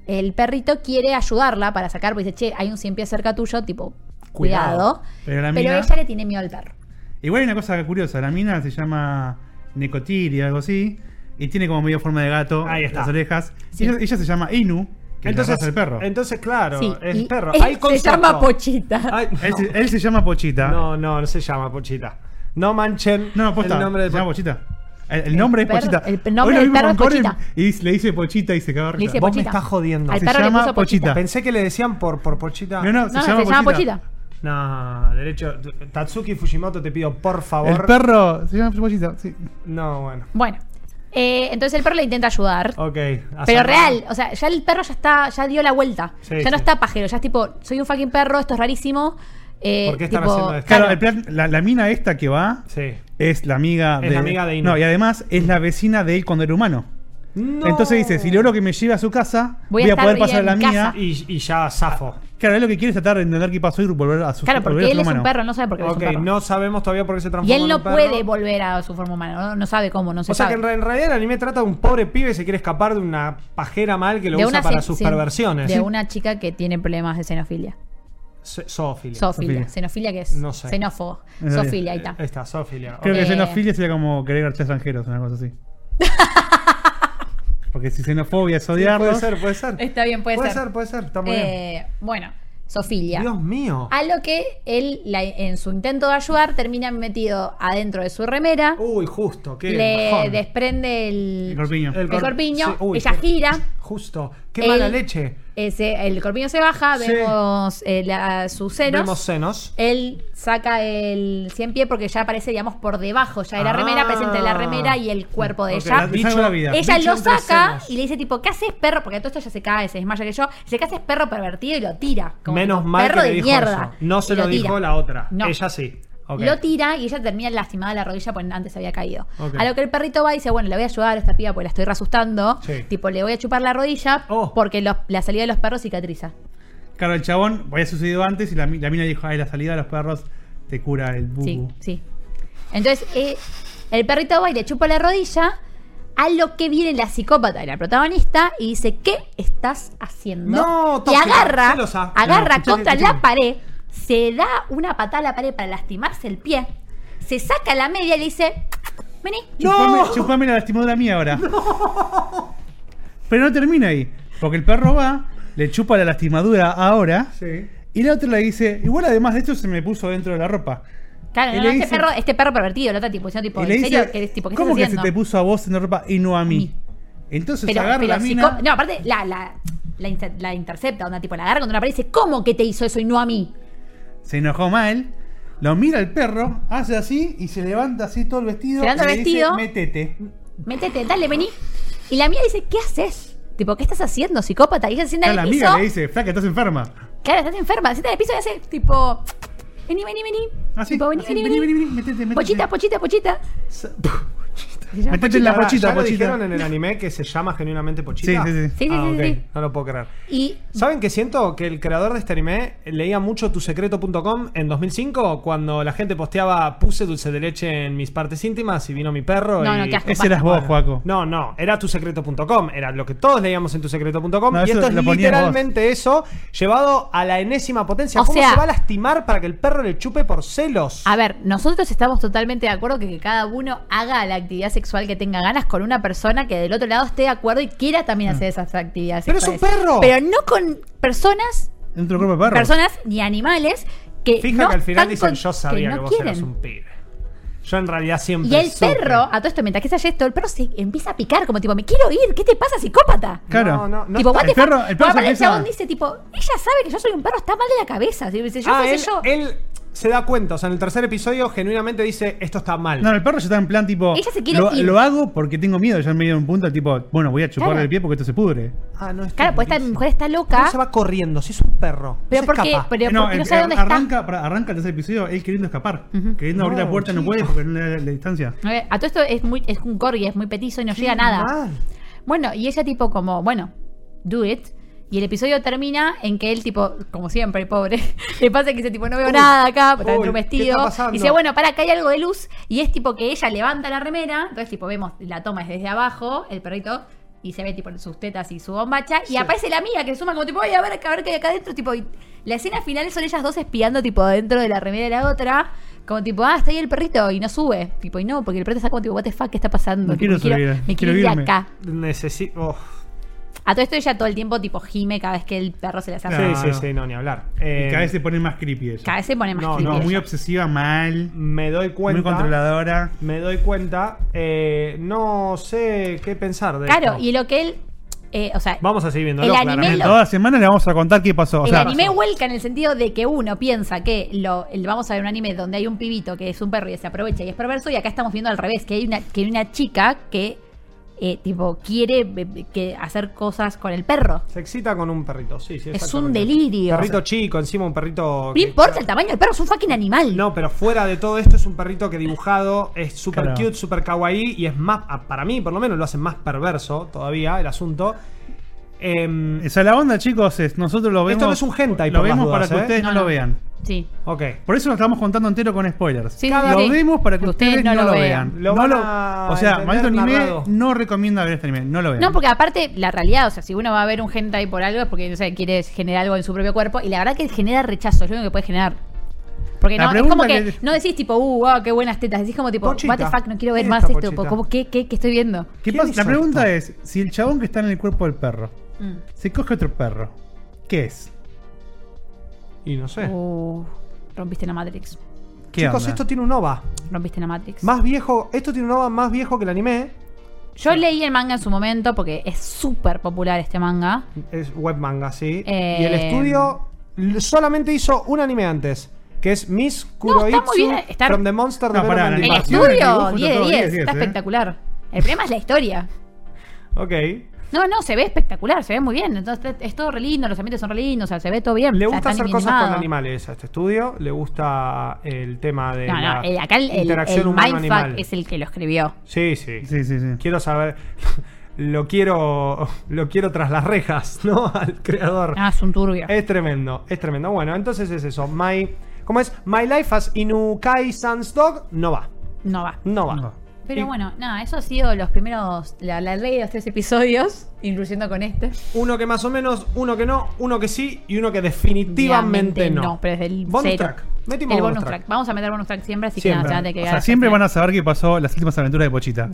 Speaker 1: el perrito, quiere ayudarla para sacar. Porque dice, che, hay un 100 pies cerca tuyo, tipo,
Speaker 3: Cuidado.
Speaker 1: cuidado.
Speaker 2: Pero la mina-
Speaker 1: ella le tiene miedo al perro.
Speaker 2: Igual hay una cosa curiosa, la mina se llama Necotiri o algo así, y tiene como medio forma de gato
Speaker 3: Ahí está.
Speaker 2: las orejas.
Speaker 1: Sí.
Speaker 2: Ella, ella se llama Inu, que entonces, es la raza del perro.
Speaker 3: entonces claro,
Speaker 1: Sí,
Speaker 3: es
Speaker 1: y
Speaker 3: perro.
Speaker 1: él
Speaker 3: Hay
Speaker 1: se
Speaker 3: concepto.
Speaker 1: llama Pochita.
Speaker 3: Ay,
Speaker 2: él,
Speaker 3: no.
Speaker 2: se, él se llama Pochita.
Speaker 3: No, no, no se llama Pochita. No manchen
Speaker 2: no, no, posta,
Speaker 3: el nombre de
Speaker 2: se llama
Speaker 3: Po-
Speaker 2: Pochita. El, el nombre es
Speaker 1: perro-
Speaker 2: Pochita.
Speaker 1: el
Speaker 2: Hoy
Speaker 1: nombre
Speaker 2: lo
Speaker 1: del
Speaker 2: vimos
Speaker 1: perro
Speaker 2: con
Speaker 1: es
Speaker 2: Coren Y le dice Pochita y se cagó. de
Speaker 1: Le
Speaker 2: risa.
Speaker 1: dice
Speaker 3: Vos me
Speaker 1: Pochita.
Speaker 3: estás jodiendo.
Speaker 1: Al
Speaker 2: Se
Speaker 1: perro le
Speaker 2: llama
Speaker 1: puso Pochita.
Speaker 2: Pochita.
Speaker 3: Pensé que le decían por, por Pochita.
Speaker 2: No, no, se
Speaker 1: No, no,
Speaker 2: llama
Speaker 1: se llama
Speaker 2: Pochita.
Speaker 1: Pochita.
Speaker 3: No, derecho. Tatsuki Fujimoto, te pido, por favor.
Speaker 2: El perro se llama Pochita, sí.
Speaker 3: No, bueno.
Speaker 1: Bueno, eh, entonces el perro le intenta ayudar.
Speaker 3: Ok. a
Speaker 1: Pero
Speaker 3: salvar.
Speaker 1: real, o sea, ya el perro ya está, ya dio la vuelta.
Speaker 3: Sí,
Speaker 1: ya no
Speaker 3: sí.
Speaker 1: está pajero, ya es tipo, soy un fucking perro, esto es rarísimo. Eh,
Speaker 3: ¿Por qué están
Speaker 1: tipo,
Speaker 3: haciendo esto?
Speaker 2: Claro,
Speaker 3: Claro.
Speaker 2: el plan- la, la mina esta que va
Speaker 3: Sí.
Speaker 2: es la amiga
Speaker 3: Es
Speaker 2: de.
Speaker 3: la amiga de Inu.
Speaker 2: No, y además es la vecina de él cuando era humano.
Speaker 3: No.
Speaker 2: Entonces dice, si logro que me lleve a su casa,
Speaker 1: Voy
Speaker 2: voy
Speaker 1: a
Speaker 2: a,
Speaker 1: estar
Speaker 2: poder
Speaker 1: bien
Speaker 2: pasar a la
Speaker 1: en
Speaker 2: mía.
Speaker 1: casa.
Speaker 3: Y, y ya zafo.
Speaker 2: Claro, él lo que quiere es tratar de entender qué pasó y volver a su
Speaker 1: Claro,
Speaker 2: volver
Speaker 1: porque
Speaker 2: a
Speaker 1: él
Speaker 2: su
Speaker 1: es un
Speaker 2: humano.
Speaker 1: perro, no sabe por qué él es
Speaker 3: Ok,
Speaker 1: un perro.
Speaker 3: no sabemos todavía por qué se
Speaker 1: y
Speaker 3: transforma.
Speaker 1: él
Speaker 3: en
Speaker 1: no
Speaker 3: un perro.
Speaker 1: puede volver a su forma humana, no, no sabe cómo, no se
Speaker 3: O sea que
Speaker 1: sabe.
Speaker 3: en, re- en realidad el anime trata de un pobre pibe que se quiere escapar de una pajera mal que lo
Speaker 1: de
Speaker 3: usa
Speaker 1: una
Speaker 3: para
Speaker 1: cien-
Speaker 3: sus
Speaker 1: cien-
Speaker 3: perversiones.
Speaker 1: De una chica que tiene problemas de xenofilia.
Speaker 3: So-
Speaker 1: Zoofilia.
Speaker 3: Zoofilia.
Speaker 2: Zoofilia.
Speaker 1: Xenofilia que es
Speaker 3: No sé. Eh,
Speaker 1: xenófobo.
Speaker 2: Es
Speaker 1: Zoofilia, ahí está.
Speaker 3: Ahí está, zoofilia.
Speaker 2: Creo
Speaker 1: Eh.
Speaker 2: que xenofobia sería como querer a extranjeros, una cosa así. Porque si xenofobia es
Speaker 3: Sí,
Speaker 2: odiarlos.
Speaker 3: Puede ser, puede ser.
Speaker 1: Está bien, puede,
Speaker 3: Puede ser, puede ser, está muy
Speaker 1: Eh, Bueno, Sofía.
Speaker 3: Dios mío.
Speaker 1: A lo que él, la- en su intento de ayudar, termina metido adentro de su remera,
Speaker 3: Uy, justo, qué
Speaker 1: le
Speaker 3: bajón.
Speaker 1: desprende el,
Speaker 2: El corpiño.
Speaker 1: el
Speaker 3: cor-
Speaker 1: corpiño,
Speaker 3: sí, uy,
Speaker 1: ella
Speaker 3: qué-
Speaker 1: gira.
Speaker 3: Justo. Qué
Speaker 1: él-
Speaker 3: mala leche.
Speaker 1: ese- el corpiño se baja,
Speaker 3: Sí.
Speaker 1: vemos eh, la- sus senos.
Speaker 3: Vemos senos.
Speaker 1: Él saca el 100 pie porque ya aparece, digamos, por debajo ya de la remera,
Speaker 3: Ah.
Speaker 1: aparece entre la remera y el cuerpo de
Speaker 2: Ok,
Speaker 1: ella.
Speaker 2: la- salva la vida.
Speaker 1: Ella
Speaker 3: Dicho
Speaker 1: lo
Speaker 3: entre
Speaker 1: saca
Speaker 3: senos.
Speaker 1: y le dice tipo, ¿qué haces perro? Porque todo esto ya se cae, se desmaya que yo. Dice, ¿qué haces perro pervertido? Y lo tira. Como,
Speaker 3: Menos
Speaker 1: tipo,
Speaker 3: mal
Speaker 1: perro
Speaker 3: que le
Speaker 1: de
Speaker 3: dijo
Speaker 1: mierda.
Speaker 3: eso. No se
Speaker 1: Y
Speaker 3: lo,
Speaker 1: tira.
Speaker 3: dijo la otra.
Speaker 1: No.
Speaker 3: Ella sí. Ok.
Speaker 1: Lo tira y ella termina lastimada la rodilla porque antes había caído.
Speaker 3: Ok.
Speaker 1: A lo que el perrito va y dice, bueno, le voy a ayudar a esta piba porque la estoy rasustando.
Speaker 3: Sí.
Speaker 1: Tipo, le voy a chupar la rodilla
Speaker 3: Oh.
Speaker 1: porque los- la salida de los perros cicatriza.
Speaker 2: Claro, el chabón había sucedido antes y la, mi- la mina dijo, ay, la salida de los perros te cura el bubu.
Speaker 3: Uh-huh.
Speaker 1: Sí, sí. Entonces, eh, el perrito va y le chupa la rodilla. A lo que viene la psicópata de la protagonista y dice, ¿qué estás haciendo?
Speaker 3: No,
Speaker 1: y
Speaker 3: tóxica,
Speaker 1: agarra,
Speaker 3: celosa.
Speaker 1: agarra
Speaker 3: No,
Speaker 1: contra
Speaker 3: escuchame,
Speaker 1: la pared, se da una patada a la pared para lastimarse el pie, se saca la media y le dice, vení.
Speaker 2: Chupame, chupame la lastimadura mía ahora. Pero no termina ahí. Porque el perro va, le chupa la lastimadura ahora.
Speaker 3: Sí.
Speaker 2: Y la otra le dice, igual además de esto se me puso dentro de la ropa.
Speaker 1: Claro,
Speaker 2: Y
Speaker 1: no,
Speaker 2: le
Speaker 1: no, este,
Speaker 2: dice-
Speaker 1: perro, este perro pervertido, el otro tipo, diciendo, tipo,
Speaker 2: y
Speaker 1: ¿en
Speaker 2: le
Speaker 1: serio?
Speaker 2: dice,
Speaker 1: ¿Qué, tipo, ¿qué estás
Speaker 2: ¿cómo que se
Speaker 1: haciendo?
Speaker 2: te puso a vos en la ropa y no a mí?
Speaker 1: mí.
Speaker 2: Entonces
Speaker 1: pero,
Speaker 2: agarra
Speaker 1: pero
Speaker 2: la mina.
Speaker 1: psicó- No, aparte, la, la, la, inter- la intercepta, onda, tipo, la agarra cuando la pared y dice, ¿cómo que te hizo eso y no a mí?
Speaker 2: se enojó mal, lo mira el perro, hace así y se levanta así todo el vestido.
Speaker 1: Se levanta
Speaker 2: y
Speaker 1: el
Speaker 2: le dice,
Speaker 1: vestido.
Speaker 2: Metete.
Speaker 1: Métete, dale, vení. Y la mía dice, ¿qué haces? Tipo, ¿qué estás haciendo, psicópata? Y ella se sienta
Speaker 2: A
Speaker 1: en
Speaker 2: la
Speaker 1: el
Speaker 2: amiga
Speaker 1: piso.
Speaker 2: le dice, flaca, estás enferma.
Speaker 1: Claro, estás enferma. Se sienta en el piso y hace, tipo, vení, vení, vení.
Speaker 2: Así,
Speaker 1: tipo, vení,
Speaker 2: así,
Speaker 1: vení, vení,
Speaker 2: metete, metete.
Speaker 1: Pochita, pochita, pochita. Se llama
Speaker 2: Metete en la
Speaker 3: Pará,
Speaker 2: pochita,
Speaker 3: ¿ya lo
Speaker 2: pochita.
Speaker 3: dijeron en el anime que se llama genuinamente
Speaker 2: Sí,
Speaker 3: pochita?
Speaker 2: sí, sí.
Speaker 1: Sí, sí,
Speaker 3: Ah,
Speaker 1: sí,
Speaker 3: ok.
Speaker 1: sí.
Speaker 3: No lo puedo creer.
Speaker 1: Y
Speaker 3: ¿Saben que siento que el creador de este anime leía mucho tusecreto.com en 2005 cuando la gente posteaba puse dulce de leche en mis partes íntimas y vino mi perro
Speaker 1: No,
Speaker 3: y...
Speaker 1: no, qué asco.
Speaker 2: Ese eras vos, Juaco.
Speaker 3: No, no, era tusecreto.com, era lo que todos leíamos en tusecreto.com
Speaker 2: No,
Speaker 3: y
Speaker 2: eso
Speaker 3: esto es
Speaker 2: lo ponías
Speaker 3: literalmente eso llevado a la enésima potencia.
Speaker 1: O
Speaker 3: ¿Cómo
Speaker 1: sea-
Speaker 3: se va a lastimar para que el perro le chupe por celos?
Speaker 1: A ver, nosotros estamos totalmente de acuerdo que, que cada uno haga la actividad sexual que tenga ganas con una persona que del otro lado esté de acuerdo y quiera también hacer esas actividades
Speaker 3: Mm. Pero es un
Speaker 1: sexuales.
Speaker 3: perro.
Speaker 1: Pero no con personas,
Speaker 2: Dentro del cuerpo de perro.
Speaker 1: personas ni animales que
Speaker 3: Fija
Speaker 1: no
Speaker 3: que al final
Speaker 1: están
Speaker 3: dicen
Speaker 1: con-
Speaker 3: yo sabía que,
Speaker 1: no
Speaker 3: vos
Speaker 1: quieren.
Speaker 3: eras un pibe. Yo en realidad siempre
Speaker 1: Y el
Speaker 3: supe.
Speaker 1: perro, a todo esto, mientras que se hace esto, el perro se empieza a picar, como tipo, me quiero ir, ¿qué te pasa, psicópata?
Speaker 2: Claro.
Speaker 3: No, no, no
Speaker 1: tipo,
Speaker 3: está-
Speaker 1: what the
Speaker 2: el perro-
Speaker 1: fuck?
Speaker 2: el perro
Speaker 1: Bueno, aparte
Speaker 2: se
Speaker 1: el
Speaker 2: empieza-
Speaker 1: chabón dice, tipo, ella sabe que yo soy un perro, está mal de la cabeza. ¿sí? Dice, yo
Speaker 3: Ah,
Speaker 1: qué sé
Speaker 3: él,
Speaker 1: yo.
Speaker 3: él se da cuenta, o sea, en el tercer episodio genuinamente dice esto está mal.
Speaker 2: No, el perro ya está en plan tipo.
Speaker 1: Ella se quiere
Speaker 2: lo,
Speaker 1: ir.
Speaker 2: lo hago porque tengo miedo. Ya en medio de un punto, el tipo, bueno, voy a chuparle
Speaker 1: Claro.
Speaker 2: el pie porque esto se pudre.
Speaker 3: Ah, no, esto
Speaker 1: Claro,
Speaker 3: es
Speaker 1: pues esta
Speaker 3: buenísimo.
Speaker 1: mujer está
Speaker 3: ¿Cómo
Speaker 1: loca,
Speaker 3: se va corriendo? Si es un perro. no
Speaker 1: pero
Speaker 3: se
Speaker 1: porque,
Speaker 3: escapa.
Speaker 1: pero
Speaker 2: Eh, no,
Speaker 1: porque no
Speaker 2: el-
Speaker 1: sabe
Speaker 2: eh,
Speaker 1: dónde está.
Speaker 2: arranca, pará, arranca el tercer episodio, él queriendo escapar. Queriendo abrir
Speaker 3: No,
Speaker 2: la puerta, no
Speaker 3: chico.
Speaker 2: puede porque no le da la distancia.
Speaker 1: A ver, Eh, A todo esto es muy es un corgi, es muy petizo y no llega a nada.
Speaker 3: mal.
Speaker 1: Bueno, y ella tipo como, bueno, do it. Y el episodio termina en que él tipo, como siempre, pobre, le pasa que dice tipo, no veo
Speaker 3: Uy,
Speaker 1: nada acá, está dentro de un
Speaker 3: uy, ¿qué
Speaker 1: vestido.
Speaker 3: está pasando?
Speaker 1: Y dice, bueno, para acá hay algo de luz. Y es tipo que ella levanta la remera, entonces tipo vemos, la toma es desde abajo, el perrito, y se ve tipo sus tetas y su bombacha. Y aparece la amiga que suma como tipo, oye, a ver, a ver qué hay acá adentro. Tipo, y la escena final son ellas dos espiando tipo dentro de la remera de la otra. Como tipo, ah, está ahí el perrito y no sube. Tipo, y no, porque el perrito está como tipo, what the fuck, ¿qué está pasando?
Speaker 2: No
Speaker 1: Tipo,
Speaker 2: quiero subir,
Speaker 1: me
Speaker 2: quiero
Speaker 1: quiero ir de
Speaker 2: irme.
Speaker 1: acá.
Speaker 3: Necesito. oh.
Speaker 1: A todo esto ella todo el tiempo tipo gime cada vez que el perro se le
Speaker 2: No,
Speaker 1: hace.
Speaker 3: sí, sí,
Speaker 2: no.
Speaker 3: sí, no, ni hablar.
Speaker 2: Y
Speaker 3: Eh,
Speaker 2: cada vez se pone más creepy ella.
Speaker 1: Cada vez se pone más
Speaker 3: No,
Speaker 1: creepy
Speaker 2: No,
Speaker 1: ella.
Speaker 2: muy obsesiva, mal,
Speaker 3: me doy cuenta.
Speaker 2: muy controladora.
Speaker 3: Me doy cuenta. eh, no sé qué pensar de
Speaker 1: Claro,
Speaker 3: esto.
Speaker 1: y lo que él. eh, o sea,
Speaker 3: Vamos a seguir viendo.
Speaker 1: El anime
Speaker 2: En
Speaker 1: lo-
Speaker 2: todas las semanas le vamos a contar qué pasó. O
Speaker 1: el
Speaker 2: sea,
Speaker 1: anime vuelca en el sentido de que uno piensa que lo, el- vamos a ver un anime donde hay un pibito que es un perro y se aprovecha y es perverso, y acá estamos viendo al revés, que hay una, que hay una chica que eh, tipo quiere eh, que hacer cosas con el perro.
Speaker 3: Se excita con un perrito, sí, sí.
Speaker 1: Es
Speaker 3: exactamente.
Speaker 1: un delirio.
Speaker 3: Perrito chico, encima un perrito.
Speaker 1: No
Speaker 3: que-
Speaker 1: importa el tamaño, el perro es un fucking animal.
Speaker 3: No, pero fuera de todo esto es un perrito que dibujado es super
Speaker 2: Claro.
Speaker 3: cute, super kawaii y es más, a- para mí por lo menos, lo hace más perverso todavía el asunto. Em,
Speaker 2: Esa es la onda, chicos. es- nosotros lo vemos.
Speaker 3: Esto no es un hentai,
Speaker 2: Lo
Speaker 3: por las
Speaker 2: vemos para
Speaker 3: dudas,
Speaker 2: que
Speaker 3: ¿eh?
Speaker 2: ustedes no,
Speaker 1: No,
Speaker 2: lo
Speaker 1: no.
Speaker 2: vean.
Speaker 1: Sí.
Speaker 3: ok.
Speaker 2: Por eso lo estamos contando entero con spoilers.
Speaker 1: Sí, sí,
Speaker 2: lo
Speaker 1: sí.
Speaker 2: vemos para que ustedes, no, lo vean.
Speaker 3: Lo
Speaker 2: No
Speaker 3: van
Speaker 2: lo-
Speaker 3: a
Speaker 2: o sea,
Speaker 3: entender
Speaker 2: Maldito Anime
Speaker 3: narrado.
Speaker 2: no recomienda ver este anime. No lo vean.
Speaker 1: No, porque aparte, la realidad, o sea, si uno va a ver un hentai por algo es porque, no sé, quiere generar algo en su propio cuerpo. Y la verdad que genera rechazo, es lo único que puede generar. Porque
Speaker 2: La
Speaker 1: no, es
Speaker 2: pregunta
Speaker 1: como que,
Speaker 2: que-
Speaker 1: no decís tipo, uh, wow, qué buenas tetas. Decís como tipo,
Speaker 3: Pochita.
Speaker 1: what the fuck, no quiero ver
Speaker 3: Esta
Speaker 1: más esto.
Speaker 3: pochita.
Speaker 1: ¿Cómo, qué, qué, qué estoy viendo?
Speaker 2: ¿Qué
Speaker 3: ¿Quién
Speaker 2: pasa? La
Speaker 3: hizo
Speaker 2: pregunta es: si el chabón que está en el cuerpo del perro
Speaker 1: Mm.
Speaker 2: se coge otro perro, ¿qué es?
Speaker 3: Y no sé.
Speaker 1: Uh, rompiste la Matrix.
Speaker 2: ¿Qué
Speaker 3: Chicos,
Speaker 2: onda?
Speaker 3: esto tiene un OVA.
Speaker 1: Rompiste la Matrix.
Speaker 3: Más viejo. Esto tiene un OVA más viejo que el anime.
Speaker 1: Yo leí el manga en su momento porque es súper popular este manga.
Speaker 3: Es web manga, sí.
Speaker 1: Eh,
Speaker 3: Y el estudio l- solamente hizo un anime antes. Que es Miss Kuroitsu
Speaker 1: está muy bien, está-
Speaker 3: from the Monster
Speaker 2: No, pará,
Speaker 3: Development
Speaker 2: no,
Speaker 1: El
Speaker 2: no,
Speaker 3: Department.
Speaker 2: Animación, el
Speaker 1: estudio,
Speaker 2: dibujo,
Speaker 1: 10 de
Speaker 2: todo,
Speaker 1: 10,
Speaker 2: 10,
Speaker 1: está
Speaker 2: ¿eh?
Speaker 1: espectacular. El problema es la historia.
Speaker 3: Ok.
Speaker 1: No, no, se ve espectacular, se ve muy bien. Entonces es todo re lindo, los ambientes son re lindos, o sea, se ve todo bien.
Speaker 3: Le
Speaker 1: o sea,
Speaker 3: gusta
Speaker 1: está
Speaker 3: hacer
Speaker 1: bien
Speaker 3: cosas con
Speaker 1: animado.
Speaker 3: animales a este estudio. Le gusta el tema de
Speaker 1: No, no,
Speaker 3: la
Speaker 1: el- acá el, el-
Speaker 3: interacción
Speaker 1: el
Speaker 3: humano-animal.
Speaker 1: mindfuck es el que lo escribió.
Speaker 3: Sí, sí,
Speaker 2: Sí, sí, sí.
Speaker 3: Quiero saber. Lo quiero. Lo quiero tras las rejas, ¿no? Al creador.
Speaker 1: Ah, es un turbio.
Speaker 3: Es tremendo, es tremendo. Bueno, entonces es eso. My. ¿Cómo es? My Life as Inukai Sans Dog no va.
Speaker 1: No va.
Speaker 3: No va.
Speaker 2: No.
Speaker 1: Pero
Speaker 3: Y-
Speaker 1: bueno, nada, eso ha sido los primeros, la, la ley de los tres episodios, incluyendo con este.
Speaker 3: Uno que más o menos, uno que no, uno que sí y uno que definitivamente
Speaker 1: Obviamente
Speaker 3: no.
Speaker 1: pero es del
Speaker 3: bonus
Speaker 1: cero.
Speaker 3: track. Metimos
Speaker 1: El bonus track. Vamos a meter bonus track siempre, así
Speaker 3: Siempre.
Speaker 1: que este nada, ya te
Speaker 2: O sea, siempre van a saber que pasó las últimas aventuras de Pochita.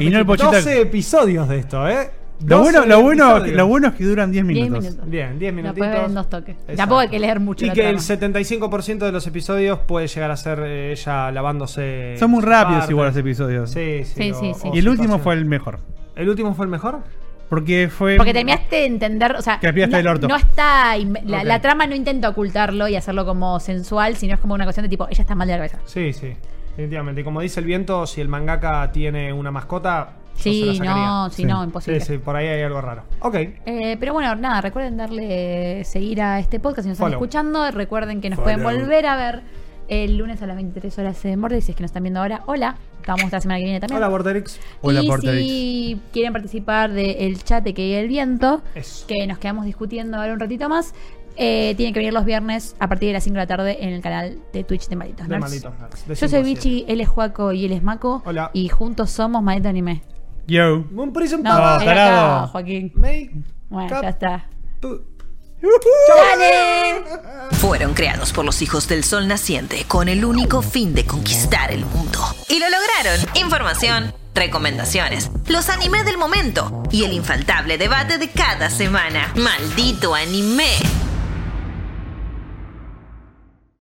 Speaker 2: Y no el
Speaker 1: pochito.
Speaker 2: Pochita.
Speaker 3: 12 episodios de esto, ¿eh?
Speaker 2: Lo
Speaker 3: 12
Speaker 2: bueno, lo, bueno,
Speaker 3: episodios.
Speaker 2: lo bueno es que duran 10
Speaker 1: 10
Speaker 2: minutos.
Speaker 1: minutos.
Speaker 3: Bien, 10
Speaker 1: Lo
Speaker 3: minutitos.
Speaker 1: puedes ver en dos toques. Tampoco hay que leer mucho.
Speaker 3: Y
Speaker 1: la
Speaker 3: que
Speaker 1: trama.
Speaker 3: el 75% de los episodios puede llegar a ser eh, ella lavándose.
Speaker 2: Son muy
Speaker 3: sus
Speaker 2: rápidos
Speaker 3: partes.
Speaker 2: igual los episodios.
Speaker 3: Sí, sí.
Speaker 1: Sí,
Speaker 3: o-
Speaker 1: sí, sí.
Speaker 3: o
Speaker 2: Y el último
Speaker 3: situaciones.
Speaker 2: fue el mejor.
Speaker 3: ¿El último fue el mejor?
Speaker 2: Porque fue.
Speaker 3: Ah.
Speaker 1: Porque terminaste de entender, o sea,
Speaker 2: Que la piba está
Speaker 1: no,
Speaker 2: del orto.
Speaker 1: no está, inve- la,
Speaker 3: Ok.
Speaker 1: la trama no intenta ocultarlo y hacerlo como sensual, sino es como una cuestión de tipo, ella está mal de la cabeza.
Speaker 3: Sí, sí. Definitivamente. Y como dice el viento, si el mangaka tiene una mascota. yo se la
Speaker 1: Sí,
Speaker 3: sacaría.
Speaker 1: no, sí,
Speaker 2: Sí.
Speaker 1: no,
Speaker 3: Sí,
Speaker 1: imposible.
Speaker 3: sí, por ahí hay algo raro. Ok.
Speaker 1: Eh, pero bueno, nada, recuerden darle seguir a este podcast si nos están
Speaker 3: Follow.
Speaker 1: escuchando. Recuerden que nos
Speaker 3: Follow.
Speaker 1: pueden volver a ver el lunes a las 23 horas en Bordes. Si es que nos están viendo ahora, hola. Estamos la semana que viene también.
Speaker 3: Hola, Borderix.
Speaker 2: Hola,
Speaker 1: y
Speaker 2: Porterix.
Speaker 1: si quieren participar del chat de que el viento,
Speaker 3: Eso.
Speaker 1: que nos quedamos discutiendo ahora un ratito más, eh, tienen que venir los viernes a partir de las 5 de la tarde en el canal de Twitch de Malditos
Speaker 3: De
Speaker 1: Nerds.
Speaker 3: malditos nerds.
Speaker 1: Yo
Speaker 3: De cinco
Speaker 1: soy
Speaker 3: a
Speaker 1: Bichi, él es Juaco y él es Maco.
Speaker 3: Hola.
Speaker 1: Y juntos somos Maldito Anime.
Speaker 2: Yo.
Speaker 3: siete. Un prison
Speaker 1: No,
Speaker 2: No,
Speaker 1: era
Speaker 2: tarado.
Speaker 1: acá, Joaquín. Bueno, ya está.
Speaker 4: Fueron creados por los hijos del sol naciente con el único fin de conquistar el mundo. Y lo lograron. Información, recomendaciones, los anime del momento y el infaltable debate de cada semana. Maldito anime.